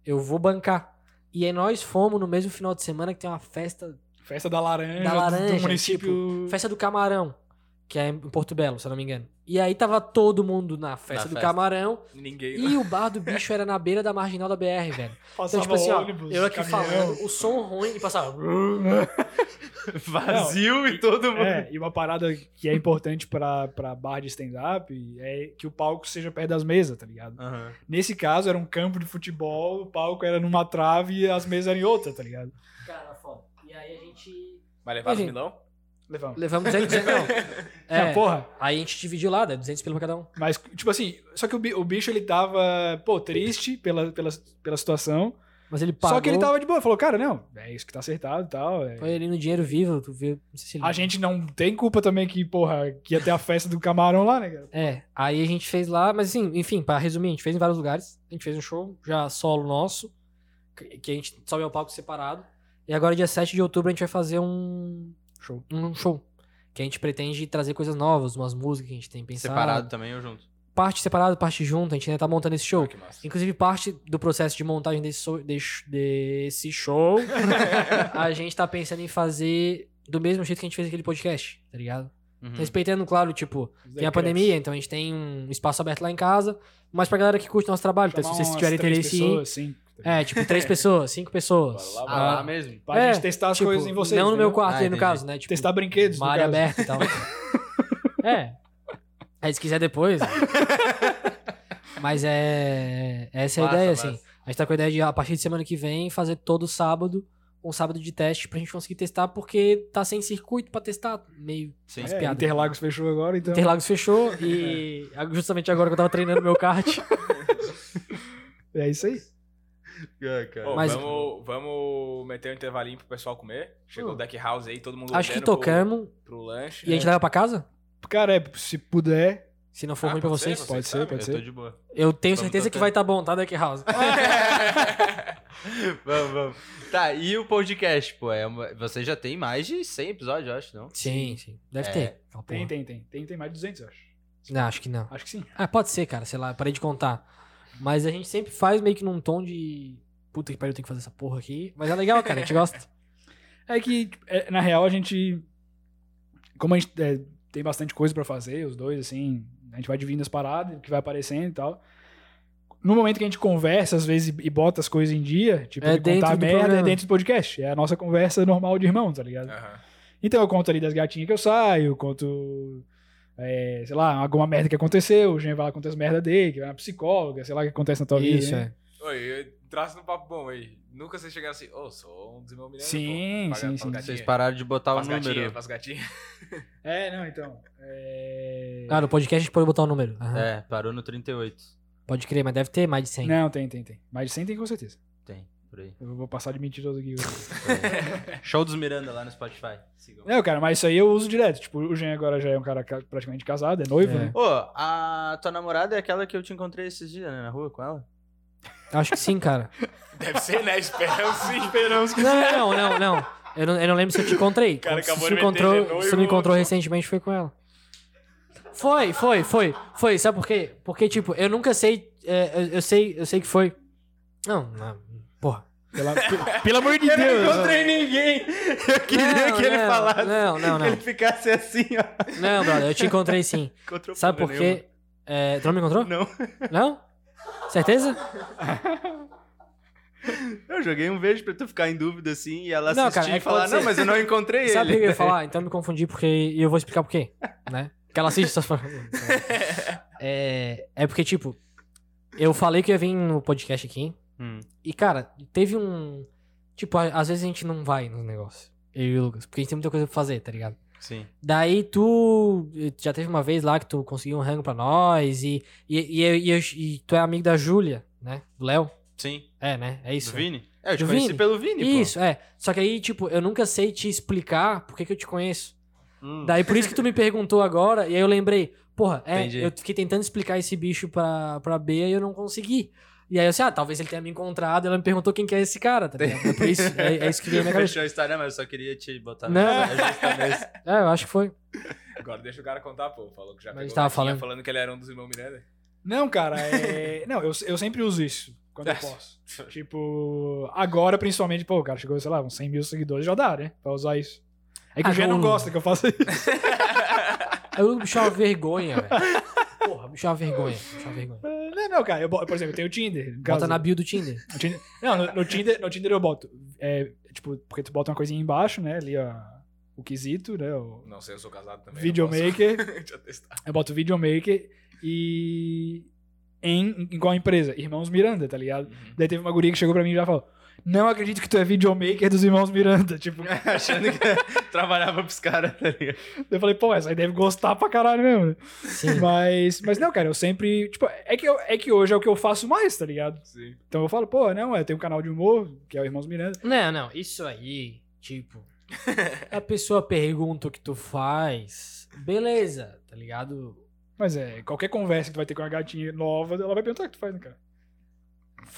Eu vou bancar. E aí nós fomos no mesmo final de semana que tem uma festa,
Festa da laranja,
Da
do-
laranja, tipo,
do município.
festa do Camarão, que é em Porto Belo, se eu não me engano. E aí tava todo mundo na festa
Na
do
festa.
Camarão
Ninguém. né?
e o bar do bicho era na beira da marginal da BR, velho. Então,
Passava
tipo assim, ó,
ônibus,
eu aqui
caminhão.
falando, o som ruim e passava.
Vazio e todo mundo.
É, e uma parada que é importante pra, pra bar de stand-up é que o palco seja perto das mesas, tá ligado?
Aham.
Nesse caso, era um campo de futebol, o palco era numa trave e as mesas eram em outra, tá ligado?
Cara, foda. E aí a gente.
Vai levar no
Enfim.
Milão?
Levamos.
Levamos 200 não.
É.
É,
porra.
aí a gente dividiu lá, né? 200 pelo pra cada um.
Mas, tipo assim, só que o bi- o bicho ele tava, pô, triste pela, pela, pela situação.
Mas ele pagou.
Só que ele tava de boa, falou, cara, não, é isso que tá acertado e tal. é.
Foi ali no dinheiro vivo, tu viu? Não sei se ele.
A gente não tem culpa também que, porra, que ia ter a festa do camarão lá, né, cara?
É, aí a gente fez lá, mas assim, enfim, pra resumir, a gente fez em vários lugares. A gente fez um show já solo nosso, que que a gente sobe ao palco separado. E agora, dia 7 de outubro, a gente vai fazer um
Show.
Um show. Que a gente pretende trazer coisas novas, umas músicas que a gente tem pensado.
Separado também ou junto?
Parte separada, parte junto, a gente ainda tá montando esse show.
Ah, Que massa.
Inclusive, parte do processo de montagem desse, so- desse- desse show, a gente tá pensando em fazer do mesmo jeito que a gente fez aquele podcast, tá ligado?
Hum.
Uhum.
Respeitando, claro, tipo, tem a pandemia, então a gente tem um espaço aberto lá em casa, mas pra galera que curte nosso trabalho, então, se vocês tiverem interesse em.
Pessoas, sim.
É, tipo, três pessoas, cinco pessoas.
Vai lá, vai
Ah,
Ah,
lá mesmo?
Pra
É,
gente testar as
tipo,
coisas em vocês.
Não no meu
entendeu?
quarto
Ah,
aí, no
entendi.
caso, né? Tipo,
Testar brinquedos. no
uma área
caso.
aberta e tal. é. Aí se quiser depois. né? Mas é. Essa é a
Massa,
ideia,
massa.
assim. A gente tá com a ideia de, a partir de semana que vem, fazer todo sábado um sábado de teste pra gente conseguir testar, porque tá sem circuito pra testar. Meio.
Sim.
umas
É,
piadas.
Interlagos fechou agora, então.
Interlagos fechou e justamente agora que eu tava treinando meu kart.
É isso aí.
É, cara.
Ô,
Mas-
vamos, vamos meter um intervalinho pro pessoal comer. Chegou
Hum.
o deck house aí, todo mundo
Acho que
olhando pro-
tocamos
Pro, lanche. né?
e a gente leva pra casa?
Cara, é, se puder.
Se não for
Ah,
ruim pra
pode ser,
vocês.
vocês
Pode ser,
sabem.
pode
eu
ser.
tô de boa.
Eu tenho
Vamos
certeza que
tocando.
vai tá bom, tá, Deck House?
vamos, vamos. Tá, e o podcast, pô? É uma... Você já tem mais de 100 episódios, eu acho, não?
Sim, sim. Deve
É.
ter. aquela
Tem,
porra.
tem, tem. Tem, tem mais de 200, eu acho.
Não, acho que não.
Acho que sim.
Ah, pode ser, cara, sei lá, parei de contar. Mas a gente sempre faz meio que num tom de. Puta que pariu, eu tenho que fazer essa porra aqui. Mas é legal, cara, a gente gosta.
É que, é, na real, a gente. Como a gente é, tem bastante coisa pra fazer, os dois, assim, a gente vai dividindo as paradas, o que vai aparecendo e tal. No momento que a gente conversa, às vezes, e e bota as coisas em dia, tipo,
É
de contar
dentro do
merda, é
programa.
dentro do podcast. É a nossa conversa normal de irmão, tá ligado?
Aham.
Então eu conto ali das gatinhas que eu saio, conto. é, sei lá, alguma merda que aconteceu, o Jean vai lá contar as merdas dele, que vai na psicóloga, sei lá o que acontece na tua vida. né?
Ô, Oi, eu traço no papo bom aí. Nunca vocês chegaram assim, ô, sou um dos
é.
meus milhões.
Sim,
pô,
sim, sim.
Vocês pararam de botar o
Faz gatinha,
número.
faz gatinha.
É, não, então. É...
Ah, no podcast a gente pode botar o número. Aham.
É, parou no 38.
Pode crer, mas deve ter mais de 100.
Não, tem, tem, tem. Mais de 100 tem com certeza.
Tem, por aí.
Eu vou passar de mentiroso aqui.
Show dos Miranda lá no Spotify. Sigam.
não, cara, mas isso aí eu uso direto. Tipo, o Jean agora já é um cara ca- praticamente casado, é noivo,
É.
né?
Ô, a tua namorada é aquela que eu te encontrei esses dias, né? Na rua com ela?
Acho que sim, cara.
Deve ser, né? Esperamos sim.
Não, não, não, não. Eu não, eu não lembro se eu te encontrei.
cara
se
acabou
tu
de
encontrou,
meter de noivo.
se tu me encontrou recentemente, foi com ela. Foi, foi, foi, foi. Sabe por quê? Porque, tipo, eu nunca sei. é, eu, eu sei, eu sei que foi. Não, não. Porra.
Pela- pe- pelo amor de Deus.
ninguém! Eu
Não, não, Não, não, não.
ficasse assim, ó.
Não, brother, eu te encontrei sim.
Encontrou
Sabe por
porra
quê? É, tu não me encontrou?
nenhuma.
Não? Certeza?
Não, eu joguei um beijo pra tu ficar em dúvida assim e ela
Não,
assistir
cara, é
e
que
falar,
pode
não,
ser."
mas eu não encontrei
Sabe o que
ele.
eu ia falar? Então eu me confundi porque. E eu vou explicar por quê, né? Porque ela assiste essas é, é porque, tipo, eu falei que eu ia vir no podcast aqui.
Hum.
E, cara, teve um. Tipo, a- às vezes a gente não vai no negócio. Eu e o Lucas. Porque a gente tem muita coisa pra fazer, tá ligado?
Sim.
Daí tu. eh, Já teve uma vez lá que tu conseguiu um rango pra nós. E, e, e, eu- e eu- e tu é amigo da Júlia, né? Do Léo.
Sim.
É, né? É isso.
Do
né?
Vini? É, eu te
Do
conheci
Vini?
pelo Vini, pô.
Isso, é. Só que aí, tipo, eu nunca sei te explicar por que, que eu te conheço.
Hum.
Daí por isso que tu me perguntou agora, e aí eu lembrei, porra, é,
Entendi.
eu fiquei tentando explicar esse bicho pra, pra Bea e eu não consegui. E aí eu sei, ah, talvez ele tenha me encontrado, ela me perguntou quem que é esse cara, tá ligado? É, por isso, é, é isso que veio na minha cabeça.
Fechou a história, mas eu só queria te botar
Não.
na cabeça.
É, eu acho que foi.
Agora deixa o cara contar, pô. Falou que já
Mas
pegou
tava
gatinha,
falando.
falando que ele era um dos irmãos Miranda.
Não, cara, é. Não, eu, eu sempre uso isso quando eu posso. Tipo, agora principalmente, pô, o cara chegou, sei lá, uns 100 mil seguidores já dá, né? Pra usar isso. É que
Ah,
o Jean não
não.
gosta que eu faça isso.
Aí o bicho é uma vergonha, velho. Porra, o bicho é uma vergonha. o bicho é uma vergonha.
Não, não, cara, eu, bo- por exemplo, eu tenho o Tinder. no
Bota
caso.
na bio do Tinder.
No Tinder- não, no, no Tinder, no Tinder eu boto. é, tipo, porque tu bota uma coisinha embaixo, né? Ali, ó, o quesito, né? O
Não sei, eu sou casado também.
videomaker.
Deixa eu testar.
Eu boto videomaker e. Em igual a empresa, Irmãos Miranda, tá ligado? Daí teve uma guria que chegou pra mim e já falou: Não acredito que tu é videomaker dos Irmãos Miranda. Tipo,
É.
Achando que trabalhava pros caras, tá ligado?
eu falei: Pô, essa aí deve gostar pra caralho mesmo, né?
Sim.
Mas, mas não, cara, eu sempre. Tipo, é que, eu- é que hoje é o que eu faço mais, tá ligado?
Sim.
Então eu falo: Pô, não, eu tenho um canal de humor, que é o Irmãos Miranda.
Não, não, isso aí, tipo. A pessoa pergunta o que tu faz. Beleza, tá ligado?
Mas é, qualquer conversa que tu vai ter com uma gatinha nova, ela vai perguntar o que tu faz, né, cara?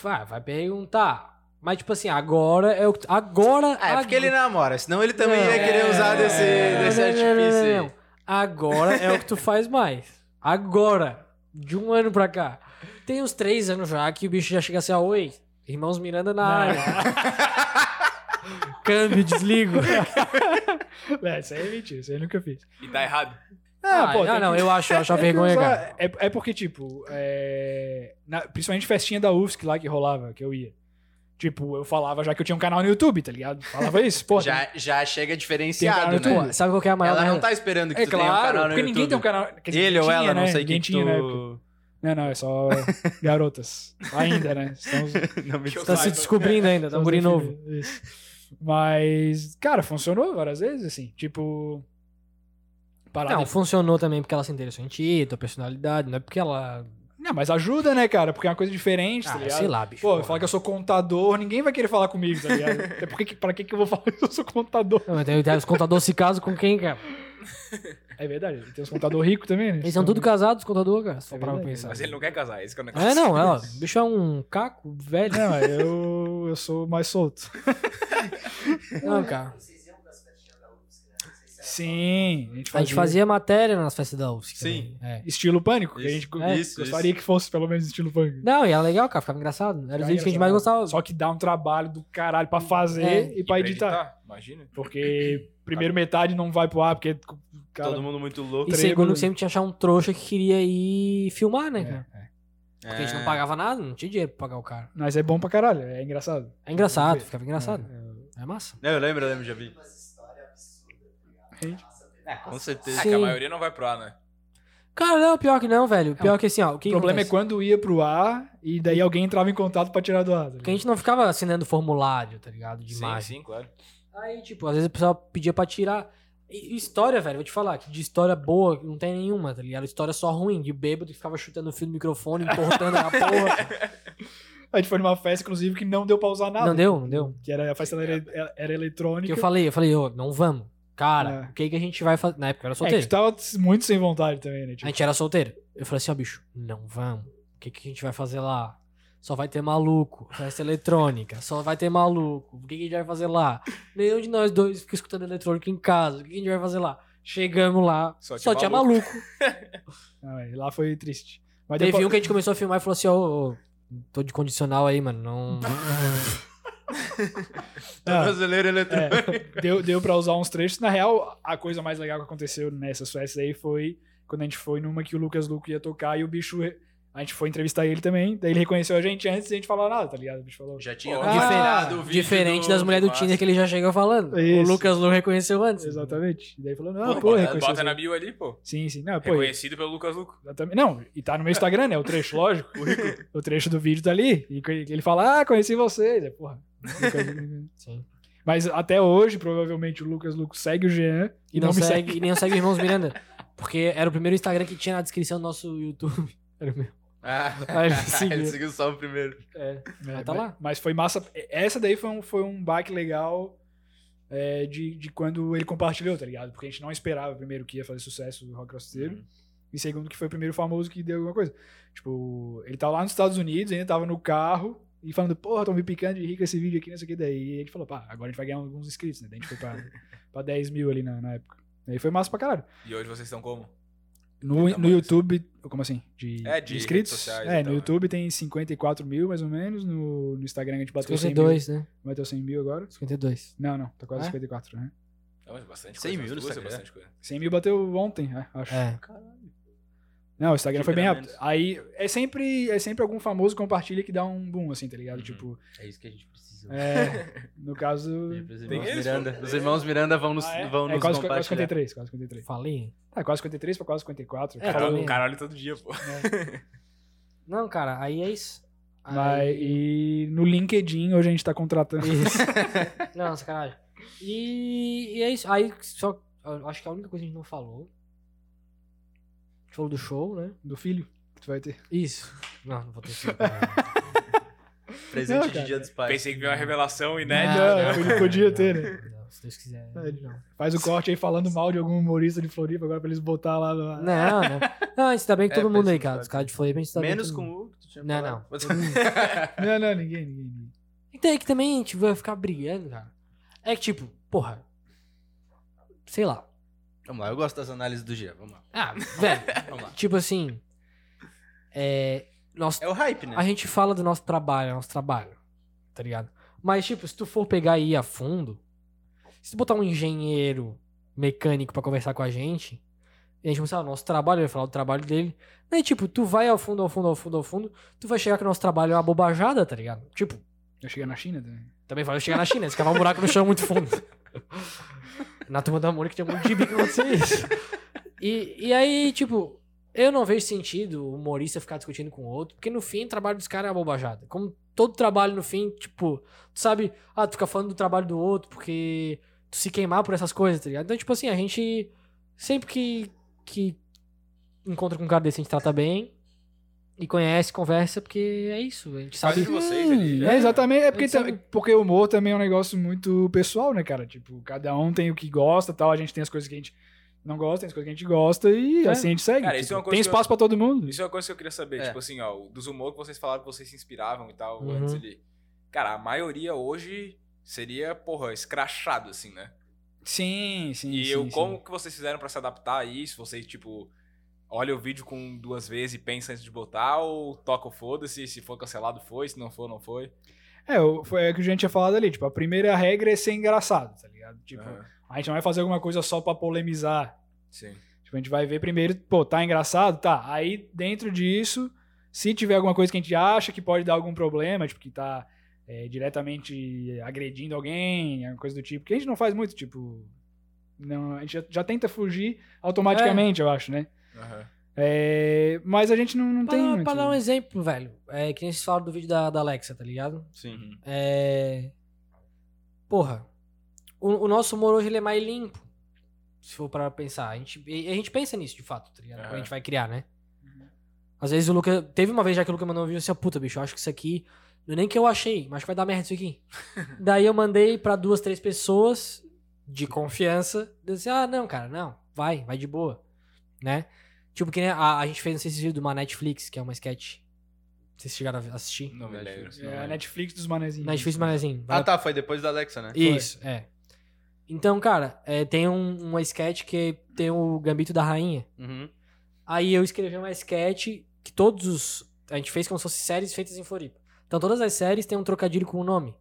Vai, vai perguntar. Mas, tipo assim, agora é o que. Agora.
Ah, é porque ele namora, senão ele também
Não,
ia querer
é,
usar desse,
não,
desse
não, não, não,
artifício
não,
aí.
não. Agora é o que tu faz mais. Agora. De um ano pra cá. Tem uns três anos já que o bicho já chega assim, ó, oi. Irmãos Miranda na área. Câmbio, desligo.
É, isso aí é mentira, isso aí eu nunca fiz.
E tá errado.
Ah,
pô,
não,
tem
não,
que-
eu acho, eu acho a
tem que
vergonha,
usar.
cara.
É, é porque, tipo, é, na- principalmente festinha da UFSC lá que rolava, que eu ia. Tipo, eu falava já que eu tinha um canal no YouTube, tá ligado? Falava isso, pô. É tem-
Já, é, já chega
tem um canal
diferenciado,
no
né?
YouTube.
Pô, sabe qual que é a maior
Ela não
merda?
tá esperando que
É
tu tenha um
claro,
canal no
porque ninguém
YouTube.
tem um canal. quer dizer,
Ele ou
tinha,
ela,
né?
não sei
Ninguém
quem
tinha,
tu...
na época. Não, não, é só garotas. Ainda, né? Estamos,
Não me
Que eu
Tá se
saiba.
descobrindo ainda, tá um
Estamos
guri novo.
definindo, isso. Mas, cara, funcionou várias vezes, assim. Tipo. Parada.
Não,
Não,
funcionou também porque ela se interessou em ti, tua personalidade, não é porque ela.
mas ajuda, né, cara? Porque é uma coisa diferente, tá
Ah,
ligado?
sei lá, bicho.
Pô,
Tipo,
porra.
falar que eu sou contador, ninguém vai querer falar comigo, tá ligado? Até porque, que- pra que, que eu vou falar que eu sou contador?
Não, mas tem- tem- os contadores se casam com quem, cara?
É verdade, tem uns contador rico também, né?
Eles são tudo casados, os contadores, cara. Só
É
parar pra
verdade,
pensar.
Mas ele não quer casar, esse que é o negócio.
É, não, é, ó, o bicho é um caco velho.
Tipo, Não, eu, eu sou mais solto.
Não, cara.
Vocês iam pras festinhas da UFSC, né? Vocês eram
Sim, a gente
A
fazia.
gente fazia matéria nas festas da UFSC.
Sim.
também, é.
Estilo pânico, que a gente
Isso,
é,
isso,
gostaria que fosse pelo menos estilo pânico.
Não, e era legal, cara. Ficava engraçado. Era os vídeos que a gente mais gostava.
Só que dá um trabalho do caralho pra fazer
É.
e pra editar.
Imagina. É
Porque primeiro metade não vai pro ar, porque cara,
Todo mundo muito louco.
E
treino,
segundo,
né?
que sempre tinha que achar um trouxa que queria ir filmar, né,
É,
cara?
é.
Porque a gente não pagava nada, não tinha dinheiro pra pagar o cara.
Mas é bom pra caralho, é engraçado.
É engraçado, ficava engraçado.
É,
É massa.
Não, eu lembro, eu lembro, já vi.
umas histórias absurdas, tá ligado?
Gente.
Nossa,
Ah, com certeza.
É que a
Sim.
maioria não vai pro ar, né?
Cara, não, pior que não, velho. Pior que assim, ó. O que
o É problema é
acontece?
quando ia pro ar e daí alguém entrava em contato pra tirar do ar. tá
Porque a
ligado?
gente não ficava assinando formulário, tá ligado? De
Sim,
imagem.
sim, claro.
Aí, tipo, às vezes o pessoal pedia pra tirar. E e história, velho, vou te falar, que de história boa não tem nenhuma, tá ligado? História só ruim, de bêbado que ficava chutando o fio do microfone, entortando a porra.
A gente foi numa festa, inclusive, que não deu pra usar nada.
Não deu, não deu.
Que era, a festa era, era eletrônica.
Porque eu falei, eu falei, ô, não vamos. Cara,
É.
o que que a gente vai fazer? Na época eu era
É, que
solteiro.
tu tava muito sem vontade também, né?
A
Tipo,
gente era solteiro. Eu falei assim, ó, bicho, não vamos. O que, que a gente vai fazer lá? Só vai ter maluco, festa eletrônica, só vai ter maluco. O que, que a gente vai fazer lá? Nenhum de nós dois fica escutando eletrônica em casa. O que, que a gente vai fazer lá? Chegamos lá,
Só
só, tinha
tinha
maluco.
não, é, lá foi triste. Mas
Teve
deu pra-
um que a gente começou a filmar e falou assim, ó, ô, ô, tô de condicional aí, mano. Não.
Ah.
Brasileiro eletrônico.
É, deu, deu pra usar uns trechos. Na real, a coisa mais legal que aconteceu nessas festas aí foi quando a gente foi numa que o Lucas Luco ia tocar e o bicho. re- A gente foi entrevistar ele também. Daí ele reconheceu a gente antes de a gente falar nada, tá ligado? O bicho falou.
Já tinha
Pô,
compartilhado
ah,
o vídeo
Diferente das mulheres do
Márcio.
Tinder que ele já chega falando.
Isso.
O Lucas Lu reconheceu antes.
Exatamente. E daí falou,
Ah,
Pô,
não, pô,
bota,
reconheceu.
bota na bio ali, pô.
Sim, sim. Não, pô,
Reconhecido pelo Lucas Luco.
exatamente. Não, e tá no meu Instagram, né? O trecho, lógico. o trecho do vídeo tá ali. E que ele fala, ah, conheci vocês. É, porra. nunca-
Sim.
Mas até hoje, provavelmente, o Lucas Luco segue o Jean
E não, segue, e nem segue o Irmãos Miranda. Porque era o primeiro Instagram que tinha na descrição do nosso YouTube. Era o meu.
Ah,
Aí ele
ele
seguiu.
seguiu só o primeiro.
É,
Mas
é,
tá
mas-
lá.
Mas foi massa. Essa daí foi um, foi um baque legal é, de, de quando ele compartilhou, tá ligado? Porque a gente não esperava, primeiro, que ia fazer sucesso do rock
Uhum.
grosseiro. E segundo, que foi o primeiro famoso que deu alguma coisa. Tipo, ele tava lá nos Estados Unidos, ainda tava no carro. E falando, porra, tão me picando de rico esse vídeo aqui, não sei o que. Daí ele falou, pá, agora a gente vai ganhar alguns inscritos, né? Daí a gente foi pra, pra 10 mil ali na, na época. Daí foi massa pra caralho.
E hoje vocês estão como?
No,
Tá
no
mais.
YouTube, como assim? De,
É, de
de
redes
inscritos?
sociais
é,
e tal,
no
né?
YouTube tem 54 mil, mais ou menos. No, no Instagram a gente bateu 100 mil.
52, né?
Bateu 100 mil agora.
52.
Não, não, tá quase
É?
54, né?
Não, mas bastante coisa.
100
nas
mil no
duas é
Instagram.
bastante coisa.
100 mil bateu ontem, é, acho.
É.
Não, o Instagram
Que
foi bem
pelo
rápido.
menos.
Aí é sempre, é sempre algum famoso compartilha que dá um boom, assim, tá ligado?
Uhum.
Tipo,
É isso que a gente precisa.
é, no caso.
Os
Tem
irmãos,
isso?
Miranda, os irmãos Miranda vão nos,
Ah, é?
vão
É,
nos
quase, quase
compartilhar.
53, quase 53.
Falei.
Tá, quase 53 pra quase
É,
54. cara.
tá
Caralho,
bem.
caralho todo dia, pô.
Não, cara, aí é isso. Aí-
Mas, e no LinkedIn hoje a gente tá contratando.
Não, sacanagem. E, e é isso. Aí só. eu Acho que a única coisa que a gente não falou. A gente falou do show, né?
Do filho que tu vai ter.
Isso. Não, não vou ter sido.
Presente
Não, cara.
de Dia dos Pais.
Pensei que veio uma revelação inédita.
Não,
né?
ele podia ter, né?
Não, se Deus quiser.
É,
Não.
Faz o corte aí falando mal de algum humorista de Floripa agora pra eles botar lá no.
Não, não. Não, a gente tá bem com
É,
todo mundo
pensei
aí, cara.
que
Os caras de Floripa, a gente tá bem
Menos
todo
com
mundo.
o Hugo, tu tinha
Não,
falado.
Não, não, ninguém, ninguém. ninguém.
Então é que também a gente vai ficar brigando, cara. É que tipo, porra. Sei lá.
Vamos lá, eu gosto das análises do Gia, vamos lá.
Ah, velho. tipo assim. É. Nós
É o hype, né?
A gente fala do nosso trabalho, é nosso trabalho, tá ligado? Mas, tipo, se tu for pegar aí a fundo, se tu botar um engenheiro mecânico pra conversar com a gente, e a gente começar o nosso trabalho, ele vai falar do trabalho dele, daí, tipo, tu vai ao fundo, ao fundo, ao fundo, ao fundo, tu vai chegar que o nosso trabalho é uma bobajada, tá ligado? Tipo,
Eu cheguei na China também.
também vai chegar na China, escavar um buraco no chão muito fundo. Na turma da Mônica tinha muito gibi que acontecia isso. E, e aí, tipo, eu não vejo sentido o humorista ficar discutindo com o outro, porque no fim o trabalho dos caras é uma bobajada. Como todo trabalho no fim, tipo, tu sabe, ah, tu fica falando do trabalho do outro porque tu se queimar por essas coisas, tá ligado? Então, tipo assim, a gente sempre que, que encontra com um cara desse, a gente trata bem e conhece, conversa, porque é isso, a gente
Faz
sabe.
de vocês ali,
Hum,
né?
É, exatamente. É porque,
Eles são-
tam- porque o humor também é um negócio muito pessoal, né, cara? Tipo, cada um tem o que gosta tal. A gente tem as coisas que a gente não gosta, tem as coisas que a gente gosta e
É.
assim a gente segue.
Cara, isso
Tipo,
é uma coisa
tem
que eu-
espaço pra todo mundo.
Isso é uma coisa que eu queria saber.
É.
Tipo assim, ó, o- dos humor que vocês falaram que vocês se inspiravam e tal
Uhum.
antes ali. Cara, a maioria hoje seria, porra, escrachado, assim, né?
Sim, sim.
E
sim,
eu,
sim.
como que vocês fizeram pra se adaptar a isso? Vocês, tipo, olha o vídeo com duas vezes e pensa antes de botar, ou toca o foda-se, se for cancelado foi, se não for, não foi.
É, o- foi o que a gente tinha falado ali. Tipo, a primeira regra é ser engraçado, tá ligado? Tipo,
Aham.
a gente não vai fazer alguma coisa só pra polemizar.
Sim.
Tipo, a gente vai ver primeiro, pô, tá engraçado? Tá. Aí, dentro disso, se tiver alguma coisa que a gente acha que pode dar algum problema, tipo, que tá é, diretamente agredindo alguém, alguma coisa do tipo, que a gente não faz muito,
É.
tipo. Não, a gente já, já tenta fugir automaticamente, eu acho, né?
Aham.
É, mas a gente não, não tem.
Pra,
muito-
pra dar um exemplo, velho, é que nem vocês falaram do vídeo da, da Alexa, tá ligado?
Sim.
Uhum.
É. Porra. O, o nosso humor hoje ele é mais limpo. Se for para pensar. A gente, e- e a gente pensa nisso, de fato, tá ligado? Quando a gente vai criar, né? Às vezes o Luca. Teve uma vez já que o Luca mandou um vídeo assim, ó, puta, bicho, eu acho que isso aqui. Não é nem que eu achei, mas que vai dar merda isso aqui. Daí eu mandei pra duas, três pessoas de confiança. Disse, ah, não, cara, não. Vai, vai de boa. Né? Tipo, que nem a, a gente fez, não sei se vocês viram, de uma Netflix, que é uma sketch. Vocês chegaram a assistir?
Não me lembro.
Netflix,
É, a Netflix dos manezinhos.
Netflix, manezinho. Vale
Ah,
a
tá, foi depois da Alexa, né?
isso, é. Então, cara, é, tem um, uma sketch que tem o Gambito da Rainha.
Uhum.
Aí eu escrevi uma sketch que todos os. A gente fez como se fossem séries feitas em Floripa. Então todas as séries têm um trocadilho com o nome.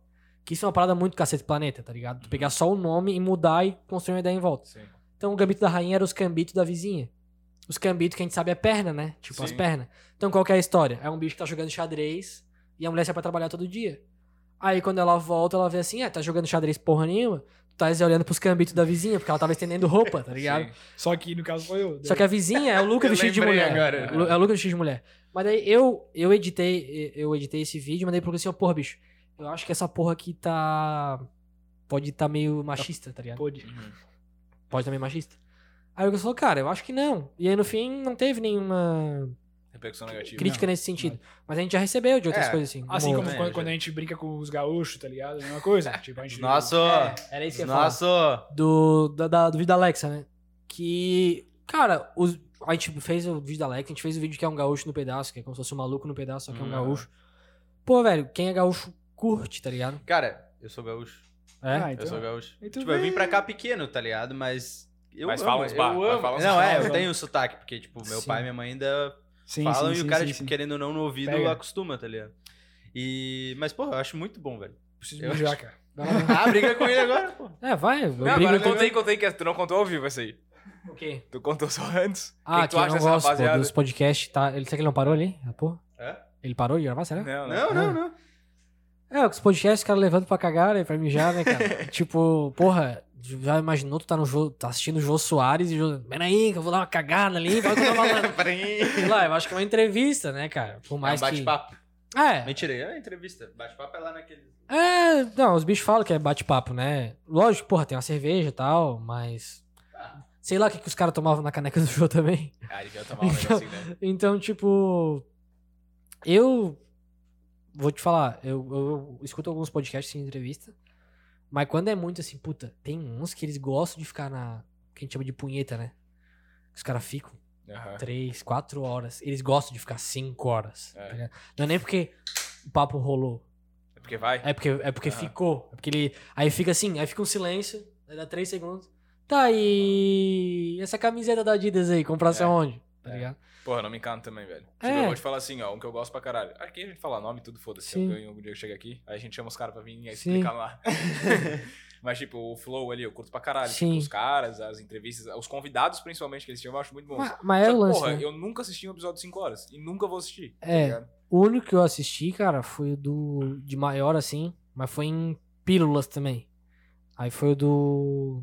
Que isso é uma parada muito cacete planeta, tá ligado? Tu pegar só o nome e mudar e construir uma ideia em volta.
Sim.
Então o Gambito da Rainha era os cambitos da vizinha. Os cambitos que a gente sabe é perna, né? Tipo as
Sim.
pernas. Então qual que é a história? É um bicho que tá jogando xadrez e a mulher sai pra trabalhar todo dia. Aí quando ela volta, ela vê assim, ah, tá jogando xadrez porra nenhuma. Tu tá olhando pros cambitos da vizinha, porque ela tava estendendo roupa, tá ligado?
Só que no caso foi eu.
Só que a vizinha é o Luca
Eu
vestido de
lembrei
mulher.
agora.
O Lu- É o Luca vestido de mulher. Mas daí eu, eu editei, eu editei esse vídeo e mandei pro Luca assim, ó, porra, bicho, eu acho que essa porra aqui tá. Pode tá meio machista, tá ligado?
Pode.
Pode tá meio machista. Aí o Lucas falou, cara, eu acho que não. E aí no fim não teve nenhuma
Repercussão negativa.
crítica nesse sentido. Mas a gente já recebeu de outras
É,
coisas assim.
Assim
Uma
como
é,
quando,
já.
quando a gente brinca com os gaúchos, tá ligado? A mesma coisa. Tipo, a gente
Nosso.
outra.
É,
Era É, isso que eu ia falar.
Nosso.
do, da, da- do vídeo da Alexa, né? Que, cara, os- a gente fez o vídeo da Alexa, a gente fez o vídeo que é um gaúcho no pedaço, que é como se fosse um maluco no pedaço, só que é um
Hum.
gaúcho. Pô, velho, quem é gaúcho curte, tá ligado?
Cara, eu sou gaúcho.
É.
Ah,
Eu sou
então.
gaúcho.
Então
tipo, eu vim
vem.
pra cá pequeno, tá ligado? Mas. Eu
Mas
amo,
fala uns
eu
bar, mas
amo.
fala uns
Não, é,
bar.
eu tenho sotaque, porque, tipo, meu
Sim.
pai e minha mãe ainda
Sim,
falam
sim,
e o
sim,
cara,
sim,
tipo,
sim.
querendo ou não no ouvido,
Pega.
acostuma, tá ligado? E. Mas, porra, eu acho muito bom, velho.
Preciso
eu-
mijar, cara. Dá lá.
Ah, briga com ele agora, pô.
É, vai. Eu
Não, agora eu
brigo
contei, contei que é- tu não contou ao vivo essa aí.
com... O quê?
Tu contou só antes.
Ah,
que
que,
tu acha
eu não
dessa
gosto, pô,
rapaziada?
dos podcasts, tá? Ele, será que ele não parou ali? Ah, pô.
É?
Hã?
Ele parou de gravar, será?
Não, né? um não.
Não, não, não.
É, os podcasts, o cara levando pra cagar e pra mijar, né, cara? tipo, porra, já imaginou tu tá, no Jô, tá assistindo o Jô Soares e o Jô... Peraí, que eu vou dar uma cagada ali, vai o que eu tô falando.
Peraí.
Sei lá, eu acho que é uma entrevista, né, cara? Por mais
é um
que...
bate-papo.
É,
Mentira, é uma entrevista. Bate-papo é lá naquele.
é, não, os bichos falam que é bate-papo, né? Lógico, porra, tem uma cerveja e tal, mas... Sei lá o que, que os caras tomavam na caneca do show também.
Ah, ele veio tomar um negocinho, né?
Então, tipo... Eu... Vou te falar, eu, eu escuto alguns podcasts sem entrevista, mas quando é muito assim, puta, tem uns que eles gostam de ficar na... que a gente chama de punheta, né? Os caras ficam...
né? Aham.
três, quatro horas. Eles gostam de ficar cinco horas.
É.
tá ligado? Não é nem porque o papo rolou.
É porque vai.
É porque, é porque
Aham.
ficou. É porque ele. Aí fica assim, aí fica um silêncio, aí dá três segundos. Tá, e essa camiseta da Adidas aí, comprasse
É.
aonde? Tá
É.
ligado?
Porra, não me encanta também, velho.
É.
Tipo, eu vou te falar assim, ó, um que eu gosto pra caralho. Aqui a gente fala nome e tudo, foda-se. Eu
Sim.
ganho algum dia que chega aqui, aí a gente chama os caras pra vir e
Sim.
explicar lá. Mas, tipo, o flow ali, eu curto pra caralho. Tipo,
Sim.
os caras, as entrevistas, os convidados, principalmente, que eles chamam, eu acho muito bom.
Mas, mas é o lance.
porra,
né?
eu nunca assisti um episódio de 5 horas. E nunca vou assistir. tá
É.
ligado?
O único que eu assisti, cara, foi o do. de maior assim, mas foi em pílulas também. Aí foi o do.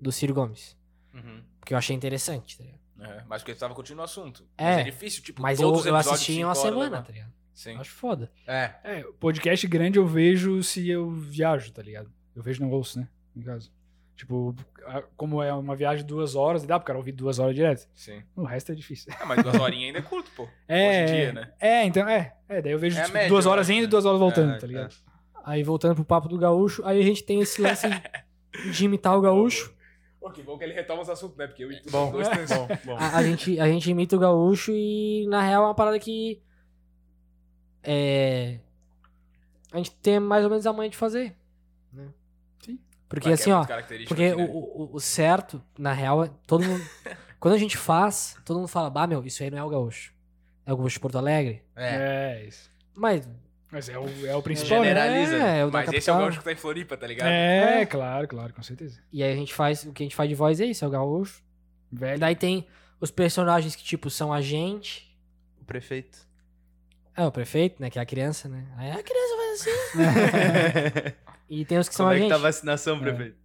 do Ciro Gomes.
Uhum.
Porque eu achei interessante, tá ligado?
É, Mas porque tu tava continuando o assunto.
É.
Mas é difícil, tipo,
Mas eu,
todos os
eu
episódios
assisti
de
em
cinco
uma
horas,
semana,
né?
tá ligado?
Sim.
Eu Acho foda.
É.
É, podcast grande eu vejo se eu viajo, tá ligado? Eu vejo não ouço, né? No caso. Tipo, a- como é uma viagem de duas horas, dá pro cara ouvir duas horas direto.
Sim.
O resto é difícil.
Ah, mas duas horinhas ainda é curto, pô.
É,
Hoje em dia, né?
É, então, é. É, daí eu vejo
É a
tipo,
média,
duas
eu
horas
acho,
indo e
né?
duas horas voltando,
É,
tá ligado?
Aí voltando pro papo do gaúcho, aí a gente tem esse lance de imitar o gaúcho.
Pô, que bom que ele retoma os assuntos, né? Porque eu e tu
Bom,
dois temos-
é. bom, bom.
A, a gente, a gente imita o gaúcho e, na real, é uma parada que. É. A gente tem mais ou menos a manha de fazer. Né?
Sim.
Porque
é
assim,
muito
ó.
característico
Porque
aqui, né?
o, o- o certo, na real, é todo mundo. quando a gente faz, todo mundo fala, bah, meu, isso aí não é o gaúcho. É o gaúcho de Porto Alegre.
É.
É, isso.
Mas
Mas é o, é o principal, né?
Generaliza.
É, é o da
Mas esse é o
capital.
gaúcho que tá em Floripa, tá ligado?
É, claro, claro, com certeza.
E aí a gente faz, o que a gente faz de voz é isso, é o gaúcho.
Velho.
Daí tem os personagens que, tipo, são a gente.
O prefeito.
É, o prefeito, né? Que é a criança, né? Aí a criança faz assim. E tem os que são
Como é
a
que
gente.
tá a vacinação, prefeito?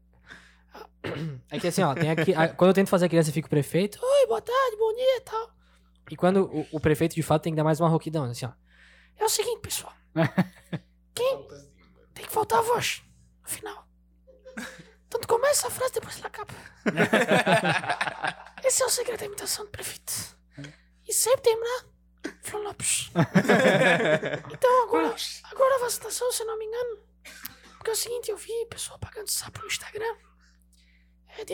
É que assim, ó, tem aqui. a- quando eu tento fazer a criança, eu fico prefeito. Oi, boa tarde, bom dia e tal. E quando o, o prefeito de fato tem que dar mais uma roquidão, assim, ó. É o seguinte, pessoal. Tem que faltar a voz. No final. Tanto começa a frase, depois ela acaba. Esse é o segredo da imitação do prefeito. E sempre terminar. Flor Lopes. Então agora, agora a vacinação, se não me engano. Porque é o seguinte, eu vi pessoa pagando sapo no Instagram. É de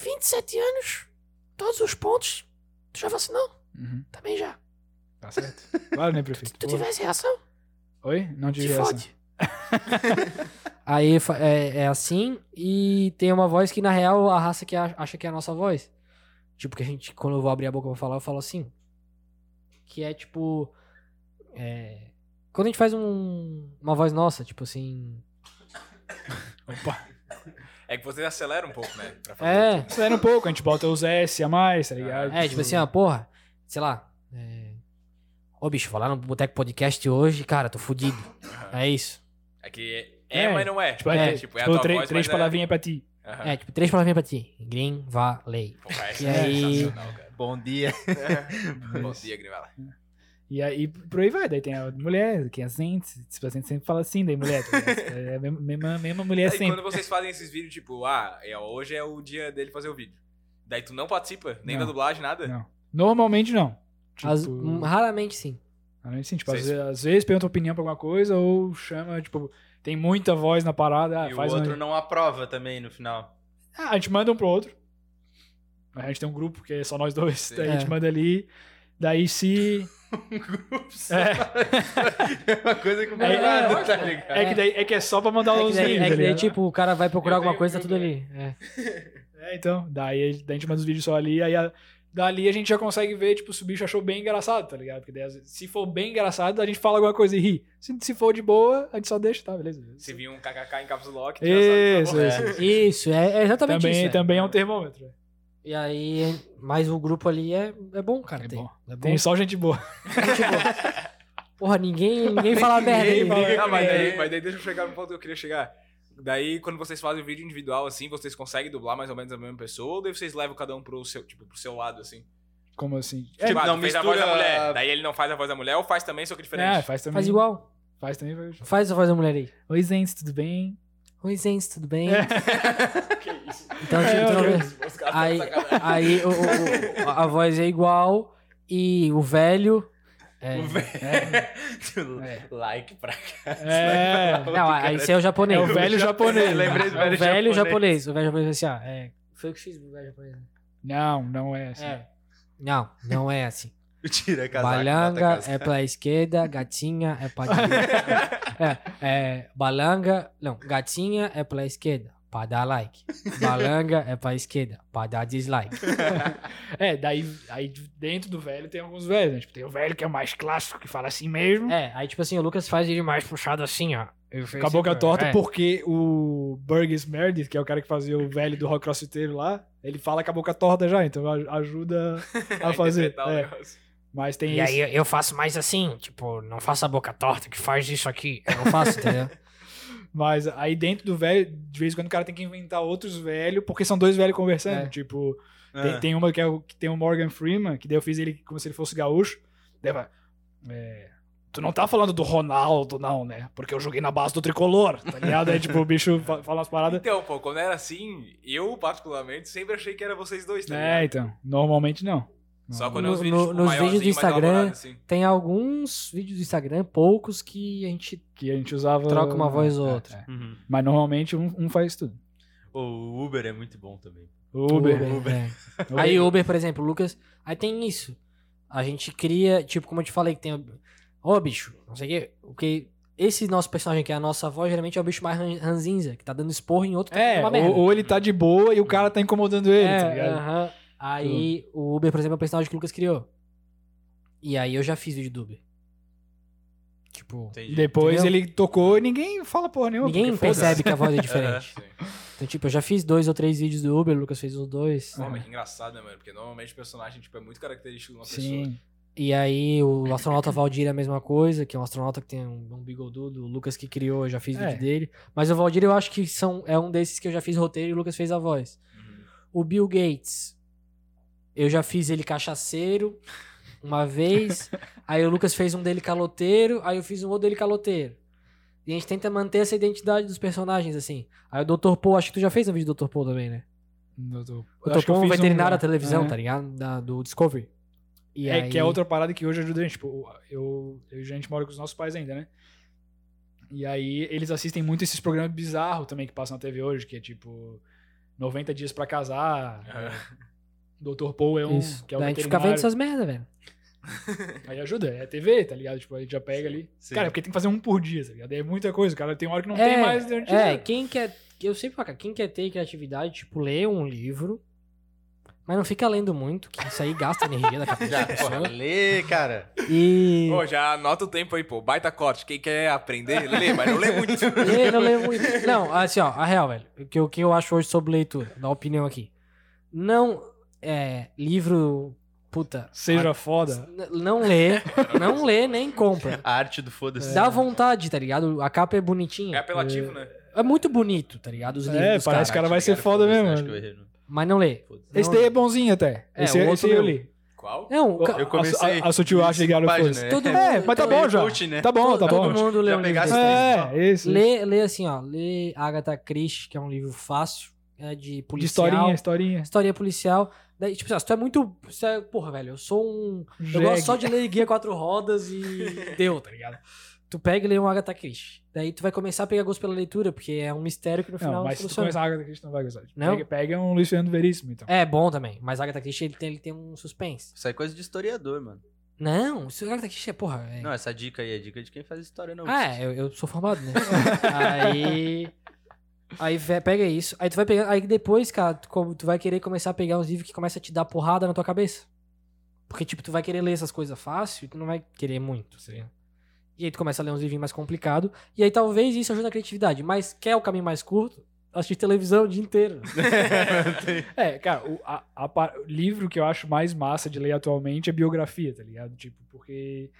27 anos, todos os pontos. Tu já vacinou?
Uhum,
Também já.
tá certo. Claro, né, prefeito?
Se tu tivesse reação,
Oi? Não
te
tive essa.
fode. Aí fa- é, é assim, e tem uma voz que, na real, a raça que a- acha que é a nossa voz. Tipo, que a gente, quando eu vou abrir a boca pra falar, eu falo assim. Que é tipo. é, quando a gente faz um- uma voz nossa, tipo assim.
Opa.
É que vocês aceleram um pouco, né? Pra
É,
Acelera um pouco, a gente bota os S a mais, tá ligado?
é tipo assim, ó, porra, sei lá. É, Ô, bicho, vou lá no Boteco Podcast hoje, cara, tô fudido.
Aham.
É isso.
É que é,
É,
mas não é.
Tipo, é,
É,
tipo,
tipo,
é a tua
três,
voz,
três
mas é-
palavrinhas pra ti.
Aham.
É, tipo, três palavrinhas pra ti. Green, valei.
Pô, cara,
E
é
aí-
sensacional, cara.
Bom dia.
Bom dia, Grivala.
assim, E aí, por aí vai. Daí tem a mulher, que é assim, se paciente sempre fala assim, daí mulher. tá ligado? É a mesma, mesma, mesma mulher
Aí
sempre.
quando vocês fazem esses vídeos, tipo, ah, é, hoje é o dia dele fazer o vídeo. Daí tu não participa, nem
Não.
da dublagem, nada.
Não. Normalmente não. Tipo,
As- hum, raramente sim.
normalmente sim, tipo, às,
Vocês-
vezes, às vezes pergunta opinião pra alguma coisa ou chama, tipo, tem muita voz na parada, ah,
E o
faz
outro
uma...
não aprova também no final.
Ah, a gente manda um pro outro. A gente tem um grupo que é só nós dois. Daí a
É.
gente manda ali. Daí se. É,
É uma coisa que
É,
vai
é,
nada,
eu
tá ligado?
é que daí, é que é só pra mandar
É
os
que daí,
vídeos.
é que
tá
daí,
ligado?
tipo, o cara vai procurar
Eu
alguma
tenho
coisa, tá
que
tudo ali. É.
É, então. Daí, daí a gente manda os vídeos só ali, aí a- dali a gente já consegue ver, tipo, se o bicho achou bem engraçado, tá ligado? Porque daí, às vezes, se for bem engraçado, a gente fala alguma coisa e ri. Se, se for de boa, a gente só deixa, tá? Beleza.
Se vir um kkk em caps lock, tu já sabe que tá
Isso,
bom.
isso. isso.
Isso, é, é exatamente
Também,
isso. é.
também é um termômetro.
E aí, mas o grupo ali é, é bom, cara.
É
tem,
bom.
É bom. Tipo,
Tem só gente boa.
Porra, ninguém, ninguém fala merda
ninguém
aí.
fala-
Ah, mas daí, mas daí deixa eu chegar no ponto que eu queria chegar. Daí, quando vocês fazem o vídeo individual, assim, vocês conseguem dublar mais ou menos a mesma pessoa, ou daí vocês levam cada um pro seu, tipo, pro seu lado, assim?
Como assim?
É, tipo, ah,
não
tu fez a voz da
mistura-
mulher, daí ele não faz a voz da mulher, ou faz também, só que
É,
diferente.
faz também.
Faz igual.
Faz também. Faz...
Faz a voz da mulher aí.
Oi, gente, tudo bem?
Oi, Zens, tudo bem?
que isso?
Então, tipo,
É,
tu não
ok.
vê- aí, aí o- o- o- a voz é igual e o velho. É,
Tu- Like pra
É.
não, aí você é o japonês.
É o velho japonês.
Lembrei do
É o
velho japonês.
velho japonês. O velho japonês assim, ó. É, foi o que fiz o velho japonês. né?
Não, não é assim.
É. Não, não é assim.
Tira casaco.
Balanga
bota
é pra esquerda, gatinha é pra direita. é, é, balanga, não, gatinha é pra esquerda, pra dar like. Balanga é pra esquerda, pra dar dislike.
É, daí aí dentro do velho tem alguns velhos, né? Tipo, tem o velho que é mais clássico, que fala assim mesmo.
É, aí tipo assim, o Lucas faz ele mais puxado assim, ó. Eu fiz
Com a boca
assim,
torta,
é.
porque o Burgess Meredith, que é o cara que fazia o velho do rock crossfiteiro lá, ele fala com a boca torta já, então a- ajuda a fazer.
interpretar né? o
é.
um negócio.
Mas tem
E
é isso.
aí eu- eu faço mais assim, tipo, não faço a boca torta que faz isso aqui. Eu não faço, entendeu?
Mas aí dentro do velho, de vez em quando o cara tem que inventar outros velhos, porque são dois velhos conversando.
É.
Tipo,
Ah.
tem, tem uma que, é o, que tem o Morgan Freeman, que daí eu fiz ele como se ele fosse gaúcho. Daí vai, é, tu não tá falando do Ronaldo, não, né? Porque eu joguei na base do tricolor, tá ligado? Aí tipo, o bicho fa- fala umas paradas.
Então, pô, quando era assim, eu, particularmente, sempre achei que era vocês dois, tá
É,
ligado?
então. Normalmente não.
Só quando
No-
é os vídeos,
no-
tipo,
nos vídeos do
maiorzinho, mais
Instagram-
elaborado, assim.
Tem alguns vídeos do Instagram, poucos, que a gente
Que a gente usava.
Troca uma voz ou
É,
outra.
é.
Uhum.
Mas normalmente um, um faz tudo.
Pô, O Uber é muito bom também.
Uber.
é. Aí o Uber, por exemplo, o Lucas. Aí tem isso. A gente cria, tipo, como eu te falei, que tem. o- Ó, bicho, não sei o quê. Porque esse nosso personagem, que é a nossa voz, geralmente é o bicho mais ran- ranzinza, que tá dando esporro em outro. tá
É,
fazendo uma merda.
ou, ou ele tá de boa e o cara tá incomodando ele,
É,
tá ligado?
aham. Aí o Uber, por exemplo, é o personagem que o Lucas criou. E aí eu já fiz vídeo do Uber. Tipo.
Entendi.
Depois
Entendeu?
ele tocou e ninguém fala porra nenhuma.
Ninguém
porque foda-se.
percebe que a voz é diferente.
Sim.
Então, tipo, eu já fiz dois ou três vídeos do Uber, o Lucas fez os dois.
Pô, mas que engraçado, né, mano? Porque normalmente o personagem tipo, é muito característico de uma pessoa.
Sim.
E aí o astronauta Valdir é a mesma coisa, que é um astronauta que tem um, um bigodudo, o Lucas que criou, eu já fiz
É.
vídeo dele. Mas o Valdir eu acho que são, é um desses que eu já fiz roteiro e o Lucas fez a
Uhum.
voz. O Bill Gates, eu já fiz ele cachaceiro, uma vez. aí o Lucas fez um dele caloteiro, aí eu fiz um outro dele caloteiro. E a gente tenta manter essa identidade dos personagens, assim. Aí o Dr. Paul, acho que tu já fez um vídeo do Dr. Paul também, né?
Eu tô-
O
acho
Dr.
que eu
Paul é um
fiz
veterinário
um-
da televisão,
é.
tá ligado? Da- do Discovery. E
é,
aí-
que é outra parada que hoje ajuda a gente. Tipo, eu, eu e a gente mora com os nossos pais ainda, né? E aí eles assistem muito esses programas bizarros também que passam na TV hoje, que é tipo 90 dias pra casar. É. Dr. Paul é um.
Isso.
Que é um
Daí a gente fica vendo
veterinário.
essas merda, velho.
Aí ajuda, é TV, tá ligado? Tipo, a gente já pega ali.
Sim.
Cara, porque tem que fazer um por dia, tá ligado? É muita coisa, cara. Tem hora que não
É,
tem mais durante o
É,
dia.
quem quer. Eu sempre falo, cara, quem quer ter criatividade, tipo, lê um livro, mas não fica lendo muito, que isso aí gasta energia da cabeça da
Já, porra,
pessoa.
lê, cara.
Tá E.
Ô, já anota o tempo aí, pô. Baita corte. Quem quer aprender, lê, mas não lê muito.
Lê, não lê muito. Não, assim, ó, a real, velho. O que, o que eu acho hoje sobre leitura, da opinião aqui. Não é livro. Puta.
Seja
a-
foda.
n- Não lê, não lê, nem compra.
A arte do foda-se.
Dá vontade, tá ligado? A capa é bonitinha.
É apelativo, né?
É muito bonito, tá ligado? Os
É,
livros. dos
parece
caras.
é- cara vai ser foda
foda-se,
mesmo.
Acho que eu errei, não.
Mas não lê.
Foda-se.
Esse daí é bonzinho até.
É,
esse
o outro
esse eu
não.
li.
Qual?
Não, É
Eu-
um ca-
Eu comecei.
A- a- a sutil arte
cinco
ligado,
páginas,
foda-se.
né?
Todo
É,
mundo-
mas tá
todo-
bom já.
Coach, né?
Tá bom, tá
todo
bom.
mundo lê
Já
um livro
pegasse
desse.
É, esse.
Lê, lê assim, ó. Lê Agatha Christie, que é um livro fácil, é de
De
policial.
historinha, historinha.
História policial. Daí, tipo assim, ó, se tu é muito. se é- porra, velho, eu sou um. Eu
Jegue.
gosto só de ler guia quatro rodas e deu, tá ligado? Tu pega e lê um Agatha Christie. Daí tu vai começar a pegar gosto pela leitura, porque é um mistério que no final
Não, mas se tu
soluciona.
conhece a Agatha Christie, não vai gostar.
Não?
Pega, pega um Luiz Fernando Veríssimo, então.
É bom também, mas Agatha Christie ele tem, ele tem um suspense.
Isso aí é coisa de historiador, mano.
Não, isso Agatha Christie é porra. É...
Não, essa dica aí é dica de quem faz história, não.
Ah, é, eu, eu sou formado, né? aí. Aí ve- pega isso. Aí tu vai pegar. Aí depois, cara, tu, como- tu vai querer começar a pegar uns livros que começam a te dar porrada na tua cabeça. Porque, tipo, tu vai querer ler essas coisas fácil e tu não vai querer muito. tá ligado? E aí tu começa a ler uns livrinhos mais complicados. E aí talvez isso ajude a criatividade. Mas quer o caminho mais curto? Assistir televisão o dia inteiro.
É, cara, o a- a par- o livro que eu acho mais massa de ler atualmente é biografia, tá ligado? Tipo, porque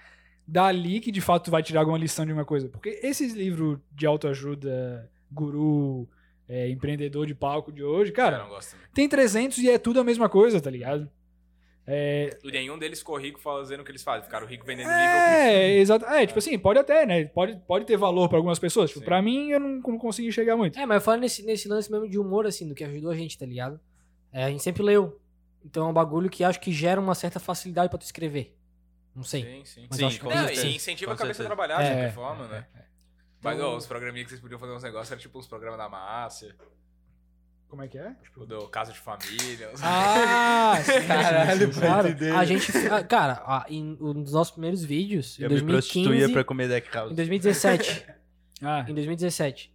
dali que de fato tu vai tirar alguma lição de uma coisa. Porque esses livros de autoajuda, guru, é, empreendedor de palco de hoje,
Cara, eu
cara,
não gosto também.
tem 300 e é tudo a mesma coisa, tá ligado? É,
Nenhum um deles ficou rico fazendo o que eles fazem. Ficaram rico vendendo livro.
é, exato. É, tipo assim, pode até, né? Pode, pode ter valor pra algumas pessoas. Tipo,
Sim.
pra mim, eu não, não consegui chegar muito.
É, mas eu falo nesse, nesse lance mesmo de humor, assim, do que ajudou a gente, tá ligado? É, a gente sempre leu. Então é um bagulho que acho que gera uma certa facilidade pra tu escrever. Não sei.
Sim, sim.
Mas
Sim,
acho que
com
Não,
certeza.
e incentiva
Com
a cabeça
certeza.
a trabalhar de
É,
qualquer
é,
forma, né? Mas, ó, os programinhas que vocês podiam fazer uns negócios eram tipo uns programas da Márcia,
Como é que é?
o do Casa de Família. uns-
Ah, sim,
Caralho,
sim, sim.
Claro,
Entendi.
a gente. a- Cara, a- em um dos nossos primeiros vídeos, em
Eu me
2015.
prostituía pra comer deck house.
Em 2017.
Ah,
em 2017.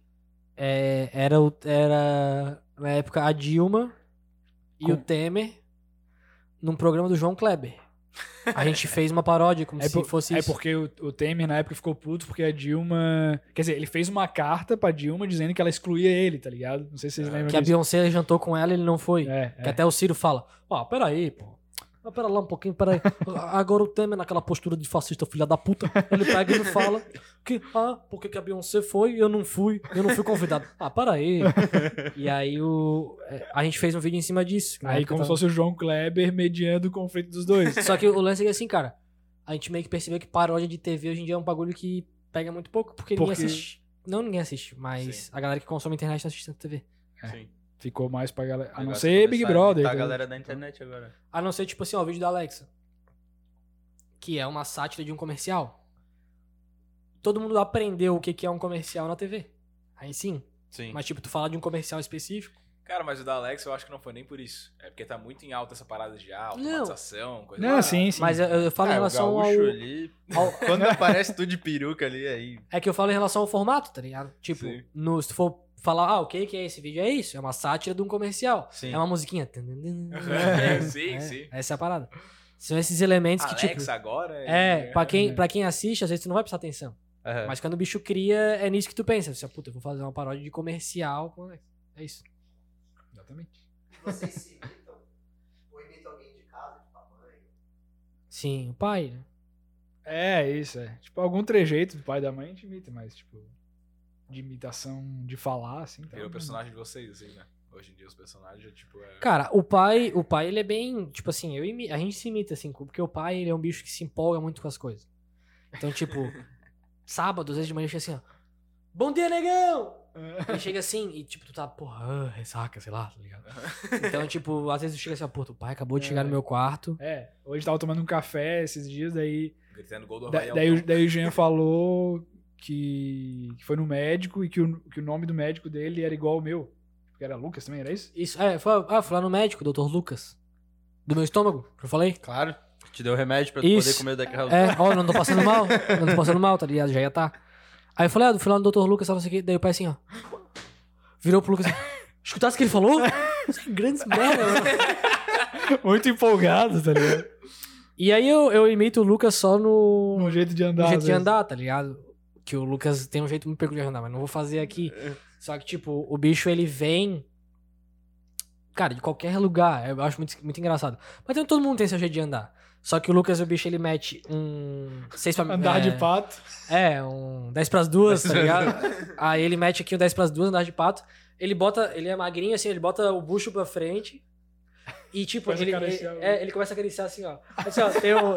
é, era, o- era, na época, a Dilma e
Com-
o Temer num programa do João Kleber. A gente fez uma paródia, como
É,
se
por-
fosse
é
isso.
porque o, o Temer na época ficou puto porque a Dilma. Quer dizer, ele fez uma carta pra Dilma dizendo que ela excluía ele, tá ligado? Não sei se vocês
Ah.
lembram
Que a
disso.
Beyoncé jantou com ela e ele não foi.
É,
Que
é.
até o Ciro fala: Ó, peraí, pô. Mas pera lá um pouquinho, peraí. Agora o Temer, naquela postura de fascista, filha da puta, ele pega e me fala que, ah, porque que a Beyoncé foi e eu não fui, eu não fui convidado. Ah, peraí. E aí o, é, a gente fez um vídeo em cima disso. que na
Aí
época
como
tava-
se fosse o João Kleber mediando o conflito dos dois.
Só que o lance é que assim, cara, a gente meio que percebeu que paródia de TV hoje em dia é um bagulho que pega muito pouco, porque,
Porque-
ninguém assiste. Não ninguém assiste, mas
Sim.
a galera que consome internet tá não assiste tanto TV.
assim.
Ficou mais pra galera. A não
Negócio
ser
começar
Big
a
Brother.
imitar
tá
A
ligado?
galera da internet agora.
A não ser, tipo assim, ó, o vídeo da Alexa. Que é uma sátira de um comercial. Todo mundo aprendeu o que que é um comercial na TV. Aí sim.
Sim.
Mas, tipo, tu fala de um comercial específico.
Cara, mas o da Alex eu acho que não foi nem por isso. É porque tá muito em alta essa parada de ah, automatização, coisa
Não,
lá.
sim, sim.
Mas eu, eu
É,
falo em relação ao,
Ah, ali,
ao-
Quando aparece tu de peruca ali, aí.
É que eu falo em relação ao formato, tá ligado? Tipo,
Sim.
no, se tu for falar, ah, o que que é esse vídeo? É isso. É uma sátira de um comercial.
Sim.
É uma musiquinha.
É, sim,
É,
sim.
Essa é a parada. São esses elementos
Alexa
que, tipo.
agora
É, pra
É.
quem, pra quem assiste, às vezes tu não vai prestar atenção. Mas quando o bicho cria, é nisso que tu pensa. Você, puta, eu vou fazer uma paródia de comercial. com Alexa. É isso.
Exatamente.
Vocês se imitam? Ou imitam alguém de casa, de tamanho?
Sim, o pai, né?
É, isso, é. Tipo, algum trejeito do pai e da mãe a gente imita, mas, tipo, de imitação, de falar, assim. tá?
Virou personagem de vocês, assim, né? Hoje em dia os personagens é tipo. É...
Cara, o pai, o pai, ele é bem. Tipo assim, eu imi- a gente se imita, assim, porque o pai, ele é um bicho que se empolga muito com as coisas. Então, tipo, sábado, às vezes de manhã, ele chega assim, ó. Bom dia, negão! Ele chega assim e, tipo, tu tá, porra, ah, ressaca, sei lá, tá ligado? Então, tipo, às vezes tu chega assim, ó, pô, o pai acabou de chegar no meu quarto.
É, hoje tava tomando um café esses dias, daí,
Gritando gol do
da-
Havaí.
daí, o- daí o Jean falou que, que foi no médico e que o, que o nome do médico dele era igual ao meu. Que era Lucas também, era isso?
Isso, é, foi, ah, fui lá no médico, doutor Lucas. Do meu estômago, que eu falei?
Claro. Te deu remédio pra tu
Isso.
poder comer daquela.
É, ó, não tô passando mal, não tô passando mal, tá ligado? Já ia tá. Aí eu falei, ah, do final do Dr. Lucas, tal, não sei o quê. Daí o pai assim, ó. Virou pro Lucas assim, escutasse o que ele falou? Isso é Grandes merda, mano.
Muito empolgado, tá ligado?
E aí eu, eu imito o Lucas só no,
Um jeito de andar.
no
às
jeito de
vezes.
andar, tá ligado? Que o Lucas tem um jeito muito peculiar de andar, mas não vou fazer aqui. Só que, tipo, o bicho ele vem. Cara, de qualquer lugar. Eu acho muito, muito engraçado. Mas então, todo mundo tem seu jeito de andar. Só que o Lucas, o bicho, ele mete um. Seis pra
Andar
é,
de pato.
É, um 10 pras duas, tá ligado? Aí ele mete aqui o 10 pras duas, andar de pato. Ele bota, ele é magrinho assim, ele bota o bucho pra frente. E tipo,
Começa a
ele, ele,
acariciar o- né?
é, ele começa a acariciar assim, ó. Assim, ó, tem um,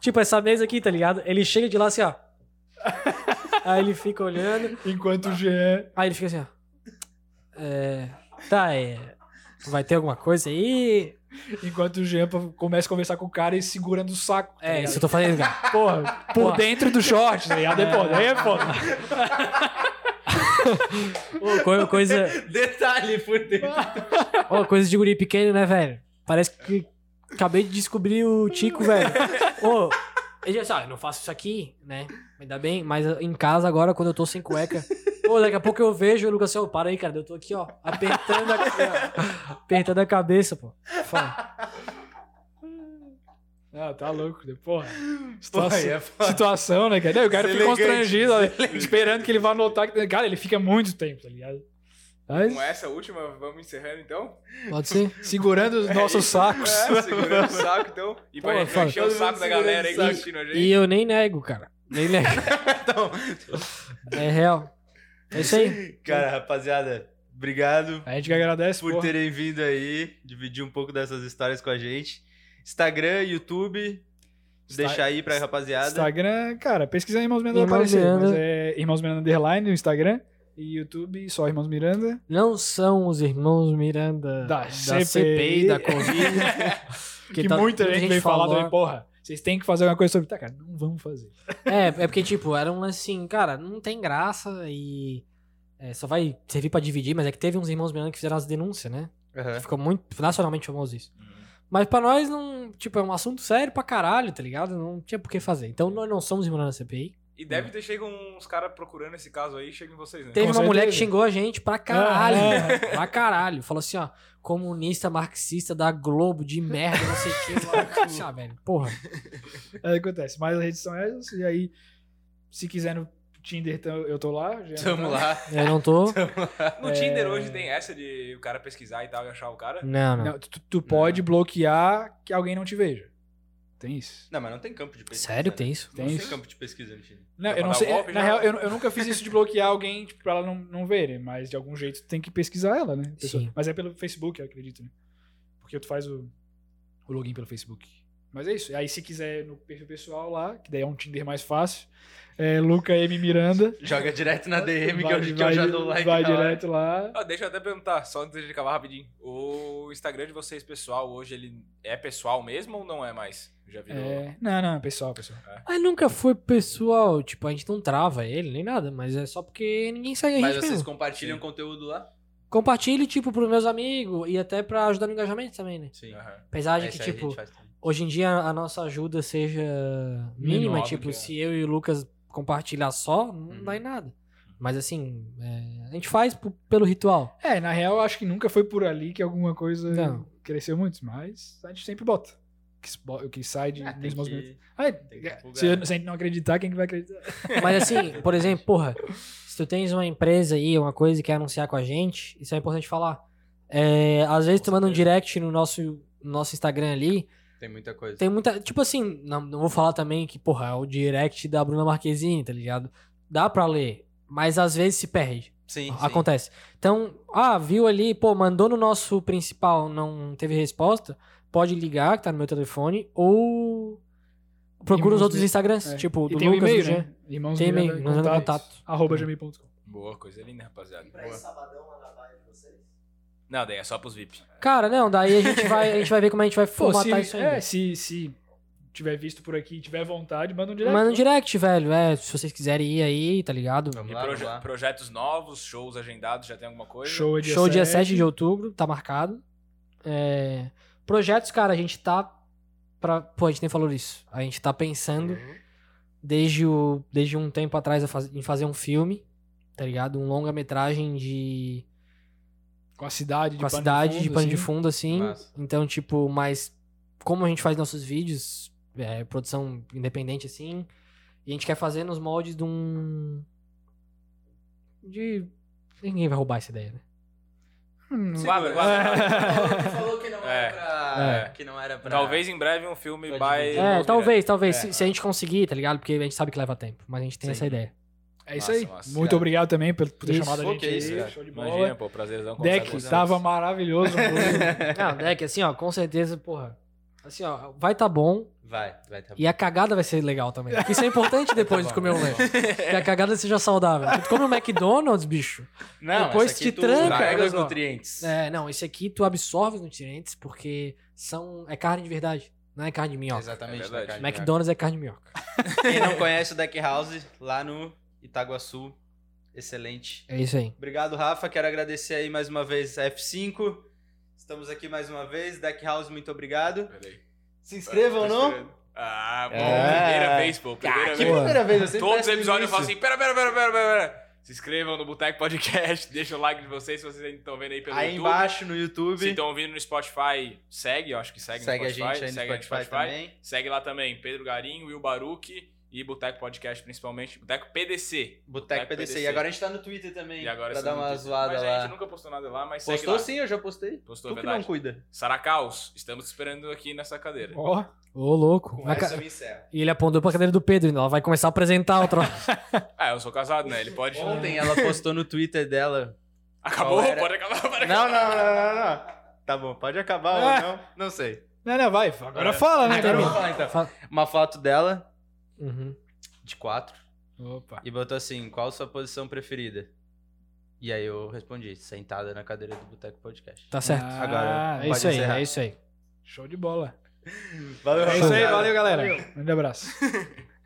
tipo, essa mesa aqui, tá ligado? Ele chega de lá assim, ó. Aí ele fica olhando,
Enquanto o Jean.
aí ele fica assim, ó. É, tá, é, vai ter alguma coisa aí?
Enquanto o Jean começa a conversar com o cara e segurando o saco. tá
É,
ligado?
isso eu tô fazendo, cara.
Porra, por
Porra.
dentro do short, tá ligado? É foda, aí é foda.
Ô, co- Coisa,
Detalhe por dentro.
Ô, coisa de guri pequeno, né, velho? Parece que acabei de descobrir o Tico, velho. Ô, ele já sabe, não faço isso aqui, né? Ainda bem, mas em casa agora, quando eu tô sem cueca. Pô, daqui a pouco eu vejo o Lucas assim, ô, para aí, cara, eu tô aqui, ó, apertando a, apertando a cabeça, pô. Fala.
Ah, tá louco. né? Porra. Situação,
aí é foda.
situação, né, cara? Não, o cara
Ser
fica
elegante,
constrangido, ó, esperando que ele vá notar. Que... Cara, ele fica muito tempo, tá ligado? Mas,
Com essa última, vamos encerrando então.
Pode ser?
segurando os nossos sacos.
É, segurando o saco então. E pra
Pô,
gente não
fala.
encher o
Todo
saco
mundo
da galera aí que
segurando o
tá assistindo a
E
gente.
eu nem nego, cara. Nem nego.
Então,
É real. É isso aí.
cara, rapaziada, obrigado
A gente que agradece,
por
porra.
terem vindo aí, dividir um pouco dessas histórias com a gente. Instagram, YouTube,
Insta-
deixar aí pra rapaziada.
Instagram, cara, pesquisa aí, Irmãos Miranda vai
Irmãos
aparecer.
Miranda.
Mas é Irmãos Miranda Underline no Instagram. E YouTube, só Irmãos Miranda.
Não são os irmãos Miranda
Da
da CPI,
CPI,
da Covid.
Que,
tá
muita gente, veio falar
falou.
também, porra. Vocês têm que fazer alguma coisa sobre. Tá, cara, não vamos fazer.
É, é porque, tipo, era um lance assim, cara, não tem graça e é, só vai servir pra dividir, mas é que teve uns irmãos Miranda que fizeram as denúncias, né?
É.
Aham.
Ficou muito nacionalmente famoso isso.
Uhum.
Mas pra nós, não, tipo, é um assunto sério pra caralho, tá ligado? Não tinha por que fazer. Então nós não somos irmãos da CPI.
E deve ter chegado uns caras procurando esse caso aí, chegam vocês, né?
Teve uma
certeza.
mulher que xingou a gente pra caralho,
Aham.
né? pra caralho. Falou assim, ó, comunista marxista da Globo de merda, não sei o que. Eu falei assim, ah, velho, porra.
É, acontece. Mas as redes são essas. E aí, se quiser no Tinder, então eu tô lá. já-
Tamo lá.
Eu não tô.
No Tinder hoje tem essa de o cara pesquisar e tal e achar o cara.
Não, não.
Não, tu, tu pode bloquear que alguém não te veja. Tem isso.
Não, mas não tem campo de pesquisa. né?
Sério que tem isso?
Não
Tem
tem
isso?
campo de pesquisa no Chile.
Não,
pra
eu não
dar
sei.
golpe
na
já?
real, eu, eu nunca fiz isso de bloquear alguém tipo, pra ela não, não ver, né? Mas de algum jeito tu tem que pesquisar ela, né? a pessoa.
Sim.
Mas é pelo Facebook, eu acredito, né? Porque tu faz o, o login pelo Facebook. Mas é isso. Aí se quiser no perfil pessoal lá, que daí é um Tinder mais fácil, é Luca M. Miranda.
Joga direto na DM que, eu, que eu
Vai-
já dou like.
Vai
na hora.
direto lá.
Ó, Ah, deixa eu até perguntar, só antes de acabar rapidinho. O Instagram de vocês, pessoal, hoje ele é pessoal mesmo ou não é mais? Já virou.
É, não, não, pessoal, pessoal.
Mas nunca foi pessoal, tipo, a gente não trava ele nem nada, mas é só porque ninguém segue a
Mas
gente
vocês
mesmo.
compartilham conteúdo lá?
Compartilhe, tipo, pros meus amigos e até pra ajudar no engajamento também, né?
Sim. É
Aham.
Apesar de que, tipo, hoje em dia a nossa ajuda seja mínima,
óbvio
tipo,
que é.
se eu e o Lucas compartilhar só, não
Uhum.
dá em nada. Mas assim, é, a gente faz p- pelo ritual.
É, na real, eu acho que nunca foi por ali que alguma coisa
Não.
cresceu muito, mas a gente sempre bota. O que se bo- O que sai
É,
de, dos movimentos. Ah,
tem que divulgar.
se, eu- se a gente não acreditar, quem que vai acreditar?
Mas assim, por exemplo, porra, se tu tens uma empresa aí, uma coisa e quer anunciar com a gente, isso é importante falar. É, às vezes tu manda um direct no nosso, no nosso Instagram ali,
Tem muita coisa.
Tem muita. Tipo assim, não, não vou falar também que, porra, é o direct da Bruna Marquezine, tá ligado? Dá pra ler, mas às vezes se perde.
Sim, sim.
Acontece. Então, ah, viu ali, pô, mandou no nosso principal, não teve resposta, pode ligar, que tá no meu telefone, ou procura os
Irmãos
outros
de-
Instagrans,
é.
tipo,
e
do
tem o
Lucas,
e-mail,
do Jean.
né? Irmãos
Tem
Miranda,
e-mail, mandando contato.
arroba gmail.com.
Boa, coisa linda, rapaziada.
E pra ir
Boa.
sabadão lá na vibe de vocês?
Não, daí é só pros VIP.
Cara, não, daí a gente vai, a gente vai ver como a gente vai
Pô,
formatar
se,
isso aí.
é, se, se tiver visto por aqui e tiver vontade, manda um direct.
Manda um direct, velho. É, se vocês quiserem ir aí, tá ligado?
Vamos
E
lá,
proje-
vamos lá.
projetos novos, shows agendados, já tem alguma coisa?
Show é dia
Show
7.
dia 7 de outubro, tá marcado. É, projetos, cara, a gente tá. Pra, pô, a gente nem falou isso. A gente tá pensando desde, o, desde um tempo atrás a faz- em fazer um filme, tá ligado? Um longa-metragem de.
Com a cidade de
com a
pano
cidade de
fundo,
pano de
assim.
fundo, assim.
Massa.
Então, tipo, mas como a gente faz nossos vídeos, é, produção independente, assim, e a gente quer fazer nos moldes de um. De. Ninguém vai roubar essa ideia, né?
Hum,
Guarda, guarda.
Falou- falou que não
É.
era pra.
É.
Que não era pra.
Talvez em breve um filme
Pra
by.
dividir.
É,
Irmãos
talvez, talvez.
É.
Se, se a gente conseguir, tá ligado? Porque a gente sabe que leva tempo, mas a gente tem
Sim.
essa ideia.
É isso
Massa,
aí.
massa.
Muito
Cara.
obrigado também por, por ter
Isso,
chamado a
pô,
gente.
que
aí.
isso, cara.
Show de bola.
Imagina, pô, prazerzão conversar com
Deck,
vocês.
tava maravilhoso.
Não, Deck, assim, ó, com certeza, porra. Assim, ó, vai tá bom
Vai, vai tá bom.
e a cagada vai ser legal também. Porque Isso é importante depois
Tá
de comer um lanche. Que a cagada seja saudável. Tu come um McDonald's, bicho.
Não,
Depois
essa
te
aqui tu
tranca,
pega os
mas, ó.
nutrientes.
É, não, esse aqui tu absorve os nutrientes porque são, é carne de verdade, não é carne de minhoca.
Exatamente.
É verdade.
tá, cara?
McDonald's é carne de minhoca.
Quem não conhece o Deck House, lá no Itaguaçu, excelente.
É isso aí.
Obrigado, Rafa. Quero agradecer aí mais uma vez a F5. Estamos aqui mais uma vez. Deck House, muito obrigado.
Peraí.
Se inscrevam, não?
Ah, bom,
É.
primeira vez, pô. Tá Primeira
Ah, que
vez.
primeira vez. Eu sempre
Todos os
peço no
episódios eu falo
início.
assim: pera, pera, pera, pera, pera. pera. Se inscrevam no Boteco Podcast, deixa o like de vocês se vocês ainda estão vendo aí pelo
Aí
YouTube.
embaixo no YouTube.
Se estão ouvindo no Spotify, segue, eu acho que segue,
segue
no
a
Spotify.
gente aí no
segue
Spotify, também.
Segue lá também Pedro Garim, Will Baruque e Boteco Podcast, principalmente. Boteco PDC.
Boteco
Boteco
PDC.
PDC.
E agora a gente tá no Twitter também.
E agora
pra
você
dar
não
uma
tem-
zoada
mas a
lá.
gente nunca postou nada lá, mas segue
Postou
lá.
sim, eu já postei.
Postou, é
Tu que
verdade.
não cuida.
Saracaus, estamos te esperando aqui nessa cadeira.
Ó,
Ô, louco.
Com
A
essa
ca-
eu me encerro.
E ele apontou pra cadeira do Pedro, ela vai começar a apresentar outra.
Ah, eu sou casado, né? Ele pode.
Ontem ela postou no Twitter dela.
Acabou?
Qual era?
Pode acabar, pode acabar.
Não, não, não, não, não. Tá bom, pode acabar
Ah.
ou não? Não sei.
Não, não, vai. Agora
É.
fala, né,
Agora eu vou
garoto?
falar, então.
Fala.
Uma foto dela,
Uhum.
de quatro,
Opa.
e botou assim: qual sua posição preferida? E aí eu respondi: sentada na cadeira do Boteco Podcast.
Tá certo.
Ah,
Agora,
é isso
pode
aí,
encerrar.
é isso aí.
Show de bola.
Valeu,
É isso aí,
rapaziada.
valeu, galera. Um grande abraço.